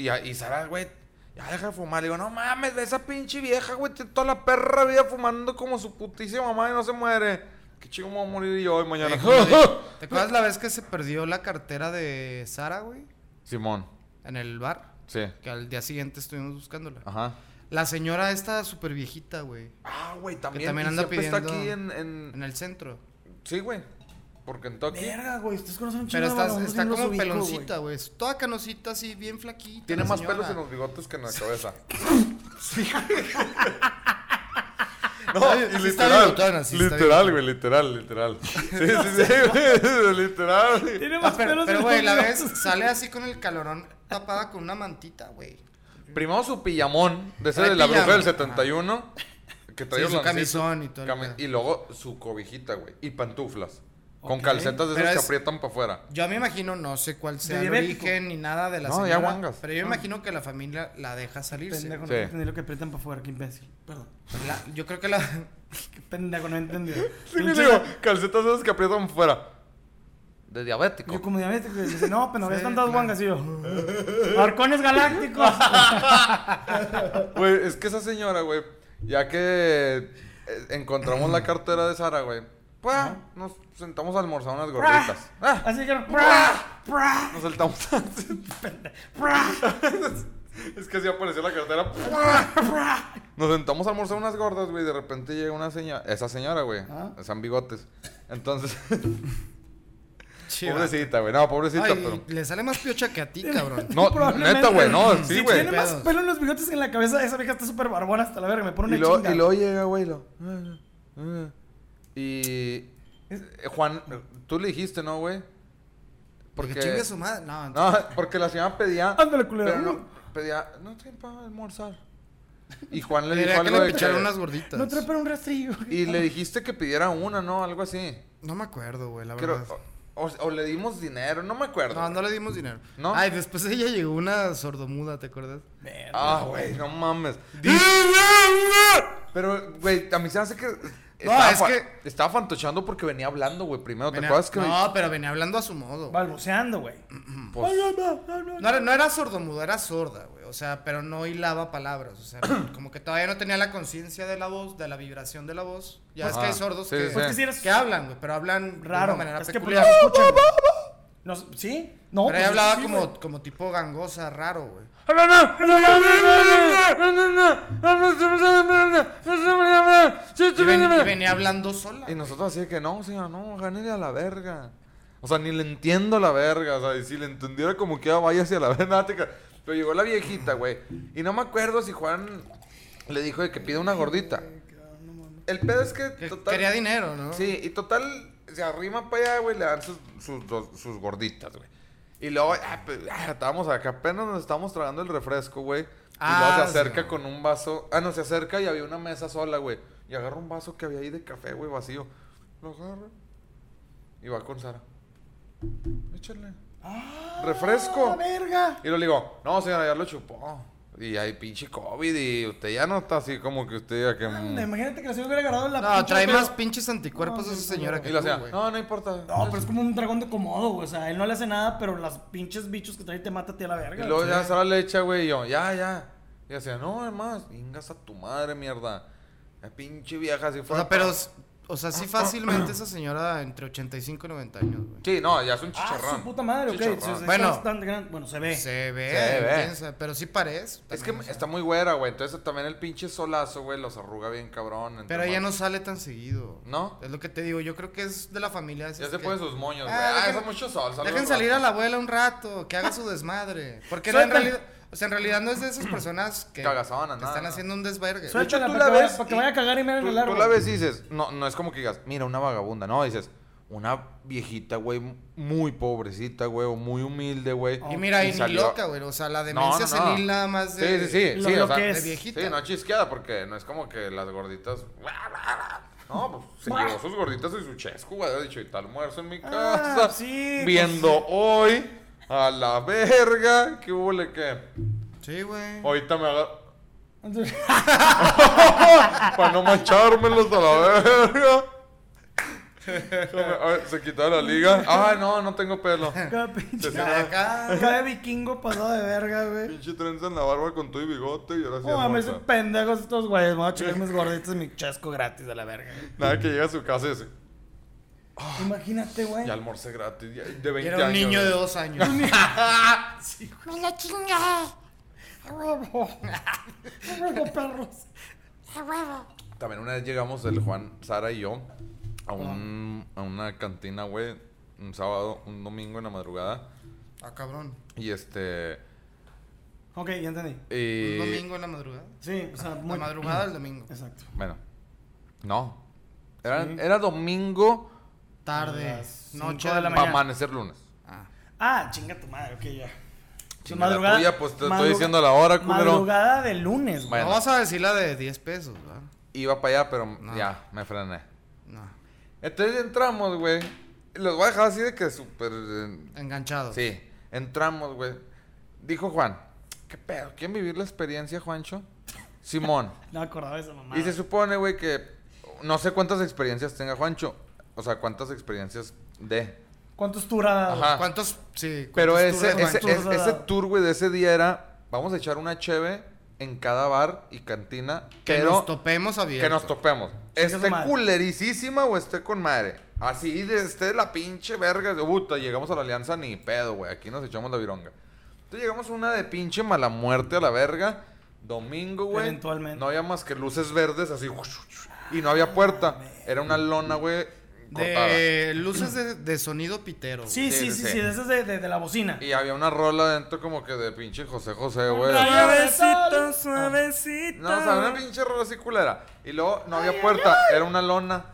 Speaker 1: Y, a- y Sara, güey, ya deja de fumar. Le digo, no mames, ve esa pinche vieja, güey. Tiene toda la perra vida fumando como su putísima mamá y no se muere. Qué chico me voy a morir yo hoy [LAUGHS] mañana.
Speaker 3: Eh, como de- ¿Te acuerdas la vez que se perdió la cartera de Sara, güey?
Speaker 1: Simón,
Speaker 3: En el bar.
Speaker 1: sí.
Speaker 3: Que al día siguiente estuvimos buscándola.
Speaker 1: Ajá.
Speaker 3: La señora esta súper viejita, güey.
Speaker 1: Ah, güey, también.
Speaker 3: también
Speaker 1: y
Speaker 3: anda
Speaker 1: siempre está
Speaker 3: pidiendo-
Speaker 1: aquí en. en-
Speaker 3: En el centro.
Speaker 1: Sí, güey. Por Kentucky.
Speaker 2: Verga, güey. Ustedes conocen un chingo
Speaker 3: Pero
Speaker 2: de
Speaker 3: está,
Speaker 2: vagabundos y
Speaker 3: está
Speaker 2: no los
Speaker 3: como
Speaker 2: ubico,
Speaker 3: peloncita,
Speaker 2: güey.
Speaker 3: güey. Es Toda canosita así, bien flaquita.
Speaker 1: Tiene
Speaker 3: la
Speaker 1: más
Speaker 3: señora.
Speaker 1: pelos en los bigotes que en la [LAUGHS] cabeza.
Speaker 3: No, sí está bigotona, sí está
Speaker 1: literal, güey, literal, [LAUGHS] literal. Sí, sí, sí, güey, [LAUGHS] literal. güey.
Speaker 2: Tiene
Speaker 3: Ah,
Speaker 2: más
Speaker 3: pero,
Speaker 2: pelos
Speaker 3: pero,
Speaker 2: en
Speaker 3: güey, la
Speaker 2: los
Speaker 3: vez
Speaker 2: bigotes.
Speaker 3: sale así con el calorón tapada con una mantita, güey.
Speaker 1: Primero su pijamón, de ese
Speaker 3: Trae
Speaker 1: de la bruja
Speaker 3: pijama.
Speaker 1: del 71, que traía
Speaker 3: Sí, su
Speaker 1: un lancito,
Speaker 3: camisón y todo el
Speaker 1: cami-
Speaker 3: pedo.
Speaker 1: Y luego su cobijita, güey, y pantuflas. Con
Speaker 2: Ok.
Speaker 1: calcetas de
Speaker 3: Pero
Speaker 1: esas que
Speaker 3: es-
Speaker 1: aprietan para afuera.
Speaker 3: Yo me imagino, no sé cuál sea el
Speaker 2: diabético. Ah.
Speaker 3: origen ni nada de la
Speaker 1: No, ya
Speaker 3: señora.
Speaker 1: guangas.
Speaker 3: Pero yo me imagino que la familia la deja salirse.
Speaker 2: Pendejo,
Speaker 1: Sí.
Speaker 2: no entendí lo que aprietan para afuera, qué imbécil. Perdón.
Speaker 3: La- yo creo
Speaker 1: [LAUGHS]
Speaker 3: que la...
Speaker 2: Qué pendejo, no entendí.
Speaker 1: Sí, que digo, calcetas de esas que aprietan para afuera. De diabético.
Speaker 2: Yo como diabético, y dice, no, pero no ves
Speaker 3: Sí,
Speaker 2: tantas
Speaker 3: claro.
Speaker 2: guangas y yo. Arcones
Speaker 3: [LAUGHS]
Speaker 2: galácticos.
Speaker 1: Güey, es que esa señora, güey, ya que eh, encontramos
Speaker 3: [CLEARS THROAT]
Speaker 1: la cartera de Sara, güey, pues nos sentamos a almorzar unas gorditas. Ah,
Speaker 2: Así que. ¡Pra! ¡Pra!
Speaker 1: nos saltamos. [LAUGHS]
Speaker 2: ¡Pra!
Speaker 1: es que así apareció la cartera.
Speaker 2: ¡Pra!
Speaker 1: Nos sentamos a almorzar unas gordas, güey. y De repente llega una señora. Esa señora, güey.
Speaker 2: Ah.
Speaker 1: San Bigotes. Entonces, [LAUGHS]
Speaker 3: Chiva.
Speaker 1: pobrecita, güey. No, pobrecita,
Speaker 3: Ay,
Speaker 1: pero.
Speaker 3: le sale más piocha que a ti, cabrón.
Speaker 1: [LAUGHS] No,
Speaker 2: Probablemente.
Speaker 1: neta, güey. No, sí,
Speaker 2: Si
Speaker 1: güey.
Speaker 2: tiene más
Speaker 3: Pedos.
Speaker 2: pelo en los bigotes que en la cabeza, esa vieja está súper barbona hasta la verga. Me pone
Speaker 1: Y
Speaker 2: una
Speaker 1: luego,
Speaker 2: chinga.
Speaker 1: y luego llega, güey. lo- Y. eh, Juan, tú le dijiste, ¿no, güey?
Speaker 3: Porque chingue su madre. No,
Speaker 1: No, porque la señora pedía.
Speaker 2: Ándale, culero.
Speaker 1: Pero no, pedía. No tiempo para almorzar. Y Juan le dijo
Speaker 3: Diría que
Speaker 1: algo
Speaker 3: le
Speaker 1: de que-
Speaker 3: picharon unas gorditas.
Speaker 2: No trae para un rastrillo.
Speaker 1: Y
Speaker 2: [LAUGHS]
Speaker 1: le dijiste que pidiera una, ¿no? Algo así.
Speaker 3: No me acuerdo, güey, la
Speaker 1: Creo-
Speaker 3: verdad.
Speaker 1: o, o- o le dimos dinero, no me acuerdo.
Speaker 3: No, no le dimos dinero.
Speaker 1: ¿No?
Speaker 3: Ay, después ella llegó una sordomuda, ¿te acuerdas?
Speaker 2: Verga.
Speaker 1: Ah, güey, no mames. Pero, güey, a mí se me hace que. Estaba,
Speaker 3: es
Speaker 1: fa-
Speaker 3: que-
Speaker 1: estaba fantochando porque venía hablando, güey, primero. ¿Te
Speaker 3: Venía-
Speaker 1: acuerdas que.?
Speaker 3: No, pero venía hablando a su modo.
Speaker 2: Balbuceando, güey.
Speaker 1: Pues,
Speaker 3: No era, no era sordomuda, era sorda, güey. O sea, pero no hilaba palabras. O sea,
Speaker 1: [CLEARS THROAT]
Speaker 3: como que todavía no tenía la conciencia de la voz, de la vibración de la voz. Ya ves
Speaker 1: Ajá.
Speaker 3: que hay sordos
Speaker 1: Sí,
Speaker 3: que,
Speaker 1: sí, sí.
Speaker 2: Pues que si eres
Speaker 3: que hablan, güey, pero hablan de
Speaker 2: raro.
Speaker 3: una manera
Speaker 2: Es que pues,
Speaker 3: peculiar.
Speaker 2: no se escuchan, güey. No, ¿Sí?
Speaker 3: pero
Speaker 2: No. pues,
Speaker 3: ella hablaba
Speaker 2: sí, güey.
Speaker 3: como, como tipo gangosa, raro, güey. Y, ven- y venía hablando sola.
Speaker 1: Y nosotros así de que no, señora, no, gánele a la verga. O sea, ni le entiendo a la verga. O sea, y si le entendiera como que vaya hacia la [LAUGHS] verga. te ca- Pero llegó la viejita, güey. Y no me acuerdo si Juan le dijo de que pida una gordita. El pedo es que.
Speaker 3: Que
Speaker 1: total-
Speaker 3: quería dinero, ¿no?
Speaker 1: Sí, y total, se arrima para allá, güey, le dan sus, sus, dos- sus gorditas, güey. Y luego, ah, pues, ah, estábamos acá, apenas nos estábamos tragando el refresco, güey. Y
Speaker 3: Ah,
Speaker 1: luego se acerca
Speaker 3: sí.
Speaker 1: con un vaso. Ah, no, se acerca y había una mesa sola, güey. Y agarra un vaso que había ahí de café, güey, vacío. Lo agarra. Y va con Sara. Échale.
Speaker 2: Ah,
Speaker 1: Refresco.
Speaker 2: verga!
Speaker 1: Y luego le digo, no, señora, ya lo chupó. Y hay pinche COVID y usted ya no está así como que usted ya que...
Speaker 3: Ah,
Speaker 1: mm.
Speaker 2: Anda, Imagínate que la señora hubiera agarrado la
Speaker 3: No,
Speaker 2: pinche
Speaker 3: trae
Speaker 2: pedo.
Speaker 3: más pinches anticuerpos
Speaker 2: No,
Speaker 3: esa
Speaker 2: sí,
Speaker 3: señora que
Speaker 1: Y la
Speaker 3: tú,
Speaker 1: señora,
Speaker 3: güey.
Speaker 1: no, no importa.
Speaker 2: No, pero es como un dragón de comodo, güey. O sea, él no le hace nada, pero las pinches bichos que trae te mata a ti a la verga.
Speaker 1: Y luego
Speaker 2: güey.
Speaker 1: ya Sara le echa, güey, y yo, ya, ya. Y decía, no, además, ingas a tu madre, mierda. La pinche vieja así
Speaker 3: O
Speaker 1: fue.
Speaker 3: sea, pero... O sea,
Speaker 1: Ah,
Speaker 3: sí fácilmente esa señora entre 85 y 90 años, güey.
Speaker 1: Sí, no, ya es un
Speaker 2: Ah,
Speaker 1: chicharrón.
Speaker 2: su puta madre, ok.
Speaker 1: Chicharrón.
Speaker 2: Sí, sí,
Speaker 3: Bueno.
Speaker 2: está bastante grande. Bueno, se ve.
Speaker 3: Se ve,
Speaker 1: Se ve.
Speaker 3: intensa, pero sí
Speaker 1: Es
Speaker 3: parece.
Speaker 1: que
Speaker 3: también, o sea.
Speaker 1: está muy güera, güey. Entonces también el pinche solazo, güey, los arruga bien cabrón.
Speaker 3: Pero
Speaker 1: ya
Speaker 3: ella no sale tan seguido.
Speaker 1: ¿No?
Speaker 3: Es lo que te digo, yo creo que es de la familia.
Speaker 1: Ya se ponen sus moños, güey.
Speaker 3: Ah,
Speaker 1: Ah,
Speaker 3: dejen-
Speaker 1: eso es mucho sol. saludos,
Speaker 3: Dejen salir a
Speaker 1: raza.
Speaker 3: la abuela un rato, que haga su desmadre. Porque no, en
Speaker 2: Suelta.
Speaker 3: realidad, o sea, en realidad no es de esas personas que,
Speaker 1: Cagazonas,
Speaker 3: que
Speaker 1: nada,
Speaker 3: están
Speaker 1: no.
Speaker 3: haciendo un desvergue.
Speaker 1: Suelta.
Speaker 2: Suéltala
Speaker 1: tú
Speaker 2: para
Speaker 1: la
Speaker 2: que vaya-
Speaker 1: ves
Speaker 2: para que
Speaker 1: y-
Speaker 2: vaya a cagar y me hagan
Speaker 1: Tú,
Speaker 2: el árbol.
Speaker 1: tú la ves y dices, no, no es como que digas, mira, una vagabunda. No, dices, una viejita, güey, muy pobrecita, güey, o muy humilde, güey.
Speaker 3: Oh, Y mira, y, ni
Speaker 1: salió-
Speaker 3: loca, güey. O sea, la
Speaker 1: No,
Speaker 3: demencia
Speaker 1: no, no.
Speaker 3: senil nada más
Speaker 1: Sí,
Speaker 3: de.
Speaker 1: sí, sí.
Speaker 2: lo-
Speaker 1: sí,
Speaker 2: lo
Speaker 1: o sea,
Speaker 2: que
Speaker 3: de
Speaker 2: es.
Speaker 3: viejita.
Speaker 1: Sí, no chisqueada, porque no es como que las gorditas. No, pues se llevó sus gorditas y su chesco, güey. Ha dicho, y tal almuerzo en mi
Speaker 2: Ah,
Speaker 1: casa.
Speaker 2: sí,
Speaker 1: Viendo hoy a la verga. ¿Qué hubo le qué?
Speaker 3: Sí, güey.
Speaker 1: Ahorita me haga. Para no manchármelos a la verga. Se me- a ver, Se quitó la liga. Ah, no, no tengo
Speaker 2: [LAUGHS]
Speaker 1: pelo.
Speaker 2: [LAUGHS] Cada pinche-
Speaker 1: sí.
Speaker 3: La de acá.
Speaker 2: [LAUGHS] cada vikingo pasado de verga, güey.
Speaker 1: Pinche trenza en la barba con todo y bigote y ahora sí.
Speaker 2: No mames,
Speaker 1: hermosa.
Speaker 2: son pendejos estos güeyes. Me voy a chingar mis gorditos y mi chasco gratis a la verga. güey.
Speaker 1: Nada que llega a su casa y dice,
Speaker 2: Imagínate, güey.
Speaker 1: Ah.
Speaker 2: [LAUGHS]
Speaker 1: ya almorcé gratis. ya- de 20
Speaker 3: Era un
Speaker 1: años.
Speaker 3: niño de dos
Speaker 1: [LAUGHS]
Speaker 3: años.
Speaker 4: Me lo chingué.
Speaker 2: A huevo. A huevo, perros.
Speaker 4: A huevo.
Speaker 1: También una vez llegamos, el Juan, Sara y yo, a, un, a una cantina, güey, un sábado, un domingo en la madrugada.
Speaker 3: Ah, cabrón.
Speaker 1: Y este.
Speaker 2: Ok, ya entendí.
Speaker 1: Y,
Speaker 3: Un domingo en la madrugada.
Speaker 2: Sí, o sea,
Speaker 3: La
Speaker 2: muy...
Speaker 3: madrugada del domingo.
Speaker 2: Exacto.
Speaker 1: Bueno, no. Era, era domingo
Speaker 3: Tarde,
Speaker 2: Las cinco
Speaker 3: noche
Speaker 2: de
Speaker 3: de
Speaker 2: la
Speaker 3: la
Speaker 1: para
Speaker 2: mañana.
Speaker 3: mañana.
Speaker 1: amanecer lunes.
Speaker 2: Ah, chinga tu madre, ok, ya. Tu
Speaker 1: Chinga la tuya, pues, te estoy diciendo la hora, culero.
Speaker 2: Madrugada de lunes, güey.
Speaker 1: Bueno.
Speaker 3: No vas a decir la de 10 pesos, ¿verdad?
Speaker 1: Iba para allá, pero ya, me frené.
Speaker 3: No.
Speaker 1: Entonces entramos, güey. Los voy a dejar así de que súper. eh,
Speaker 3: Enganchado.
Speaker 1: Sí, entramos, güey. Dijo Juan, ¿qué pedo? ¿Quieren vivir la experiencia, Juancho? Simón.
Speaker 2: No me acordaba de esa mamá.
Speaker 1: Y se supone, güey, que no sé cuántas experiencias tenga Juancho. O sea, cuántas experiencias de.
Speaker 2: ¿Cuántos tour ha dado?
Speaker 1: Ajá.
Speaker 3: ¿Cuántos? Sí.
Speaker 1: Pero
Speaker 3: ¿cuántos
Speaker 1: ese,
Speaker 3: tours
Speaker 1: ese,
Speaker 3: de
Speaker 2: Juancho?
Speaker 1: es- ese tour, güey, de ese día era, vamos a echar una cheve en cada bar y cantina,
Speaker 3: Que
Speaker 1: pero
Speaker 3: nos topemos abierto.
Speaker 1: que nos topemos.
Speaker 2: Chinga su
Speaker 1: Esté
Speaker 2: madre.
Speaker 1: culericísima o esté con madre. Así de esté la pinche verga. De, puta, llegamos a la alianza ni pedo, güey. Aquí nos echamos la vironga. Entonces llegamos a una de pinche mala muerte a la verga. Domingo, güey.
Speaker 2: Eventualmente.
Speaker 1: No había más que luces verdes así. Y no había puerta. Era una lona, güey. Cortada.
Speaker 3: De luces de, de sonido pitero.
Speaker 2: Sí, sí, sí, sí, de esas de, de, de la bocina.
Speaker 1: Y había una rola dentro como que de pinche José José, güey.
Speaker 3: Ah.
Speaker 2: Suavecito,
Speaker 3: suavecito.
Speaker 1: No, o sea, una pinche rola así culera. Y luego no había puerta, era una lona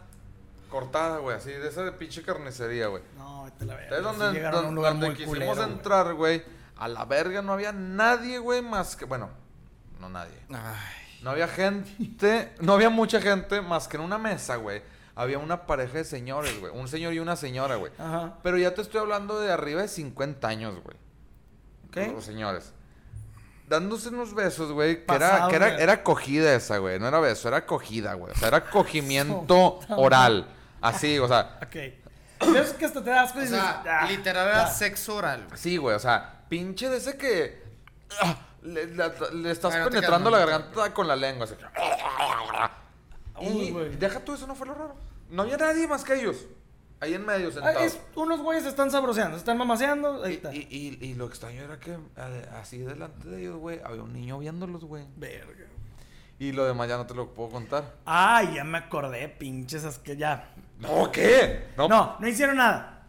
Speaker 1: cortada, güey, así de esa de pinche carnicería, güey.
Speaker 2: No, te la verga.
Speaker 1: Entonces,
Speaker 2: sí
Speaker 1: donde,
Speaker 2: llegaron a un
Speaker 1: don-
Speaker 2: lugar
Speaker 1: donde
Speaker 2: muy
Speaker 1: quisimos
Speaker 2: culero, güey.
Speaker 1: entrar, güey, a la verga no había nadie, güey, más que. Bueno, no nadie.
Speaker 3: Ay.
Speaker 1: No había gente, no había mucha gente más que en una mesa, güey. Había una pareja de señores, güey. Un señor y una señora, güey.
Speaker 2: Ajá.
Speaker 1: Pero ya te estoy hablando de arriba de 50 años, güey.
Speaker 2: ¿Ok?
Speaker 1: Los señores. Dándose unos besos, güey. Que, era,
Speaker 2: Pasado,
Speaker 1: que era,
Speaker 2: güey.
Speaker 1: era cogida esa, güey. No era beso, era cogida, güey. O sea, era
Speaker 2: [LAUGHS]
Speaker 1: cogimiento oral. Así, o sea.
Speaker 2: Ok. De esos que hasta te das asco y
Speaker 3: O
Speaker 2: dices,
Speaker 3: sea,
Speaker 2: "Ah,
Speaker 3: literal era
Speaker 2: ya".
Speaker 3: sexo oral.
Speaker 1: Sí, güey. O sea, pinche de ese que. ah, le, la- le estás
Speaker 3: Ay, no te
Speaker 1: penetrando
Speaker 3: calmas,
Speaker 1: la
Speaker 3: no te
Speaker 1: garganta con la lengua. así.
Speaker 2: Uy,
Speaker 1: y
Speaker 2: güey.
Speaker 1: deja tú, eso no fue lo raro. No había nadie más que ellos. Ahí en medio,
Speaker 2: Ah,
Speaker 1: sentados.
Speaker 2: es, unos güeyes se están sabroseando, se están mamaseando. Ahí
Speaker 1: Y,
Speaker 2: está.
Speaker 1: y- y- y lo extraño era que ade- así delante de ellos, güey, había un niño viéndolos, güey.
Speaker 2: Verga.
Speaker 1: Y lo demás ya no te lo puedo contar.
Speaker 2: Ay, ya me acordé, pinches, es que ya.
Speaker 1: No, ¿qué? No, no,
Speaker 2: No, no hicieron nada.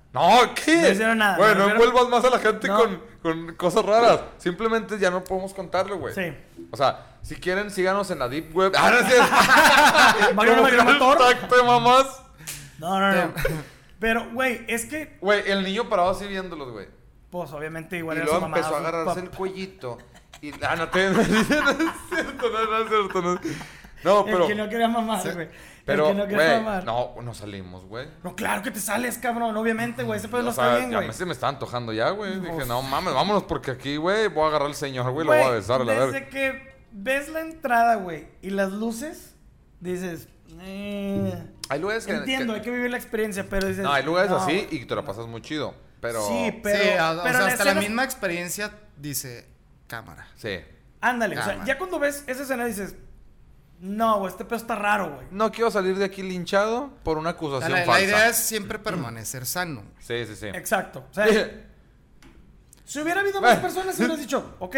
Speaker 1: ¿qué?
Speaker 2: No hicieron nada,
Speaker 1: Güey,
Speaker 2: me
Speaker 1: no
Speaker 2: refiero-
Speaker 1: envuelvas más a la gente
Speaker 2: No.
Speaker 1: con, con cosas raras. Simplemente ya no podemos contarlo, güey.
Speaker 2: Sí.
Speaker 1: O sea, si quieren, síganos en la Deep Web. ¡Ah, no es [LAUGHS]
Speaker 2: [LAUGHS]
Speaker 1: cierto!
Speaker 2: Mariano
Speaker 1: Como que
Speaker 2: Mariano
Speaker 1: el
Speaker 2: Motor.
Speaker 1: [LAUGHS] tacto de mamás.
Speaker 2: No, no, no. Pero, güey, es que,
Speaker 1: Güey, el niño parado así viéndolos, güey.
Speaker 2: pues obviamente
Speaker 1: Y
Speaker 2: igual era su
Speaker 1: luego
Speaker 2: mamá.
Speaker 1: empezó a
Speaker 2: su
Speaker 1: agarrarse el
Speaker 2: papá.
Speaker 1: cuellito. Y, ah, no, te... [LAUGHS] no es cierto, no, no es cierto. No, es- no
Speaker 2: El
Speaker 1: pero...
Speaker 2: que no quería mamar, güey.
Speaker 1: Pero,
Speaker 2: el que no quería
Speaker 1: güey,
Speaker 2: mamar. No.
Speaker 1: no, no salimos, güey.
Speaker 2: claro que te sales, cabrón. Obviamente, güey. Ese pedo Pues no
Speaker 1: o
Speaker 2: está
Speaker 1: sea,
Speaker 2: bien,
Speaker 1: ya
Speaker 2: güey.
Speaker 1: me, se me está antojando ya, güey. Dije, no mames, vámonos porque aquí, güey, voy a agarrar al señor, güey, lo voy a
Speaker 2: Güey,
Speaker 1: besar a la
Speaker 2: Desde
Speaker 1: verga.
Speaker 2: que ves la entrada, güey, y las luces, dices. Eh,
Speaker 1: Hay lugares que...
Speaker 2: entiendo, hay que vivir la experiencia, pero dices.
Speaker 1: No, hay lugares
Speaker 2: no,
Speaker 1: así
Speaker 2: güey.
Speaker 1: y te la pasas muy chido, pero...
Speaker 2: Sí,
Speaker 1: Sí.
Speaker 2: pero.
Speaker 3: sí, a- o
Speaker 2: pero
Speaker 3: sea,
Speaker 2: en
Speaker 3: hasta la
Speaker 2: escenas-
Speaker 3: misma experiencia dice cámara.
Speaker 2: Ándale, o sea,
Speaker 3: Cámara.
Speaker 2: ya cuando ves esa escena dices. No, güey, este pedo está raro, güey.
Speaker 1: No quiero salir de aquí linchado por una
Speaker 3: O sea,
Speaker 1: acusación
Speaker 3: la, la
Speaker 1: falsa.
Speaker 3: idea es siempre permanecer sano.
Speaker 1: Sí, sí, sí.
Speaker 2: Exacto. O sea,
Speaker 1: Dije,
Speaker 2: si hubiera habido más
Speaker 1: Bueno.
Speaker 2: personas, hubieras dicho, ok,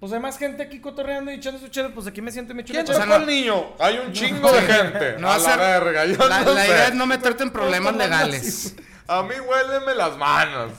Speaker 2: pues hay más gente aquí cotorreando y echando su chela, pues aquí me siento y me echo una
Speaker 1: ¿Quién
Speaker 2: chela".
Speaker 1: tocó
Speaker 3: no-
Speaker 1: al niño? Hay un chingo de gente.
Speaker 3: No
Speaker 1: a
Speaker 3: hacer-
Speaker 1: la verga, yo
Speaker 3: la,
Speaker 1: no
Speaker 3: la
Speaker 1: sé.
Speaker 3: idea es no meterte en problemas
Speaker 2: Estamos hablando
Speaker 3: legales.
Speaker 2: así, güey.
Speaker 1: A mí huéleme las manos.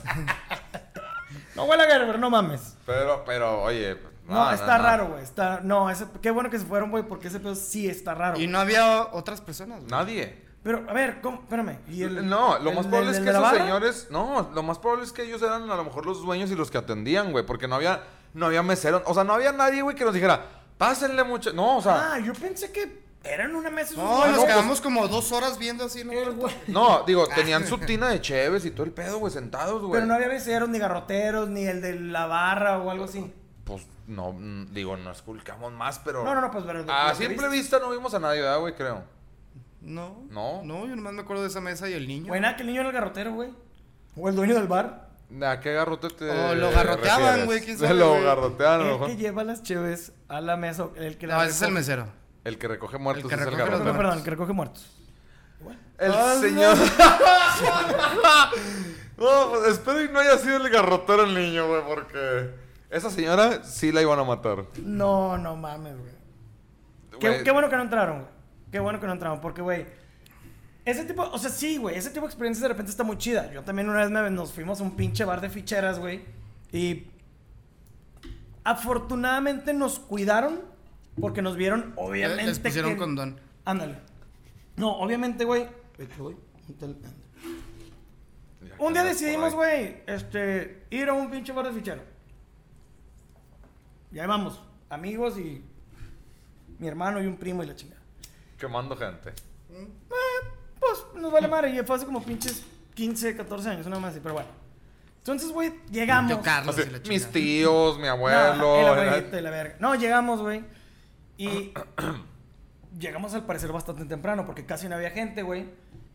Speaker 2: No huele a Gerber, no mames.
Speaker 1: Pero, pero, oye...
Speaker 2: No, está raro, güey. Está... No, ese... qué bueno que se fueron, güey, porque ese pedo sí está raro.
Speaker 3: Y no había otras personas. güey.
Speaker 1: Nadie.
Speaker 2: Pero, a ver, ¿cómo? Espérame. ¿Y el-
Speaker 1: no, lo
Speaker 2: el-
Speaker 1: más
Speaker 2: el-
Speaker 1: probable es
Speaker 2: el de
Speaker 1: que
Speaker 2: la
Speaker 1: esos
Speaker 2: barra?
Speaker 1: señores. No, lo más probable es que ellos eran a lo mejor los dueños y los que atendían, güey. Porque no había, no había mesero. O sea, no había nadie, güey, que nos dijera, pásenle mucho. No, o sea.
Speaker 2: Ah, yo pensé que eran una mesa.
Speaker 3: No,
Speaker 2: esos güeyes.
Speaker 1: no,
Speaker 3: nos
Speaker 1: pues-
Speaker 3: quedamos como dos horas viendo así, ¿no?
Speaker 1: No,
Speaker 2: [LAUGHS]
Speaker 1: digo, tenían su tina de cheves y todo el pedo, güey, sentados, güey.
Speaker 2: Pero no había meseros, ni garroteros, ni el de la barra o algo así.
Speaker 1: Pues no, mm, digo, no esculcamos más, pero.
Speaker 2: No, no, no, pues, pero-
Speaker 1: A
Speaker 2: pero
Speaker 1: simple
Speaker 2: viste.
Speaker 1: vista no vimos a nadie, ¿verdad, güey? Creo.
Speaker 3: No.
Speaker 1: No.
Speaker 3: No, yo nomás me acuerdo de esa mesa y el niño.
Speaker 2: Güey, nada, que el niño era el garrotero, güey. O el dueño del bar.
Speaker 1: ¿A qué garrote te.?
Speaker 3: Oh, lo garroteaban,
Speaker 1: refieres?
Speaker 3: güey, quién sabe,
Speaker 1: [LAUGHS] Lo
Speaker 3: güey.
Speaker 1: garroteaban, Ah, a lo
Speaker 2: El
Speaker 1: mejor.
Speaker 2: que lleva las cheves a la mesa. El que
Speaker 3: No,
Speaker 2: las
Speaker 3: ese es el
Speaker 2: recoge.
Speaker 3: mesero.
Speaker 1: El que recoge muertos
Speaker 3: El que
Speaker 1: es el
Speaker 3: recoge los
Speaker 2: Perdón,
Speaker 1: garrote.
Speaker 3: muertos.
Speaker 2: Perdón, el que recoge muertos.
Speaker 1: El
Speaker 3: Ah,
Speaker 1: señor. [LAUGHS] no, pues, espero y no haya sido el garrotero el niño, güey, porque. Esa señora sí la iban a matar.
Speaker 2: No, no mames, güey. Qué,
Speaker 1: Güey,
Speaker 2: qué bueno que no entraron, güey. Qué bueno que no entraron, porque, güey. Ese tipo, o sea, sí, güey. Ese tipo de experiencias de repente está muy chida. Yo también una vez me- nos fuimos a un pinche bar de ficheras, güey. Y. Afortunadamente nos cuidaron, porque nos vieron, obviamente.
Speaker 3: Eh, Les pusieron
Speaker 2: que-
Speaker 3: condón.
Speaker 2: Ándale. No, obviamente, güey.
Speaker 1: ya
Speaker 2: Un día
Speaker 1: que andas
Speaker 2: decidimos,
Speaker 1: por ahí.
Speaker 2: güey, este, ir a un pinche bar de fichero. Ya vamos, amigos y mi hermano y un primo y la chingada.
Speaker 1: Quemando gente.
Speaker 2: Pues nos vale madre, y fue hace como pinches 15, 14 años, una más así, pero bueno. Entonces, güey, llegamos.
Speaker 3: Yo Carlos
Speaker 1: Así,
Speaker 3: y la chingada.
Speaker 1: mis tíos, mi abuelo.
Speaker 2: Nah, el
Speaker 1: era-
Speaker 2: abuelito y la verga. No, llegamos, güey. Y [CLEARS THROAT] llegamos al parecer bastante temprano porque casi no había gente, güey.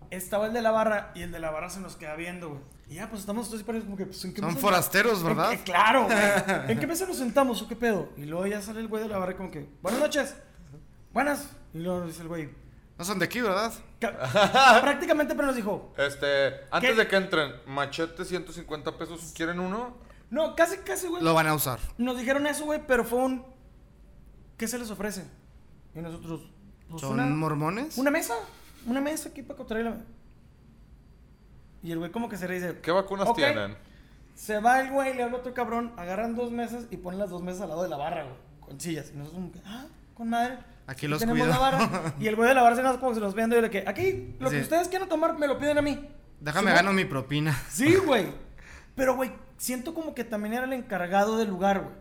Speaker 2: Estaba el de la barra y el de la barra se nos queda viendo, güey. Y ya, pues estamos todos parece como que... pues, ¿en qué
Speaker 3: Son
Speaker 2: mesa-
Speaker 3: forasteros,
Speaker 2: en
Speaker 3: ¿verdad?
Speaker 2: qué- claro,
Speaker 3: [LAUGHS]
Speaker 2: güey. ¿En qué mesa nos sentamos o qué pedo? Y luego ya sale el güey de la barra como que... Buenas noches. Buenas. Y luego dice el güey...
Speaker 3: No son de aquí, ¿verdad? [LAUGHS]
Speaker 2: ca- Prácticamente pero nos dijo...
Speaker 1: Este, antes
Speaker 2: ¿Qué?
Speaker 1: de que entren, machete 150 pesos, ¿quieren uno?
Speaker 2: No, casi, casi, güey.
Speaker 3: Lo van a usar.
Speaker 2: Nos dijeron eso, güey, pero fue un... ¿Qué se les ofrece? Y nosotros... pues,
Speaker 3: ¿Son
Speaker 2: una-
Speaker 3: mormones?
Speaker 2: ¿Una mesa? ¿Una mesa aquí para contraer la... Y el güey como que se le dice...
Speaker 1: ¿Qué vacunas
Speaker 2: "Ok".
Speaker 1: tienen?
Speaker 2: Se va el güey, le habla a otro cabrón, agarran dos mesas y ponen las dos mesas al lado de la barra, güey. Con sillas. Y nosotros como que, ah, con madre.
Speaker 3: Aquí los
Speaker 2: tenemos
Speaker 3: cuido.
Speaker 2: la barra. Y el güey de la barra se nos como que se los viendo y le que, aquí, lo que
Speaker 3: Sí.
Speaker 2: ustedes quieran tomar, me lo piden a mí.
Speaker 3: Déjame
Speaker 2: Simón.
Speaker 3: gano mi propina.
Speaker 2: [LAUGHS] Sí, güey. Pero, güey, siento como que también era el encargado del lugar, güey.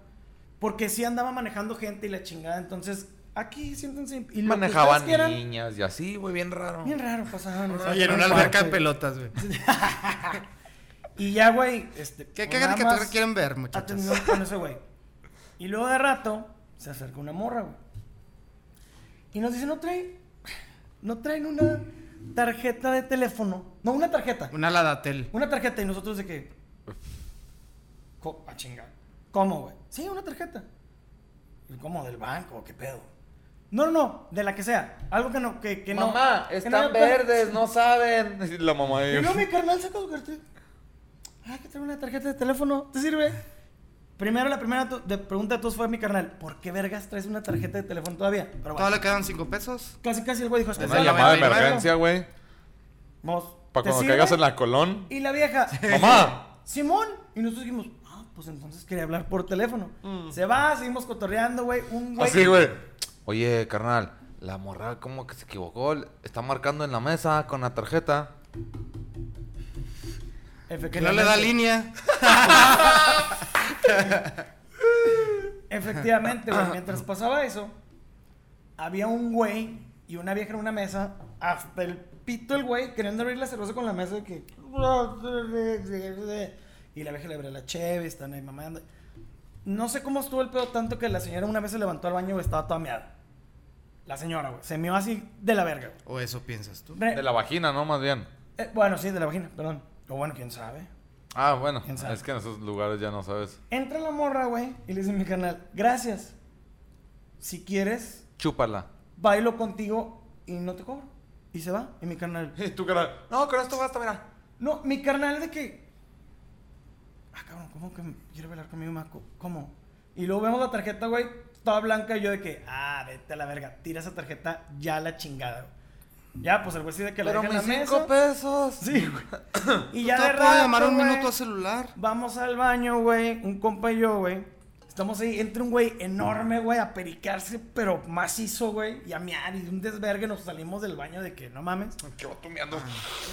Speaker 2: Porque sí andaba manejando gente y la chingada. Entonces, aquí siéntense. Y lo que
Speaker 1: Manejaban
Speaker 2: ustedes quieran.
Speaker 1: niñas y así, güey, bien raro.
Speaker 2: Bien raro pasaban. o sea,
Speaker 3: Oye, en
Speaker 2: por
Speaker 3: una
Speaker 2: un
Speaker 3: alberca de
Speaker 2: parque.
Speaker 3: pelotas, güey.
Speaker 2: Y ya, güey, este.
Speaker 3: ¿Qué,
Speaker 2: pues,
Speaker 3: qué
Speaker 2: nada
Speaker 3: caricatura
Speaker 2: más
Speaker 3: quieren ver, muchachos?
Speaker 2: atendieron con ese güey. Y luego de rato se acerca una morra, güey. Y nos dice, no traen. No traen una tarjeta de teléfono. No, una tarjeta.
Speaker 3: Una ladatel.
Speaker 2: Una tarjeta y nosotros de que. Co- A chingar. ¿Cómo, güey? Sí, una tarjeta. ¿Y ¿Cómo? ¿Del banco? ¿Qué pedo? No, no, no, de la que sea. Algo que no, que, que no. que no- [LAUGHS]
Speaker 1: no saben. Y [LAUGHS] La mamá
Speaker 2: Y
Speaker 1: de
Speaker 2: luego
Speaker 1: ellos.
Speaker 2: mi carnal saca su cartera. Ah, que tengo una tarjeta de teléfono. ¿Te sirve? Primero, la primera tu- de pregunta de todos fue a mi carnal. ¿Por qué vergas traes una tarjeta de teléfono todavía? Pero bueno,
Speaker 3: ¿Todo le quedan cinco pesos?
Speaker 2: casi casi el güey dijo...
Speaker 1: Una
Speaker 2: [LAUGHS]
Speaker 3: Esa es la
Speaker 1: llamada de
Speaker 3: mamá de
Speaker 1: emergencia, güey. Para cuando caigas en la
Speaker 2: [LAUGHS]
Speaker 1: colón.
Speaker 2: Y la vieja...
Speaker 1: ¡Mamá!
Speaker 2: Simón. Y nosotros dijimos, ah, pues entonces quería hablar por teléfono. Se va, seguimos cotorreando, güey. Un güey.
Speaker 1: Así, güey. Oye, carnal, la morra como que se equivocó. Está marcando en la mesa con la tarjeta.
Speaker 3: Que no le da línea.
Speaker 2: Efectivamente, güey. Mientras pasaba eso, había un güey y una vieja en una mesa, hasta el pito el güey, queriendo abrir la cerveza con la mesa de que. Y la vieja le abrió la cheve, están ahí mamando. No sé cómo estuvo el pedo tanto que la señora una vez se levantó al baño y estaba toda meada. La señora, güey. Se meó así de la verga, güey.
Speaker 3: ¿O eso piensas tú?
Speaker 2: Re-
Speaker 1: De la vagina, ¿no? Más bien.
Speaker 2: Eh, bueno, sí, de la vagina, perdón. O bueno, quién sabe.
Speaker 1: Ah, bueno.
Speaker 2: ¿Quién sabe?
Speaker 1: Es que en esos lugares ya no sabes.
Speaker 2: Entra la morra, güey, y le dice a mi canal, gracias. Si quieres,
Speaker 1: Chúpala.
Speaker 2: bailo contigo y no te cobro. Y se va. Y mi carnal.
Speaker 1: Y tú, carnal. No, con esto basta, mira.
Speaker 2: No, mi carnal de que. Ah, cabrón, ¿cómo que quiere bailar conmigo, Maco? ¿Cómo? Y luego vemos la tarjeta, güey, toda blanca. Y yo de que, ah, vete a la verga, tira esa tarjeta ya a la chingada, güey. Ya, pues el güey sí de que la
Speaker 1: Pero
Speaker 2: deja en la
Speaker 1: mis
Speaker 2: mesa.
Speaker 1: cinco pesos.
Speaker 3: [COUGHS]
Speaker 2: Sí, güey. Y
Speaker 3: ¿Tú
Speaker 2: ya
Speaker 3: te
Speaker 2: de
Speaker 3: puedo
Speaker 2: rato,
Speaker 3: llamar un
Speaker 2: güey,
Speaker 3: minuto a celular?
Speaker 2: Vamos al baño, güey. Un compa y yo, güey. Estamos ahí, entra un güey enorme, güey, a pericarse, pero macizo, güey, y a miar, y un desvergue, nos salimos del baño de que no mames.
Speaker 1: ¿Qué va tumeando?
Speaker 2: Ah.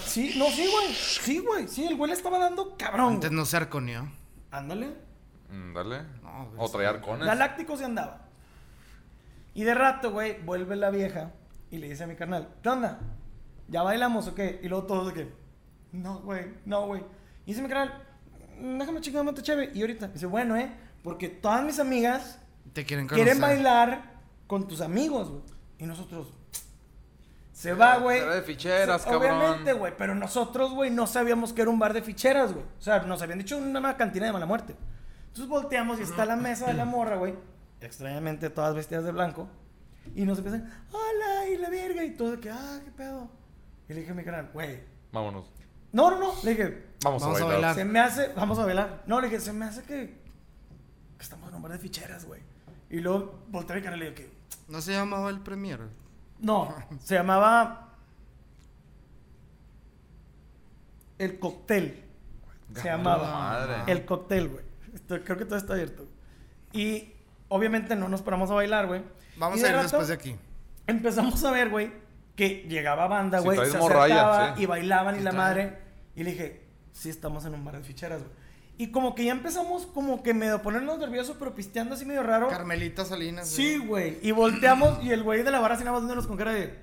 Speaker 2: Sí, no, sí, güey, sí, güey, sí, el güey le estaba dando cabrón.
Speaker 3: Antes
Speaker 2: güey.
Speaker 3: no se arconeó.
Speaker 2: Ándale.
Speaker 1: Mm, Dale.
Speaker 3: No, güey,
Speaker 1: o trae arcones.
Speaker 2: Galáctico se andaba. Y de rato, güey, vuelve la vieja y le dice a mi carnal, ¿qué onda? ¿Ya bailamos o qué? Y luego todos de que, no, güey, no, güey. Y dice mi carnal, "Mm, déjame chingarme otra chévere. Y ahorita, dice, bueno, eh, porque todas mis amigas
Speaker 3: Te quieren conocer.
Speaker 2: quieren bailar con tus amigos, güey. Y nosotros, se va, güey.
Speaker 1: Era de ficheras,
Speaker 2: Se-
Speaker 1: cabrón.
Speaker 2: Obviamente, güey, pero nosotros, güey, no sabíamos que era un bar de ficheras, güey. O sea, nos habían dicho una cantina de mala muerte. Entonces volteamos y está la mesa de la morra, güey. Extrañamente, todas vestidas de blanco. Y nos empiezan, hola, y la verga, y todo, de que, ah, qué pedo. Y le dije a mi canal, güey,
Speaker 1: Vámonos.
Speaker 2: no, no, no. Le dije,
Speaker 1: Vamos,
Speaker 3: Vamos
Speaker 1: a
Speaker 3: a
Speaker 1: bailar.
Speaker 3: bailar.
Speaker 2: se me hace, vamos a velar. No, le dije, se me hace que, que estamos en un bar de ficheras, güey. Y luego volteé a mi canal y le dije,
Speaker 3: No se llamaba el premier.
Speaker 2: no, se llamaba El Cóctel. Se llamaba
Speaker 1: Madre.
Speaker 2: El Cóctel, güey. Esto- Creo que todo está abierto. Y obviamente no nos paramos a bailar, güey.
Speaker 3: Vamos
Speaker 2: Y
Speaker 3: a ir
Speaker 2: rato
Speaker 3: después de aquí.
Speaker 2: Empezamos a ver, güey, que llegaba banda,
Speaker 1: Sí,
Speaker 2: güey,
Speaker 1: traes
Speaker 2: se
Speaker 1: morralla,
Speaker 2: acercaba
Speaker 1: sí.
Speaker 2: y bailaban y
Speaker 3: Sí,
Speaker 2: la
Speaker 3: traes.
Speaker 2: madre. Y le dije, sí, estamos en un bar de ficheras, güey. Y como que ya empezamos como que medio a ponernos nerviosos, pero pisteando así medio raro.
Speaker 3: Carmelita Salinas.
Speaker 2: Sí, güey. Y volteamos y el güey de la barra sin nada más viéndonos con cara de.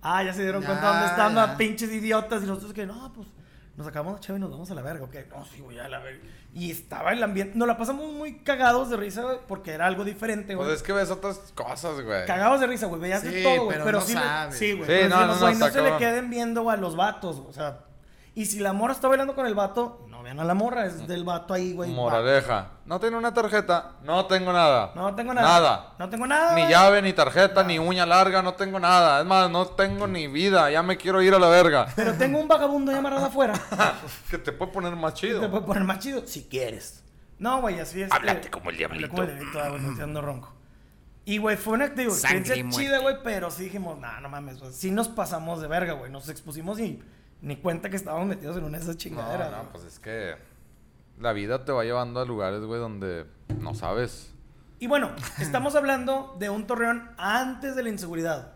Speaker 2: Ah, ya se dieron
Speaker 3: Ya,
Speaker 2: cuenta dónde están
Speaker 3: ya.
Speaker 2: las pinches idiotas. Y nosotros que, no, pues nos acabamos la chave y nos vamos a la verga. Ok, no, sí, güey, a la verga. Y estaba el ambiente. Nos la pasamos muy cagados de risa, güey, porque era algo diferente, güey.
Speaker 1: Pues es que ves otras cosas, güey.
Speaker 2: Cagados de risa, güey. Veías de
Speaker 3: Sí,
Speaker 2: todo, güey.
Speaker 3: pero
Speaker 2: Pero,
Speaker 3: no
Speaker 2: sí, le-
Speaker 3: sabes,
Speaker 2: sí,
Speaker 3: güey.
Speaker 2: güey.
Speaker 1: Sí,
Speaker 2: pero
Speaker 1: no,
Speaker 2: sí,
Speaker 1: no,
Speaker 2: los
Speaker 1: no,
Speaker 2: güey
Speaker 1: está
Speaker 2: se le
Speaker 1: cabrón.
Speaker 2: queden viendo güey, a los vatos, güey, o sea. Y si la morra está bailando con el vato, no vean a la morra, es del vato ahí, güey.
Speaker 1: Moraleja. No tengo una tarjeta. No tengo nada.
Speaker 2: Va. No tengo nada.
Speaker 1: Nada.
Speaker 2: No tengo nada.
Speaker 1: Ni
Speaker 2: güey.
Speaker 1: llave, ni tarjeta, ni uña larga. No tengo nada. Es más, no tengo ni vida. Ya me quiero ir a la verga.
Speaker 2: Pero tengo un vagabundo ya amarrado
Speaker 1: [LAUGHS]
Speaker 2: afuera.
Speaker 1: que te puede poner más chido.
Speaker 2: Te puede poner más chido si quieres. No, güey, así es.
Speaker 5: Háblate
Speaker 2: que-
Speaker 5: como el
Speaker 2: Hablé
Speaker 5: diablito.
Speaker 2: como el diablito, ah, güey, me estoy dando ronco. Y, güey, fue una activo-
Speaker 5: Sangre y
Speaker 2: experiencia
Speaker 5: muerte.
Speaker 2: chida, güey, pero sí dijimos, nah, no mames, güey. Sí nos pasamos de verga, güey. Nos expusimos y ni cuenta que estábamos metidos en una de esas
Speaker 1: No,
Speaker 2: chingaderas.
Speaker 1: no,
Speaker 2: güey.
Speaker 1: pues es que la vida te va llevando a lugares, güey, donde no sabes. [LAUGHS]
Speaker 2: Y bueno, estamos hablando de un torreón antes de la inseguridad.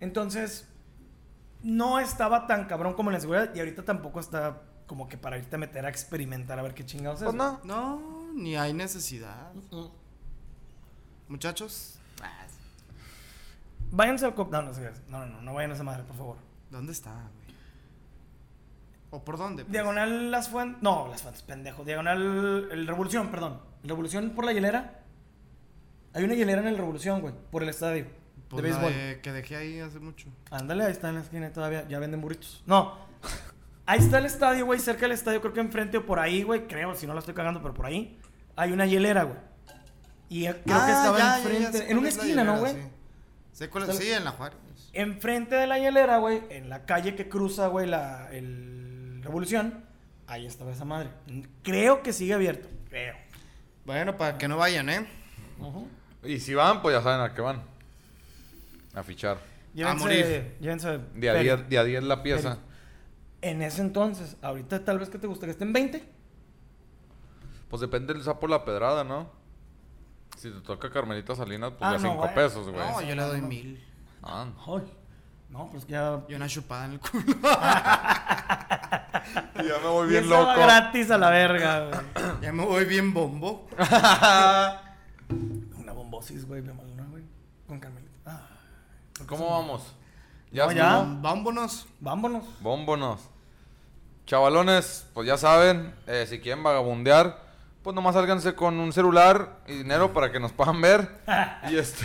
Speaker 2: Entonces, no estaba tan cabrón como la inseguridad y ahorita tampoco está como que para irte a meter a experimentar a ver qué chingados es.
Speaker 1: Pues
Speaker 2: güey.
Speaker 1: no.
Speaker 3: No, ni hay necesidad. Muchachos,
Speaker 2: Váyanse al cop. No, no, no, no, no, no vayan a esa madre, por favor.
Speaker 3: ¿dónde está, güey? ¿O por dónde? pues?
Speaker 2: Diagonal Las Fuentes. No, Las Fuentes, pendejo. Diagonal. El Revolución, perdón. El Revolución por la hielera. Hay una hielera en el Revolución, güey. Por el estadio.
Speaker 3: Pues
Speaker 2: de
Speaker 3: la
Speaker 2: béisbol.
Speaker 3: de- que dejé ahí hace mucho.
Speaker 2: Ándale, ahí está en la esquina todavía. Ya venden burritos. No. Ahí está el estadio, güey. Cerca del estadio, creo que enfrente o por ahí, güey. Creo, si no la estoy cagando, pero por ahí. Hay una hielera, güey. Y eh, creo que
Speaker 3: Ah,
Speaker 2: estaba
Speaker 3: ya, ya, ya
Speaker 2: enfrente.
Speaker 3: sé
Speaker 2: en
Speaker 3: cuál
Speaker 2: una
Speaker 3: es la
Speaker 2: esquina, ¿no,
Speaker 3: hielera,
Speaker 2: güey?
Speaker 3: Sí, Sé cuál es-
Speaker 2: Está-
Speaker 3: sí, en la Juárez.
Speaker 2: Enfrente de la hielera, güey, en la calle que cruza, güey, la el Revolución, ahí estaba esa madre. Creo que sigue abierto. Creo.
Speaker 3: Bueno, para que no vayan, ¿eh?
Speaker 1: Y si van, pues ya saben a qué van. A fichar.
Speaker 2: Llévense,
Speaker 3: morir.
Speaker 2: llévense
Speaker 1: De a
Speaker 2: feria.
Speaker 1: 10 de a 10 la pieza.
Speaker 2: En ese entonces, ahorita tal vez que te gusta que estén 20.
Speaker 1: Pues depende del sapo la pedrada, ¿no? Si te toca Carmelita Salinas, pues
Speaker 2: Ah,
Speaker 1: ya
Speaker 2: no,
Speaker 1: 5
Speaker 2: güey.
Speaker 1: pesos, güey.
Speaker 3: No, yo le doy mil.
Speaker 1: Ah,
Speaker 2: Ay, no, pues que ya.
Speaker 3: Y una chupada en el culo.
Speaker 1: y ya me voy
Speaker 2: Y
Speaker 1: bien
Speaker 2: eso va
Speaker 1: loco.
Speaker 2: gratis a la verga, güey.
Speaker 3: [LAUGHS] ya me voy bien bombo.
Speaker 2: Una bombosis, güey, me una, güey. Con Carmelita. Ah,
Speaker 1: ¿Cómo vamos? Ya,
Speaker 2: No,
Speaker 1: estuvo?
Speaker 2: ya.
Speaker 3: Vámonos.
Speaker 2: vámonos.
Speaker 1: Bombonos. Chavalones, pues ya saben, eh, si quieren vagabundear, pues nomás sálganse con un celular y dinero para que nos puedan
Speaker 2: [LAUGHS]
Speaker 1: ver. Y este,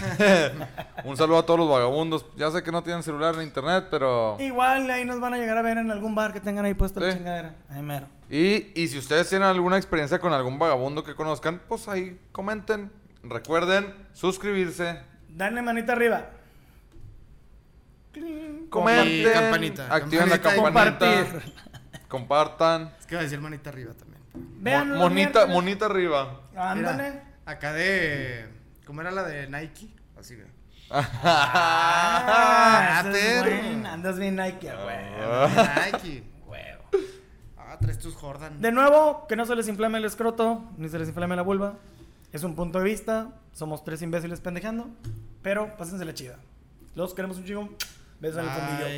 Speaker 1: [LAUGHS] un saludo a todos los vagabundos. Ya sé que no tienen celular ni internet, pero...
Speaker 2: Igual ahí nos van a llegar a ver en algún bar que tengan ahí puesta la
Speaker 1: Sí.
Speaker 2: chingadera. Ahí mero.
Speaker 1: Y, y si ustedes tienen alguna experiencia con algún vagabundo que conozcan, pues ahí comenten. Recuerden suscribirse,
Speaker 2: Dale manita arriba.
Speaker 1: comenten,
Speaker 3: Y campanita,
Speaker 1: activen la
Speaker 3: campanita
Speaker 2: y
Speaker 1: campanita, compartan.
Speaker 3: Es que va a decir manita arriba también.
Speaker 2: Vean.
Speaker 1: Mon-
Speaker 2: los
Speaker 1: monita,
Speaker 2: miércoles.
Speaker 1: monita arriba.
Speaker 3: Mira,
Speaker 2: Ándale.
Speaker 3: acá de. ¿Cómo era la de Nike? Así, güey.
Speaker 1: 아,
Speaker 2: Ah, ese es
Speaker 3: Ater.
Speaker 2: buen. Andas bien Nike, güey.
Speaker 3: La de Nike. Ah, traes tus Jordan.
Speaker 2: De nuevo, que no se les inflame el escroto, ni se les inflame la vulva. Es un punto de vista. Somos tres imbéciles pendejando. Pero pásensela chida. Los queremos un chingo. Besos en el
Speaker 3: Bye.
Speaker 2: fundillo.